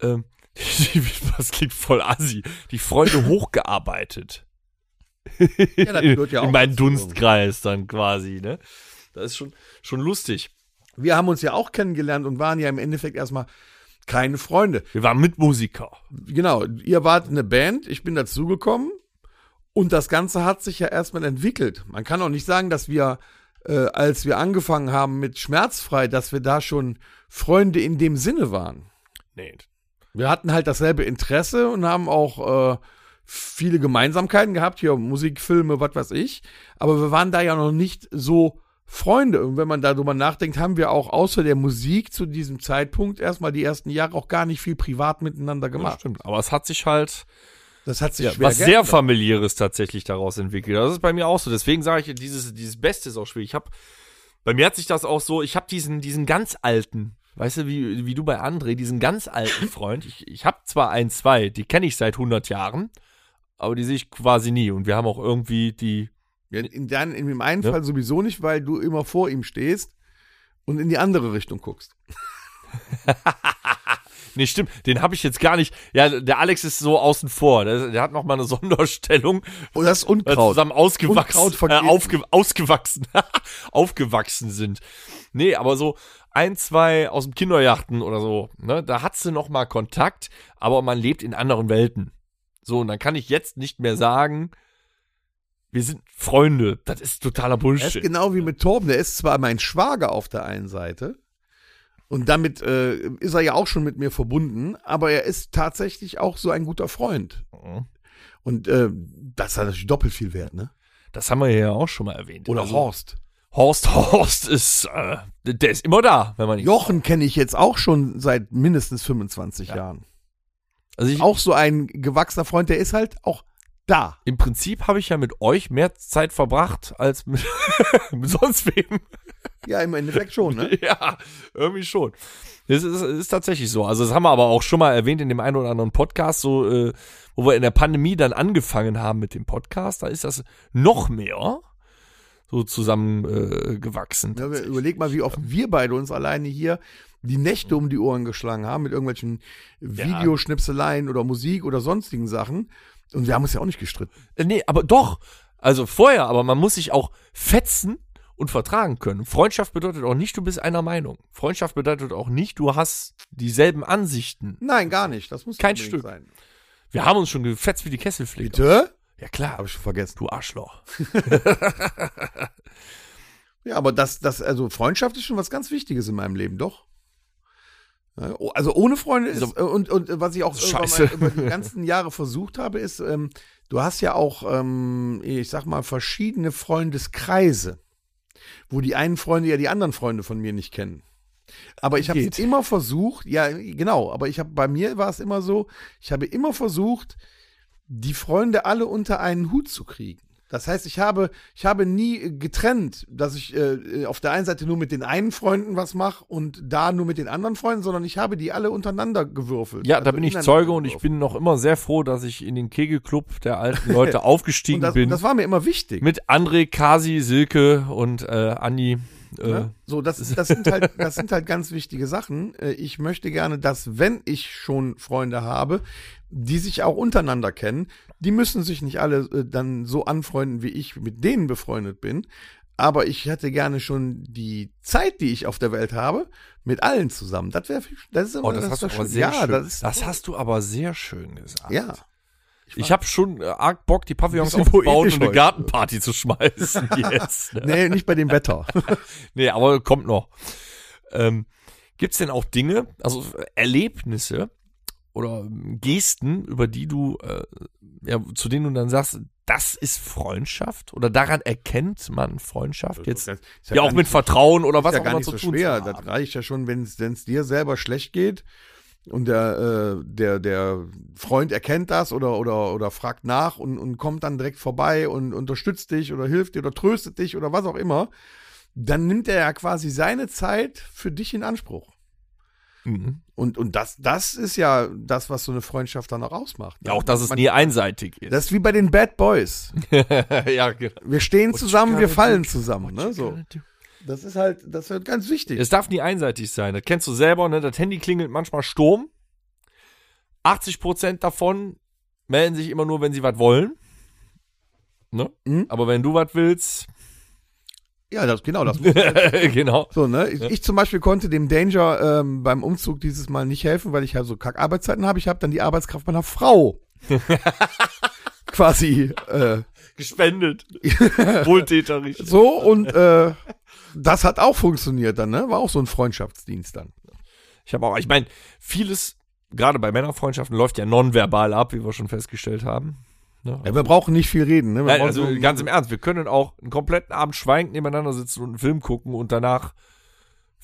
Speaker 2: ähm, das klingt voll assi, die Freunde hochgearbeitet.
Speaker 1: Ja, das gehört ja auch
Speaker 2: In meinen
Speaker 1: dazu.
Speaker 2: Dunstkreis dann quasi, ne? Das ist schon, schon lustig.
Speaker 1: Wir haben uns ja auch kennengelernt und waren ja im Endeffekt erstmal keine Freunde.
Speaker 2: Wir waren Mitmusiker.
Speaker 1: genau, ihr wart eine Band, ich bin dazugekommen und das Ganze hat sich ja erstmal entwickelt. Man kann auch nicht sagen, dass wir, äh, als wir angefangen haben mit Schmerzfrei, dass wir da schon Freunde in dem Sinne waren.
Speaker 2: Nee.
Speaker 1: Wir hatten halt dasselbe Interesse und haben auch äh, viele Gemeinsamkeiten gehabt, hier Musik, Filme, was weiß ich. Aber wir waren da ja noch nicht so Freunde. Und wenn man darüber nachdenkt, haben wir auch außer der Musik zu diesem Zeitpunkt erstmal die ersten Jahre auch gar nicht viel privat miteinander
Speaker 2: Das
Speaker 1: gemacht.
Speaker 2: stimmt. Aber es hat sich halt
Speaker 1: Das hat sich
Speaker 2: ja,
Speaker 1: schwer
Speaker 2: was sehr familiäres tatsächlich daraus entwickelt. Das ist bei mir auch so. Deswegen sage ich, dieses, dieses Beste ist auch schwierig. Ich habe bei mir hat sich das auch so, ich habe diesen, diesen ganz alten, weißt du, wie, wie du bei André, diesen ganz alten Freund. Ich, ich habe zwar ein, zwei, die kenne ich seit 100 Jahren, aber die sehe ich quasi nie. Und wir haben auch irgendwie die,
Speaker 1: Ja, in, dein, in dem einen
Speaker 2: Ne?
Speaker 1: Fall sowieso nicht, weil du immer vor ihm stehst und in die andere Richtung guckst.
Speaker 2: Nee, stimmt. Den habe ich jetzt gar nicht. Ja, der Alex ist so außen vor. Der, der hat noch mal eine Sonderstellung.
Speaker 1: Und das ist
Speaker 2: weil
Speaker 1: Unkraut.
Speaker 2: Äh, zusammen ausgewachsen,
Speaker 1: Unkraut
Speaker 2: äh,
Speaker 1: vergeht.
Speaker 2: aufge, ausgewachsen, aufgewachsen sind. Nee, aber so ein, zwei aus dem Kinderjachten oder so, ne, da hat's du noch mal Kontakt, aber man lebt in anderen Welten. So, und dann kann ich jetzt nicht mehr sagen, wir sind Freunde. Das ist totaler
Speaker 1: Das ist
Speaker 2: Bullshit.
Speaker 1: genau wie mit Torben. Der ist zwar mein Schwager auf der einen Seite und damit äh, ist er ja auch schon mit mir verbunden, aber er ist tatsächlich auch so ein guter Freund.
Speaker 2: Mhm.
Speaker 1: Und äh, das hat natürlich doppelt viel wert, ne?
Speaker 2: Das haben wir ja auch schon mal erwähnt.
Speaker 1: Oder
Speaker 2: Also,
Speaker 1: Horst.
Speaker 2: Horst, Horst ist, äh, der ist immer da, wenn man ihn
Speaker 1: Jochen kenne ich jetzt auch schon seit mindestens 25 Jahren.
Speaker 2: Also ich,
Speaker 1: Auch so ein gewachsener Freund, der ist halt auch da.
Speaker 2: Im Prinzip habe ich ja mit euch mehr Zeit verbracht als mit, mit sonst wem.
Speaker 1: Ja, im Endeffekt schon, ne?
Speaker 2: Ja, irgendwie schon. Das ist, ist tatsächlich so. Also, das haben wir aber auch schon mal erwähnt in dem einen oder anderen Podcast, so, äh, wo wir in der Pandemie dann angefangen haben mit dem Podcast. Da ist das noch mehr so zusammengewachsen. Äh, gewachsen
Speaker 1: Ja, wir-
Speaker 2: tatsächlich.
Speaker 1: überleg mal, wie oft wir beide uns alleine hier die Nächte um die Ohren geschlagen haben mit irgendwelchen Videoschnipseleien oder Musik oder sonstigen Sachen. Und wir haben uns ja auch nicht gestritten.
Speaker 2: Äh, Nee, aber doch. Also vorher, aber man muss sich auch fetzen und vertragen können. Freundschaft bedeutet auch nicht, du bist einer Meinung. Freundschaft bedeutet auch nicht, du hast dieselben Ansichten.
Speaker 1: Nein, gar nicht. Das muss
Speaker 2: Kein
Speaker 1: unbedingt
Speaker 2: Stück.
Speaker 1: sein.
Speaker 2: Wir haben uns schon gefetzt wie die Kesselflicker.
Speaker 1: Bitte?
Speaker 2: Ja klar,
Speaker 1: Habe ich schon vergessen.
Speaker 2: du Arschloch.
Speaker 1: Ja, aber das, das, also Freundschaft ist schon was ganz Wichtiges in meinem Leben, doch. Ja, oh, Also ohne Freunde ist,
Speaker 2: So-
Speaker 1: äh, und, und äh, was ich auch irgendwann
Speaker 2: Scheiße.
Speaker 1: Mal, über die ganzen Jahre versucht habe, ist, ähm, du hast ja auch, ähm, ich sag mal, verschiedene Freundeskreise, wo die einen Freunde ja die anderen Freunde von mir nicht kennen. Aber ich habe
Speaker 2: Geht.
Speaker 1: immer versucht, ja genau, aber ich habe bei mir war es immer so, ich habe immer versucht, die Freunde alle unter einen Hut zu kriegen. Das heißt, ich habe, ich habe nie äh, getrennt, dass ich äh, auf der einen Seite nur mit den einen Freunden was mache und da nur mit den anderen Freunden, sondern ich habe die alle untereinander gewürfelt.
Speaker 2: Ja, da
Speaker 1: Also
Speaker 2: bin ich
Speaker 1: ineinander
Speaker 2: Zeuge und ich
Speaker 1: gewürfelt.
Speaker 2: bin noch immer sehr froh, dass ich in den Kegelclub der alten Leute aufgestiegen
Speaker 1: Und das,
Speaker 2: bin.
Speaker 1: das war mir immer wichtig.
Speaker 2: mit André, Kasi, Silke und äh, Anni. Äh,
Speaker 1: Ne? So, das, das, sind halt, das sind halt ganz wichtige Sachen. Äh, Ich möchte gerne, dass, wenn ich schon Freunde habe, die sich auch untereinander kennen, die müssen sich nicht alle äh, dann so anfreunden, wie ich mit denen befreundet bin. Aber ich hätte gerne schon die Zeit, die ich auf der Welt habe, mit allen zusammen. Das wäre das ist immer
Speaker 2: Oh, das, hast du
Speaker 1: wär
Speaker 2: aber
Speaker 1: schön.
Speaker 2: sehr
Speaker 1: ja,
Speaker 2: schön.
Speaker 1: Das ist,
Speaker 2: das hast du aber sehr schön gesagt.
Speaker 1: ja.
Speaker 2: Ich habe schon äh, arg Bock, die Pavillons
Speaker 1: Bisschen
Speaker 2: aufzubauen und
Speaker 1: poetisch
Speaker 2: eine
Speaker 1: heute.
Speaker 2: Gartenparty zu schmeißen jetzt. ne?
Speaker 1: Nee, nicht bei dem Wetter.
Speaker 2: Nee, aber kommt noch. Ähm, Gibt es denn auch Dinge, also Erlebnisse oder ähm, Gesten, über die du, äh, ja, zu denen du dann sagst, das ist Freundschaft oder daran erkennt man Freundschaft jetzt?
Speaker 1: Das
Speaker 2: Ja,
Speaker 1: ist ja gar
Speaker 2: auch mit
Speaker 1: nicht so-
Speaker 2: Vertrauen oder was
Speaker 1: ist ja
Speaker 2: auch
Speaker 1: gar
Speaker 2: immer
Speaker 1: nicht
Speaker 2: zu
Speaker 1: so
Speaker 2: tun
Speaker 1: schwer.
Speaker 2: zu haben.
Speaker 1: Das reicht ja schon, wenn es dir selber schlecht geht und der, äh, der, der Freund erkennt das oder, oder, oder fragt nach und, und kommt dann direkt vorbei und unterstützt dich oder hilft dir oder tröstet dich oder was auch immer, dann nimmt er ja quasi seine Zeit für dich in Anspruch.
Speaker 2: Mhm.
Speaker 1: Und, und das, das ist ja das, was so eine Freundschaft dann auch ausmacht.
Speaker 2: Ja, auch dass es
Speaker 1: Man-
Speaker 2: nie einseitig ist.
Speaker 1: Das ist wie bei den Bad Boys.
Speaker 2: ja, genau.
Speaker 1: Wir stehen
Speaker 2: What
Speaker 1: zusammen,
Speaker 2: you
Speaker 1: wir
Speaker 2: gotta
Speaker 1: fallen
Speaker 2: do,
Speaker 1: zusammen. Ne? So. Das ist halt, das ist halt ganz wichtig.
Speaker 2: Es darf nie einseitig sein. Das kennst du selber, ne? Das Handy klingelt manchmal Sturm. 80% davon melden sich immer nur, wenn sie was wollen. Ne?
Speaker 1: Mhm.
Speaker 2: Aber wenn du was willst,
Speaker 1: ja, das, genau,
Speaker 2: Mhm.
Speaker 1: das
Speaker 2: genau.
Speaker 1: So, ne? Ich, ich zum Beispiel konnte dem Danger ähm, beim Umzug dieses Mal nicht helfen, weil ich halt so Kack-Arbeitszeiten habe. Ich habe dann die Arbeitskraft meiner Frau quasi äh,
Speaker 2: Gespendet. Wohltäterisch.
Speaker 1: so und äh, das hat auch funktioniert dann, ne? War auch so ein Freundschaftsdienst dann.
Speaker 2: Ich habe auch, ich meine, vieles, gerade bei Männerfreundschaften, läuft ja nonverbal ab, wie wir schon festgestellt haben. Ne?
Speaker 1: Ja, wir brauchen nicht viel reden, ne? Wir
Speaker 2: Nein,
Speaker 1: brauchen
Speaker 2: also
Speaker 1: so-
Speaker 2: ganz im Ernst, wir können auch einen kompletten Abend schweigend nebeneinander sitzen und einen Film gucken und danach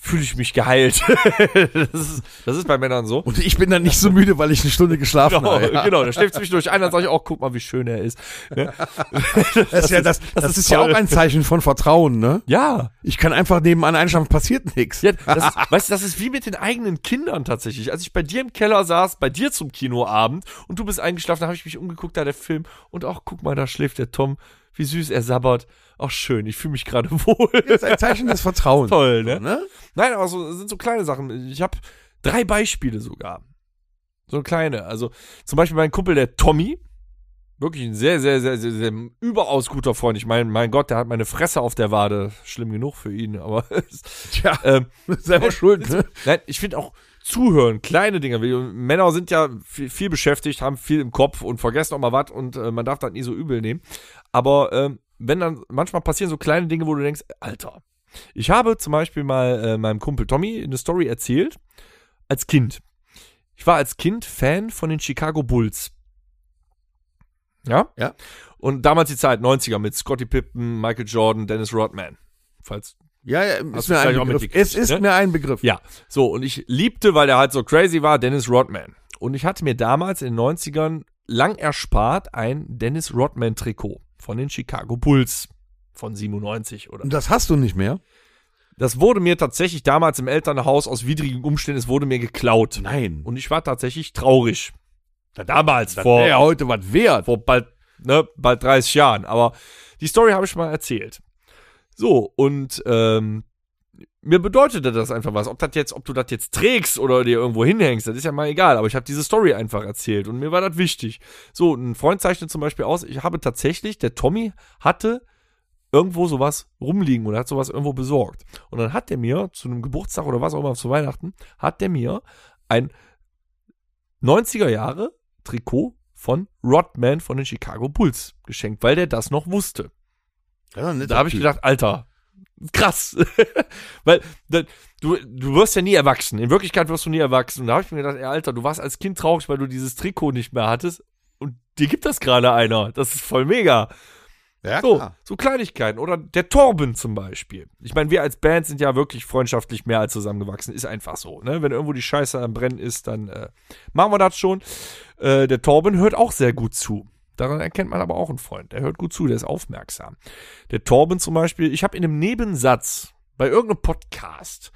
Speaker 2: fühle ich mich geheilt. das, ist, das ist bei Männern so.
Speaker 1: und ich bin dann nicht so müde, weil ich eine Stunde geschlafen
Speaker 2: Genau,
Speaker 1: habe. Ja.
Speaker 2: genau, da schläft zwischendurch ein, dann sage ich auch, guck mal, wie schön er ist. Ne?
Speaker 1: Das, ist ja, das, das,
Speaker 2: ist
Speaker 1: ist, ja auch
Speaker 2: toll.
Speaker 1: ein Zeichen von Vertrauen, ne?
Speaker 2: Ja,
Speaker 1: Ich kann einfach nebenan einschlafen, passiert nichts.
Speaker 2: ja das, ist- weißt du, das ist wie mit den eigenen Kindern tatsächlich. Als ich bei dir im Keller saß, bei dir zum Kinoabend und du bist eingeschlafen, da habe ich mich umgeguckt, da der Film und auch, guck mal, da schläft der Tom, wie süß er sabbert. Ach schön, ich fühle mich gerade wohl.
Speaker 1: Das ist ein Zeichen des Vertrauens.
Speaker 2: Toll, ne?
Speaker 1: So, ne?
Speaker 2: Nein, aber so, das sind so kleine Sachen. Ich habe drei Beispiele sogar. So kleine. Also zum Beispiel mein Kumpel, der Tommy. Wirklich ein sehr, sehr, sehr, sehr, sehr überaus guter Freund. Ich meine, mein Gott, der hat meine Fresse auf der Wade. Schlimm genug für ihn, aber.
Speaker 1: Tja,
Speaker 2: ähm,
Speaker 1: selber schuld, ne?
Speaker 2: Nein, ich finde auch zuhören, kleine Dinge. Wir Männer sind ja viel, viel beschäftigt, haben viel im Kopf und vergessen auch mal was und äh, man darf das nie so übel nehmen. Aber ähm, wenn dann manchmal passieren so kleine Dinge, wo du denkst, Alter, ich habe zum Beispiel mal äh, meinem Kumpel Tommy eine Story erzählt als Kind. Ich war als Kind Fan von den Chicago Bulls. Ja?
Speaker 1: Ja.
Speaker 2: Und damals die Zeit 90er mit Scottie Pippen, Michael Jordan, Dennis Rodman. Falls
Speaker 1: Ja, ja, ist
Speaker 2: Hast du
Speaker 1: mir ein
Speaker 2: vielleicht auch
Speaker 1: Begriff.
Speaker 2: mitgekriegt,
Speaker 1: Es ist
Speaker 2: ne?
Speaker 1: mir ein Begriff.
Speaker 2: Ja, so, und ich liebte, weil er halt so crazy war, Dennis Rodman. Und ich hatte mir damals in den 90ern lang erspart ein Dennis Rodman-Trikot von den Chicago Bulls von 97 oder.
Speaker 1: Und das hast du nicht mehr?
Speaker 2: Das wurde mir tatsächlich damals im Elternhaus aus widrigen Umständen, es wurde mir geklaut.
Speaker 1: Nein.
Speaker 2: Und ich war tatsächlich traurig. Damals, vor
Speaker 1: Wäre ja heute was wert.
Speaker 2: vor bald, ne, bald 30 Jahren. Aber die Story habe ich mal erzählt. So, und ähm, mir bedeutete das einfach was. Ob, das jetzt, ob du das jetzt trägst oder dir irgendwo hinhängst, das ist ja mal egal. Aber ich habe diese Story einfach erzählt und mir war das wichtig. So, ein Freund zeichnet zum Beispiel aus, ich habe tatsächlich, der Tommy hatte irgendwo sowas rumliegen oder hat sowas irgendwo besorgt. Und dann hat der mir zu einem Geburtstag oder was auch immer, zu Weihnachten, hat der mir ein 90er Jahre Trikot von Rodman von den Chicago Bulls geschenkt, weil der das noch wusste.
Speaker 1: ne,
Speaker 2: Da habe ich gedacht, Alter, krass. weil da, du, du wirst ja nie erwachsen. In Wirklichkeit wirst du nie erwachsen. Und da habe ich mir gedacht, ey, Alter, du warst als Kind traurig, weil du dieses Trikot nicht mehr hattest. Und dir gibt das gerade einer. Das ist voll mega.
Speaker 1: ja,
Speaker 2: So,
Speaker 1: klar.
Speaker 2: so Kleinigkeiten. Oder der Torben zum Beispiel. Ich meine, wir als Band sind ja wirklich freundschaftlich mehr als zusammengewachsen. Ist einfach so. Ne? Wenn irgendwo die Scheiße am Brennen ist, dann äh, machen wir das schon. Äh, der Torben hört auch sehr gut zu. Daran erkennt man aber auch einen Freund. Der hört gut zu, der ist aufmerksam. Der Torben zum Beispiel, ich habe in einem Nebensatz bei irgendeinem Podcast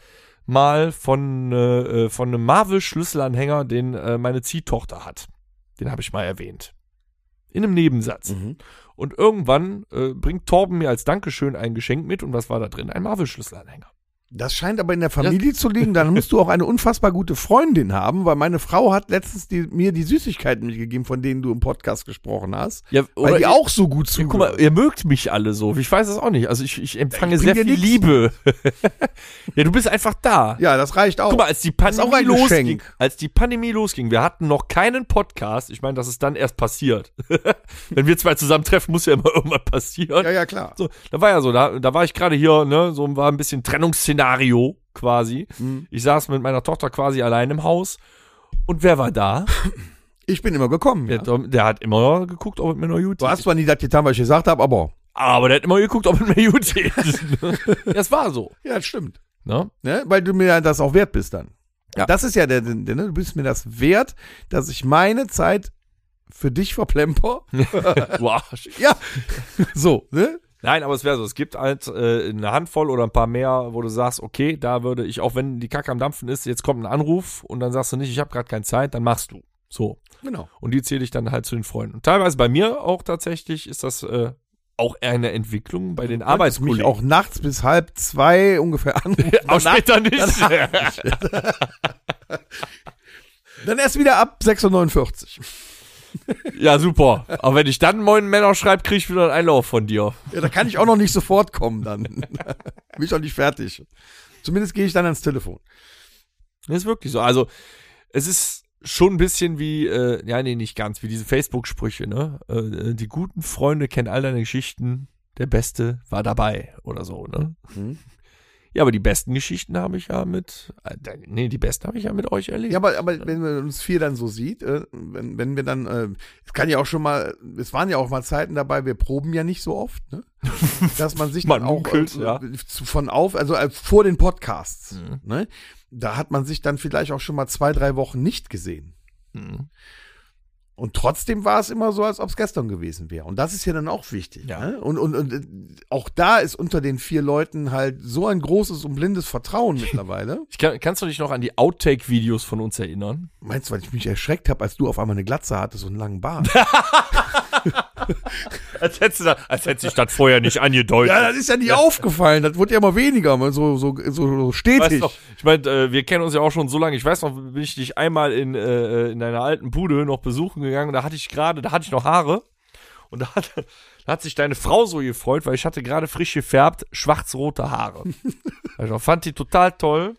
Speaker 2: mal von, äh, äh, von einem Marvel-Schlüsselanhänger, den äh, meine Ziehtochter hat. Den habe ich mal erwähnt. In einem Nebensatz.
Speaker 1: Mhm.
Speaker 2: Und irgendwann äh, bringt Torben mir als Dankeschön ein Geschenk mit. Und was war da drin? Ein Marvel-Schlüsselanhänger.
Speaker 1: Das scheint aber in der Familie zu liegen. Dann musst du auch eine unfassbar gute Freundin haben, weil meine Frau hat letztens die, mir die Süßigkeiten mitgegeben, von denen du im Podcast gesprochen hast.
Speaker 2: Ja,
Speaker 1: Weil die auch so gut
Speaker 2: Ja,
Speaker 1: zuhören.
Speaker 2: guck mal, ihr mögt mich alle so. Ich weiß es auch nicht. Also ich, ich empfange
Speaker 1: Ich
Speaker 2: sehr
Speaker 1: bring
Speaker 2: viel
Speaker 1: dir nix.
Speaker 2: Liebe. ja, du bist einfach da.
Speaker 1: ja, das reicht auch.
Speaker 2: Guck mal, als die
Speaker 1: ist auch
Speaker 2: Pandemie
Speaker 1: ein
Speaker 2: losging,
Speaker 1: Geschenk.
Speaker 2: als die Pandemie losging, wir hatten noch keinen Podcast. Ich meine, das ist dann erst passiert. Wenn wir zwei zusammentreffen, muss ja immer irgendwann passieren.
Speaker 1: ja, ja, klar.
Speaker 2: So, da war ja so, da, da war ich gerade hier, ne, so war ein bisschen Trennungsszenario quasi.
Speaker 1: Mhm.
Speaker 2: Ich saß mit meiner Tochter quasi allein im Haus. Und wer war da?
Speaker 1: Ich bin immer gekommen.
Speaker 2: Der,
Speaker 1: Ja.
Speaker 2: Tom- der hat immer geguckt, ob es mir noch gut
Speaker 1: Du
Speaker 2: geht.
Speaker 1: hast zwar nie das getan, was ich gesagt habe, aber
Speaker 2: Aber der hat immer geguckt, ob es mir gut geht. das war so.
Speaker 1: ja, das stimmt.
Speaker 2: Ne?
Speaker 1: Ne? Weil du mir das auch wert bist dann.
Speaker 2: Ja.
Speaker 1: Das ist ja der, der, der ne? du bist mir das wert, dass ich meine Zeit für dich verplemper.
Speaker 2: Du Arsch.
Speaker 1: ja, so, ne?
Speaker 2: Nein, aber es wäre so. Es gibt halt äh, eine Handvoll oder ein paar mehr, wo du sagst, okay, da würde ich, auch wenn die Kacke am Dampfen ist, jetzt kommt ein Anruf und dann sagst du nicht, ich habe gerade keine Zeit, dann machst du. So.
Speaker 1: Genau.
Speaker 2: Und die zähle ich dann halt zu den Freunden. Und teilweise bei mir auch tatsächlich ist das äh, auch eher eine Entwicklung bei den
Speaker 1: Arbeitest mich
Speaker 2: Arbeitskollegen.
Speaker 1: auch nachts bis halb zwei ungefähr an.
Speaker 2: auch später nicht.
Speaker 1: Dann erst wieder ab 6.49 Uhr.
Speaker 2: ja, super. Aber wenn ich dann Moin Männer schreibe, kriege ich wieder einen Einlauf von dir.
Speaker 1: Ja, da kann ich auch noch nicht sofort kommen dann. Bin ich auch nicht fertig. Zumindest gehe ich dann ans Telefon.
Speaker 2: Das ist wirklich so. Also, es ist schon ein bisschen wie, äh, ja, nee, nicht ganz, wie diese Facebook-Sprüche, ne? Äh, Äh, die guten Freunde kennen all deine Geschichten, der Beste war dabei oder so, ne?
Speaker 1: Mhm.
Speaker 2: Ja, aber die besten Geschichten habe ich ja mit, äh, nee, die besten habe ich ja mit euch erlebt.
Speaker 1: Ja, aber, aber wenn man uns vier dann so sieht, äh, wenn, wenn wir dann, äh, es kann ja auch schon mal, es waren ja auch mal Zeiten dabei, wir proben ja nicht so oft, ne? Dass man sich
Speaker 2: Man
Speaker 1: dann auch
Speaker 2: munkelt,
Speaker 1: äh,
Speaker 2: ja.
Speaker 1: zu- von auf, also äh, vor den Podcasts,
Speaker 2: Mhm.
Speaker 1: ne? Da hat man sich dann vielleicht auch schon mal zwei, drei Wochen nicht gesehen.
Speaker 2: Mhm.
Speaker 1: Und trotzdem war es immer so, als ob es gestern gewesen wäre. Und das ist ja dann auch wichtig.
Speaker 2: Ja.
Speaker 1: Ne? Und, und, und äh, auch da ist unter den vier Leuten halt so ein großes und blindes Vertrauen mittlerweile.
Speaker 2: Ich kann, kannst du dich noch an die Outtake-Videos von uns erinnern?
Speaker 1: Meinst du, weil ich mich erschreckt habe, als du auf einmal eine Glatze hattest und einen langen Bart?
Speaker 2: Als hättest du, da, als hättest du dich das vorher nicht angedeutet.
Speaker 1: Ja, das ist ja nie aufgefallen. Das wurde ja immer weniger, mal so, so, so, so
Speaker 2: Weißt
Speaker 1: stetig.
Speaker 2: noch, ich meine, äh, wir kennen uns ja auch schon so lange. Ich weiß noch, bin ich dich einmal in, äh, in deiner alten Bude noch besuchen gegangen. Da hatte ich gerade, da hatte ich noch Haare. Und da hat, da hat sich deine Frau so gefreut, weil ich hatte gerade frisch gefärbt, schwarz-rote Haare. also fand die total toll.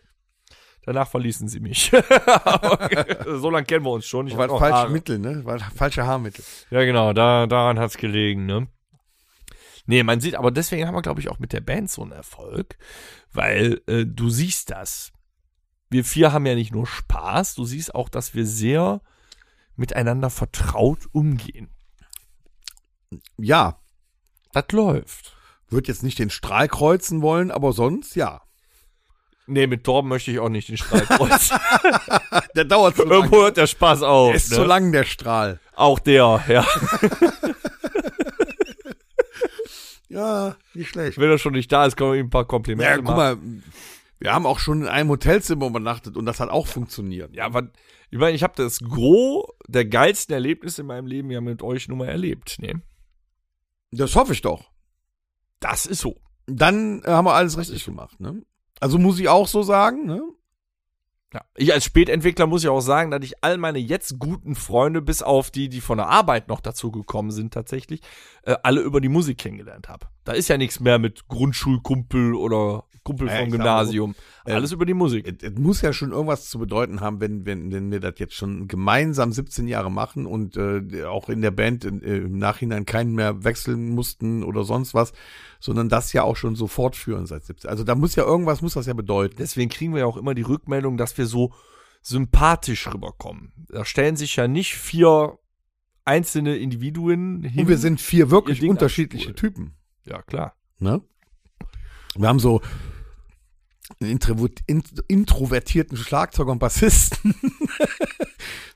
Speaker 2: Danach verließen sie mich. so lange kennen wir uns schon. Ich
Speaker 1: war
Speaker 2: hab
Speaker 1: das
Speaker 2: noch
Speaker 1: falsche
Speaker 2: Haare.
Speaker 1: Mittel, ne? War das falsche Haarmittel.
Speaker 2: Ja, genau, da, daran hat's gelegen, ne? Nee, man sieht, aber deswegen haben wir, glaube ich, auch mit der Band so einen Erfolg, weil äh, du siehst das. Wir vier haben ja nicht nur Spaß, du siehst auch, dass wir sehr miteinander vertraut umgehen.
Speaker 1: Ja,
Speaker 2: Das läuft.
Speaker 1: würde jetzt nicht den Strahl kreuzen wollen, aber sonst ja.
Speaker 2: Nee, mit Torben möchte ich auch nicht den Streit kreuzen.
Speaker 1: Der dauert zu lang.
Speaker 2: Irgendwo hört der Spaß auf.
Speaker 1: Der ist
Speaker 2: ne?
Speaker 1: zu lang, der Strahl.
Speaker 2: Auch der, ja.
Speaker 1: Ja, nicht schlecht.
Speaker 2: Wenn er schon nicht da ist, können wir ihm ein paar Komplimente
Speaker 1: Ja,
Speaker 2: machen.
Speaker 1: guck mal, wir haben auch schon in einem Hotelzimmer übernachtet und das hat auch funktioniert.
Speaker 2: Ja, aber ich meine, ich habe das Gros der geilsten Erlebnisse in meinem Leben ja mit euch nun mal erlebt. Ne?
Speaker 1: Das hoffe ich doch.
Speaker 2: Das ist so.
Speaker 1: Dann äh, haben wir alles richtig gemacht, ne? Also muss ich auch so sagen, ne?
Speaker 2: Ja. Ich als Spätentwickler muss ja auch sagen, dass ich all meine jetzt guten Freunde, bis auf die, die von der Arbeit noch dazu gekommen sind tatsächlich, äh, alle über die Musik kennengelernt habe. Da ist ja nichts mehr mit Grundschulkumpel oder Kumpel
Speaker 1: Ja,
Speaker 2: vom
Speaker 1: ich sag mal
Speaker 2: Gymnasium.
Speaker 1: so, ähm,
Speaker 2: Alles über die Musik.
Speaker 1: Es es muss ja schon irgendwas zu bedeuten haben, wenn, wenn, wenn wir das jetzt schon gemeinsam 17 Jahre machen und äh, auch in der Band in, äh, im Nachhinein keinen mehr wechseln mussten oder sonst was, sondern das ja auch schon so fortführen seit 17. Also da muss ja irgendwas, muss das ja bedeuten.
Speaker 2: Deswegen kriegen wir ja auch immer die Rückmeldung, dass wir so sympathisch rüberkommen. Da stellen sich ja nicht vier einzelne Individuen hin.
Speaker 1: Und wir sind vier
Speaker 2: Ihr
Speaker 1: wirklich
Speaker 2: Ding
Speaker 1: unterschiedliche
Speaker 2: abspult.
Speaker 1: Typen.
Speaker 2: ja klar.
Speaker 1: Ne? Wir haben so einen introvert, in, introvertierten Schlagzeuger und Bassisten.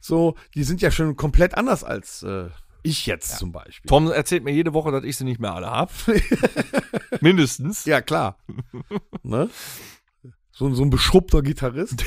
Speaker 1: so, die sind ja schon komplett anders als äh, Ich jetzt zum Beispiel.
Speaker 2: Tom erzählt mir jede Woche, dass ich sie nicht mehr alle habe. Mindestens.
Speaker 1: Ja, klar. ne? so, ein- so ein beschrubbter Gitarrist.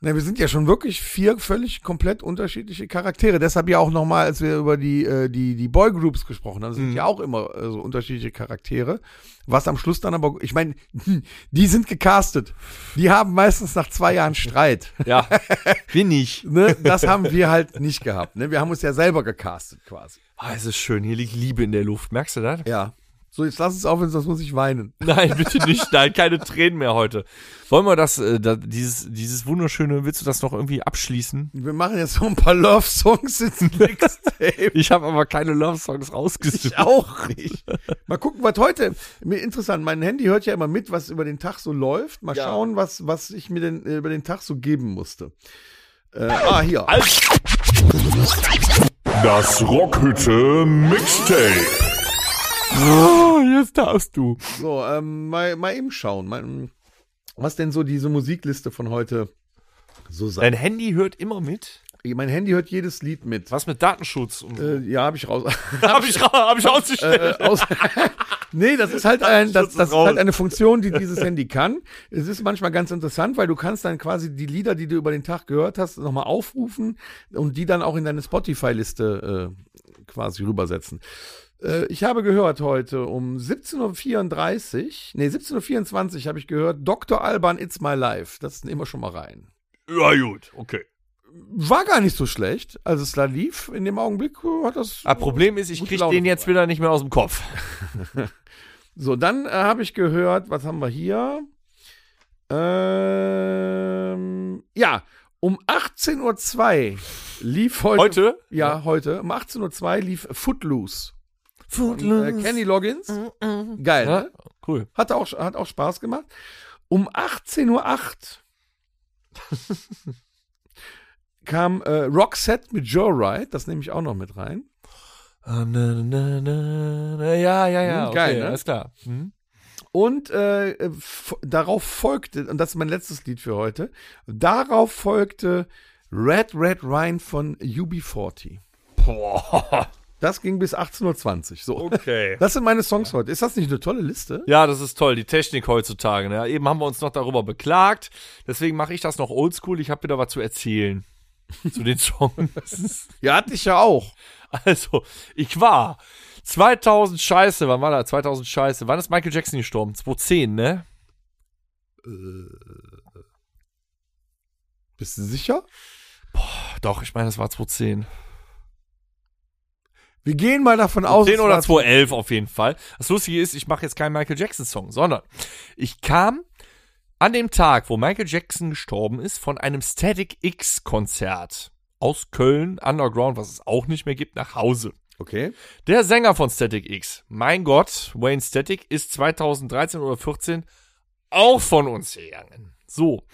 Speaker 1: Na, wir sind ja schon wirklich vier völlig komplett unterschiedliche Charaktere. Deshalb ja auch nochmal, als wir über die, äh, die, die Boygroups gesprochen haben, sind ja auch immer äh, so unterschiedliche Charaktere. Was am Schluss dann aber, ich meine, die sind gecastet. Die haben meistens nach zwei Jahren Streit.
Speaker 2: Ja. Wir nicht.
Speaker 1: Ne? Das haben wir halt nicht gehabt. Ne? Wir haben uns ja selber gecastet quasi.
Speaker 2: Ah, es ist schön. Hier liegt Liebe in der Luft. Merkst du das?
Speaker 1: Ja. So, jetzt lass uns aufhören, sonst muss ich weinen.
Speaker 2: Nein, bitte nicht. Nein, keine Tränen mehr heute. Wollen wir das, äh, da, dieses, dieses wunderschöne, willst du das noch irgendwie abschließen?
Speaker 1: Wir machen jetzt noch ein paar Love-Songs ins Mixtape.
Speaker 2: Ich habe aber keine Love-Songs rausgesucht.
Speaker 1: auch nicht. Mal gucken, was heute. Mir interessant, mein Handy hört ja immer mit, was über den Tag so läuft. Mal
Speaker 2: Ja.
Speaker 1: schauen, was, was ich mir denn äh, über den Tag so geben musste. Äh, ah, hier.
Speaker 3: Das Rockhütte Mixtape.
Speaker 2: Oh, jetzt darfst du.
Speaker 1: So, ähm, mal, mal eben schauen, mal, ähm, was denn so diese Musikliste von heute so sein.
Speaker 2: Dein Handy hört immer mit.
Speaker 1: Mein Handy hört jedes Lied mit.
Speaker 2: Äh. Was mit Datenschutz? Und
Speaker 1: Äh, ja, habe ich raus.
Speaker 2: Hab ich, ra- hab ich rausgestellt.
Speaker 1: äh, aus. nee, das ist halt ein, das, das ist
Speaker 2: raus.
Speaker 1: halt eine Funktion, die dieses Handy kann. Es ist manchmal ganz interessant, weil du kannst dann quasi die Lieder, die du über den Tag gehört hast, nochmal aufrufen und die dann auch in deine Spotify-Liste äh, quasi rübersetzen. Äh, Ich habe gehört heute um 17.34 Uhr, nee, 17.24 Uhr habe ich gehört, Dr. Alban, It's My Life. Das nehmen wir schon mal rein.
Speaker 2: ja, gut, okay.
Speaker 1: War gar nicht so schlecht. Also es da lief in dem Augenblick, äh, hat das...
Speaker 2: Das Ah, Problem ist, ich
Speaker 1: Gute
Speaker 2: krieg
Speaker 1: Laune
Speaker 2: den jetzt wieder nicht mehr aus dem Kopf.
Speaker 1: So, dann äh, habe ich gehört, was haben wir hier? Ähm, ja, um 18.02 Uhr lief heute.
Speaker 2: Heute?
Speaker 1: Ja, heute. Um 18.02 Uhr lief Footloose. Äh, Kenny Loggins. Geil.
Speaker 2: Ja,
Speaker 1: Ne?
Speaker 2: cool.
Speaker 1: Hat, auch, hat auch Spaß gemacht. Um 18.08 Uhr kam äh, Roxette mit Joe Wright. Das nehme ich auch noch mit rein.
Speaker 2: Ähm, na, na, na, na, ja, ja, ja.
Speaker 1: Hm,
Speaker 2: okay,
Speaker 1: geil, ne?
Speaker 2: Alles klar. Hm?
Speaker 1: Und äh, f- darauf folgte, und das ist mein letztes Lied für heute, darauf folgte Red Red Wine von UB40.
Speaker 2: Boah.
Speaker 1: Das ging bis 18.20 Uhr. So.
Speaker 2: Okay.
Speaker 1: Das sind meine Songs heute. Ist das nicht eine tolle Liste?
Speaker 2: Ja, das ist toll, die Technik heutzutage. Ne? Eben haben wir uns noch darüber beklagt. Deswegen mache ich das noch oldschool. Ich habe wieder was zu erzählen zu den Songs.
Speaker 1: Ja, hatte ich ja auch.
Speaker 2: Also, ich war 2000 Scheiße, wann war da? 2000 Scheiße. Wann ist Michael Jackson gestorben? 2010, ne?
Speaker 1: Bist du sicher?
Speaker 2: Doch, ich meine, das war 2010.
Speaker 1: Wir gehen mal davon aus.
Speaker 2: 10
Speaker 1: es
Speaker 2: oder
Speaker 1: war-
Speaker 2: 211 auf jeden Fall. Das Lustige ist, ich mache jetzt keinen Michael Jackson Song, sondern ich kam an dem Tag, wo Michael Jackson gestorben ist, von einem Static X Konzert aus Köln Underground, was es auch nicht mehr gibt, nach Hause.
Speaker 1: Okay.
Speaker 2: Der Sänger von Static X, mein Gott, Wayne Static, ist 2013 oder 14 auch von uns gegangen. So.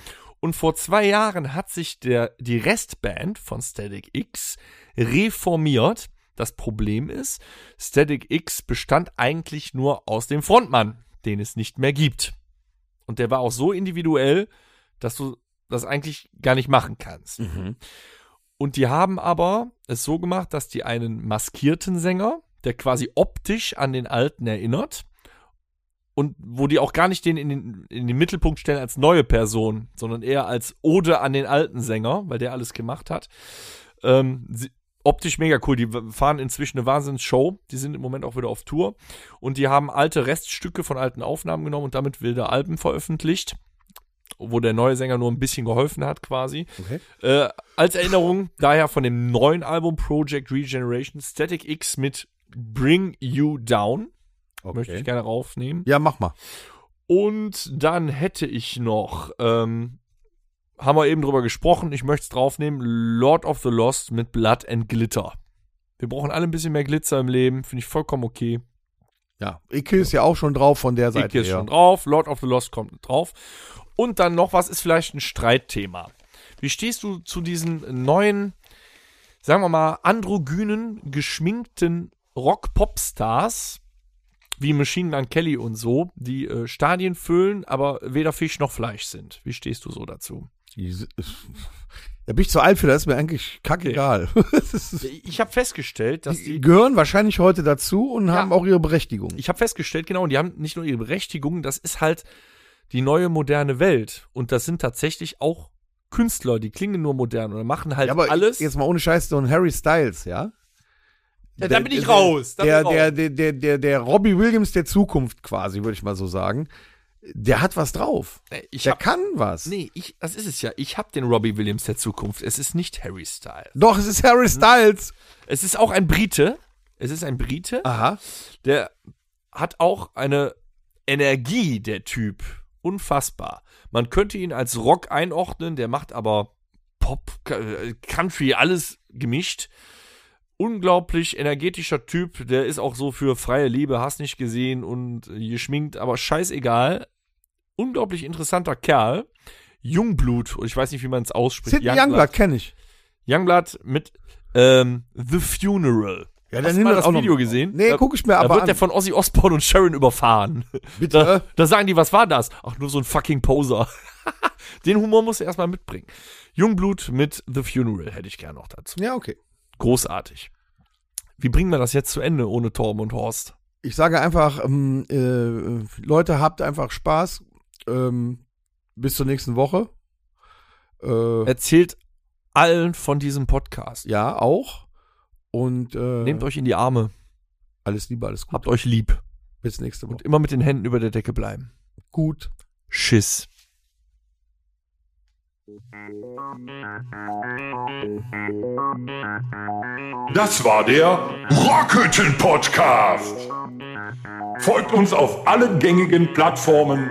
Speaker 2: Und vor zwei Jahren hat sich der, die Restband von Static X reformiert. Das Problem ist, Static X bestand eigentlich nur aus dem Frontmann, den es nicht mehr gibt. Und der war auch so individuell, dass du das eigentlich gar nicht machen kannst. Und die haben aber es so gemacht, dass die einen maskierten Sänger, der quasi optisch an den alten erinnert, und wo die auch gar nicht den in, den in den Mittelpunkt stellen als neue Person, sondern eher als Ode an den alten Sänger, weil der alles gemacht hat. Ähm, sie, optisch mega cool. Die w- fahren inzwischen eine Wahnsinns-Show. Die sind im Moment auch wieder auf Tour. Und die haben alte Reststücke von alten Aufnahmen genommen und damit wilde Alben veröffentlicht, wo der neue Sänger nur ein bisschen geholfen hat quasi.
Speaker 1: Okay.
Speaker 2: Äh, als Erinnerung daher von dem neuen Album Project Regeneration Static X mit Bring You Down. Möchte ich gerne raufnehmen.
Speaker 1: Ja, mach mal.
Speaker 2: Und dann hätte ich noch, ähm, haben wir eben drüber gesprochen, ich möchte es draufnehmen, Lord of the Lost mit Blood and Glitter. Wir brauchen alle ein bisschen mehr Glitzer im Leben, finde ich vollkommen okay.
Speaker 1: Ja. Icke ist ja auch schon drauf von der Seite.
Speaker 2: Ike ist
Speaker 1: her.
Speaker 2: schon drauf, Lord of the Lost kommt drauf. Und dann noch was ist vielleicht ein Streitthema. Wie stehst du zu diesen neuen, sagen wir mal, androgynen, geschminkten Rock-Pop-Stars wie Machine Gun Kelly und so, die äh, Stadien füllen, aber weder Fisch noch Fleisch sind? Wie stehst du so dazu?
Speaker 1: Die s- Da bin ich zu alt für, das ist mir eigentlich kackegal. Das ist-
Speaker 2: Ich habe festgestellt, dass
Speaker 1: die
Speaker 2: die.
Speaker 1: gehören wahrscheinlich heute dazu und haben auch ihre Berechtigung.
Speaker 2: Ich habe festgestellt, genau, und die haben nicht nur ihre Berechtigung, das ist halt die neue moderne Welt. Und das sind tatsächlich auch Künstler, die klingen nur modern oder machen halt
Speaker 1: Ja, aber
Speaker 2: alles.
Speaker 1: jetzt mal ohne Scheiß, so ein Harry Styles, ja?
Speaker 2: Ja, da bin ich raus, da bin
Speaker 1: Der,
Speaker 2: ich raus.
Speaker 1: der, der, der, der, der Robbie Williams der Zukunft quasi, würde ich mal so sagen. Der hat was drauf.
Speaker 2: Äh, ich
Speaker 1: Der
Speaker 2: hab-
Speaker 1: kann was.
Speaker 2: Nee, ich, das ist es ja. Ich habe den Robbie Williams der Zukunft. Es ist nicht Harry Styles.
Speaker 1: Doch, es ist
Speaker 2: Hm?
Speaker 1: Harry Styles.
Speaker 2: Es ist auch ein Brite. Es ist ein Brite.
Speaker 1: Aha.
Speaker 2: Der hat auch eine Energie, der Typ. Unfassbar. Man könnte ihn als Rock einordnen, der macht aber Pop, K- äh, Country, alles gemischt. Unglaublich energetischer Typ, der ist auch so für freie Liebe, hast nicht gesehen und geschminkt, aber scheißegal. Unglaublich interessanter Kerl. Jungblut, ich weiß nicht, wie man es ausspricht.
Speaker 1: Sidney Youngblood kenne ich.
Speaker 2: Youngblood mit ähm, The Funeral.
Speaker 1: Ja,
Speaker 2: Hast
Speaker 1: dann
Speaker 2: du
Speaker 1: nimm
Speaker 2: mal
Speaker 1: das
Speaker 2: das
Speaker 1: auch noch
Speaker 2: Video
Speaker 1: mit.
Speaker 2: gesehen? Äh,
Speaker 1: Nee,
Speaker 2: Da-
Speaker 1: guck ich mir
Speaker 2: da
Speaker 1: aber
Speaker 2: wird
Speaker 1: an.
Speaker 2: der von Ozzy Osbourne und Sharon überfahren. Da,
Speaker 1: Bitte.
Speaker 2: da sagen die, was war das? Ach, nur so ein fucking Poser. Den Humor musst du erstmal mitbringen. Jungblut mit The Funeral hätte ich gern noch dazu.
Speaker 1: Ja, okay.
Speaker 2: Großartig. Wie bringen wir das jetzt zu Ende ohne Torben und Horst?
Speaker 1: Ich sage einfach, ähm, äh, Leute, habt einfach Spaß. Ähm, bis zur nächsten Woche. Äh,
Speaker 2: Erzählt allen von diesem Podcast.
Speaker 1: ja, auch. Und äh,
Speaker 2: Nehmt euch in die Arme.
Speaker 1: alles Liebe, alles Gute.
Speaker 2: Habt euch lieb.
Speaker 1: Bis nächste Woche.
Speaker 2: Und immer mit den Händen über der Decke bleiben.
Speaker 1: Gut.
Speaker 2: Schiss.
Speaker 3: Das war der Rockhütten Podcast. Folgt uns auf allen gängigen Plattformen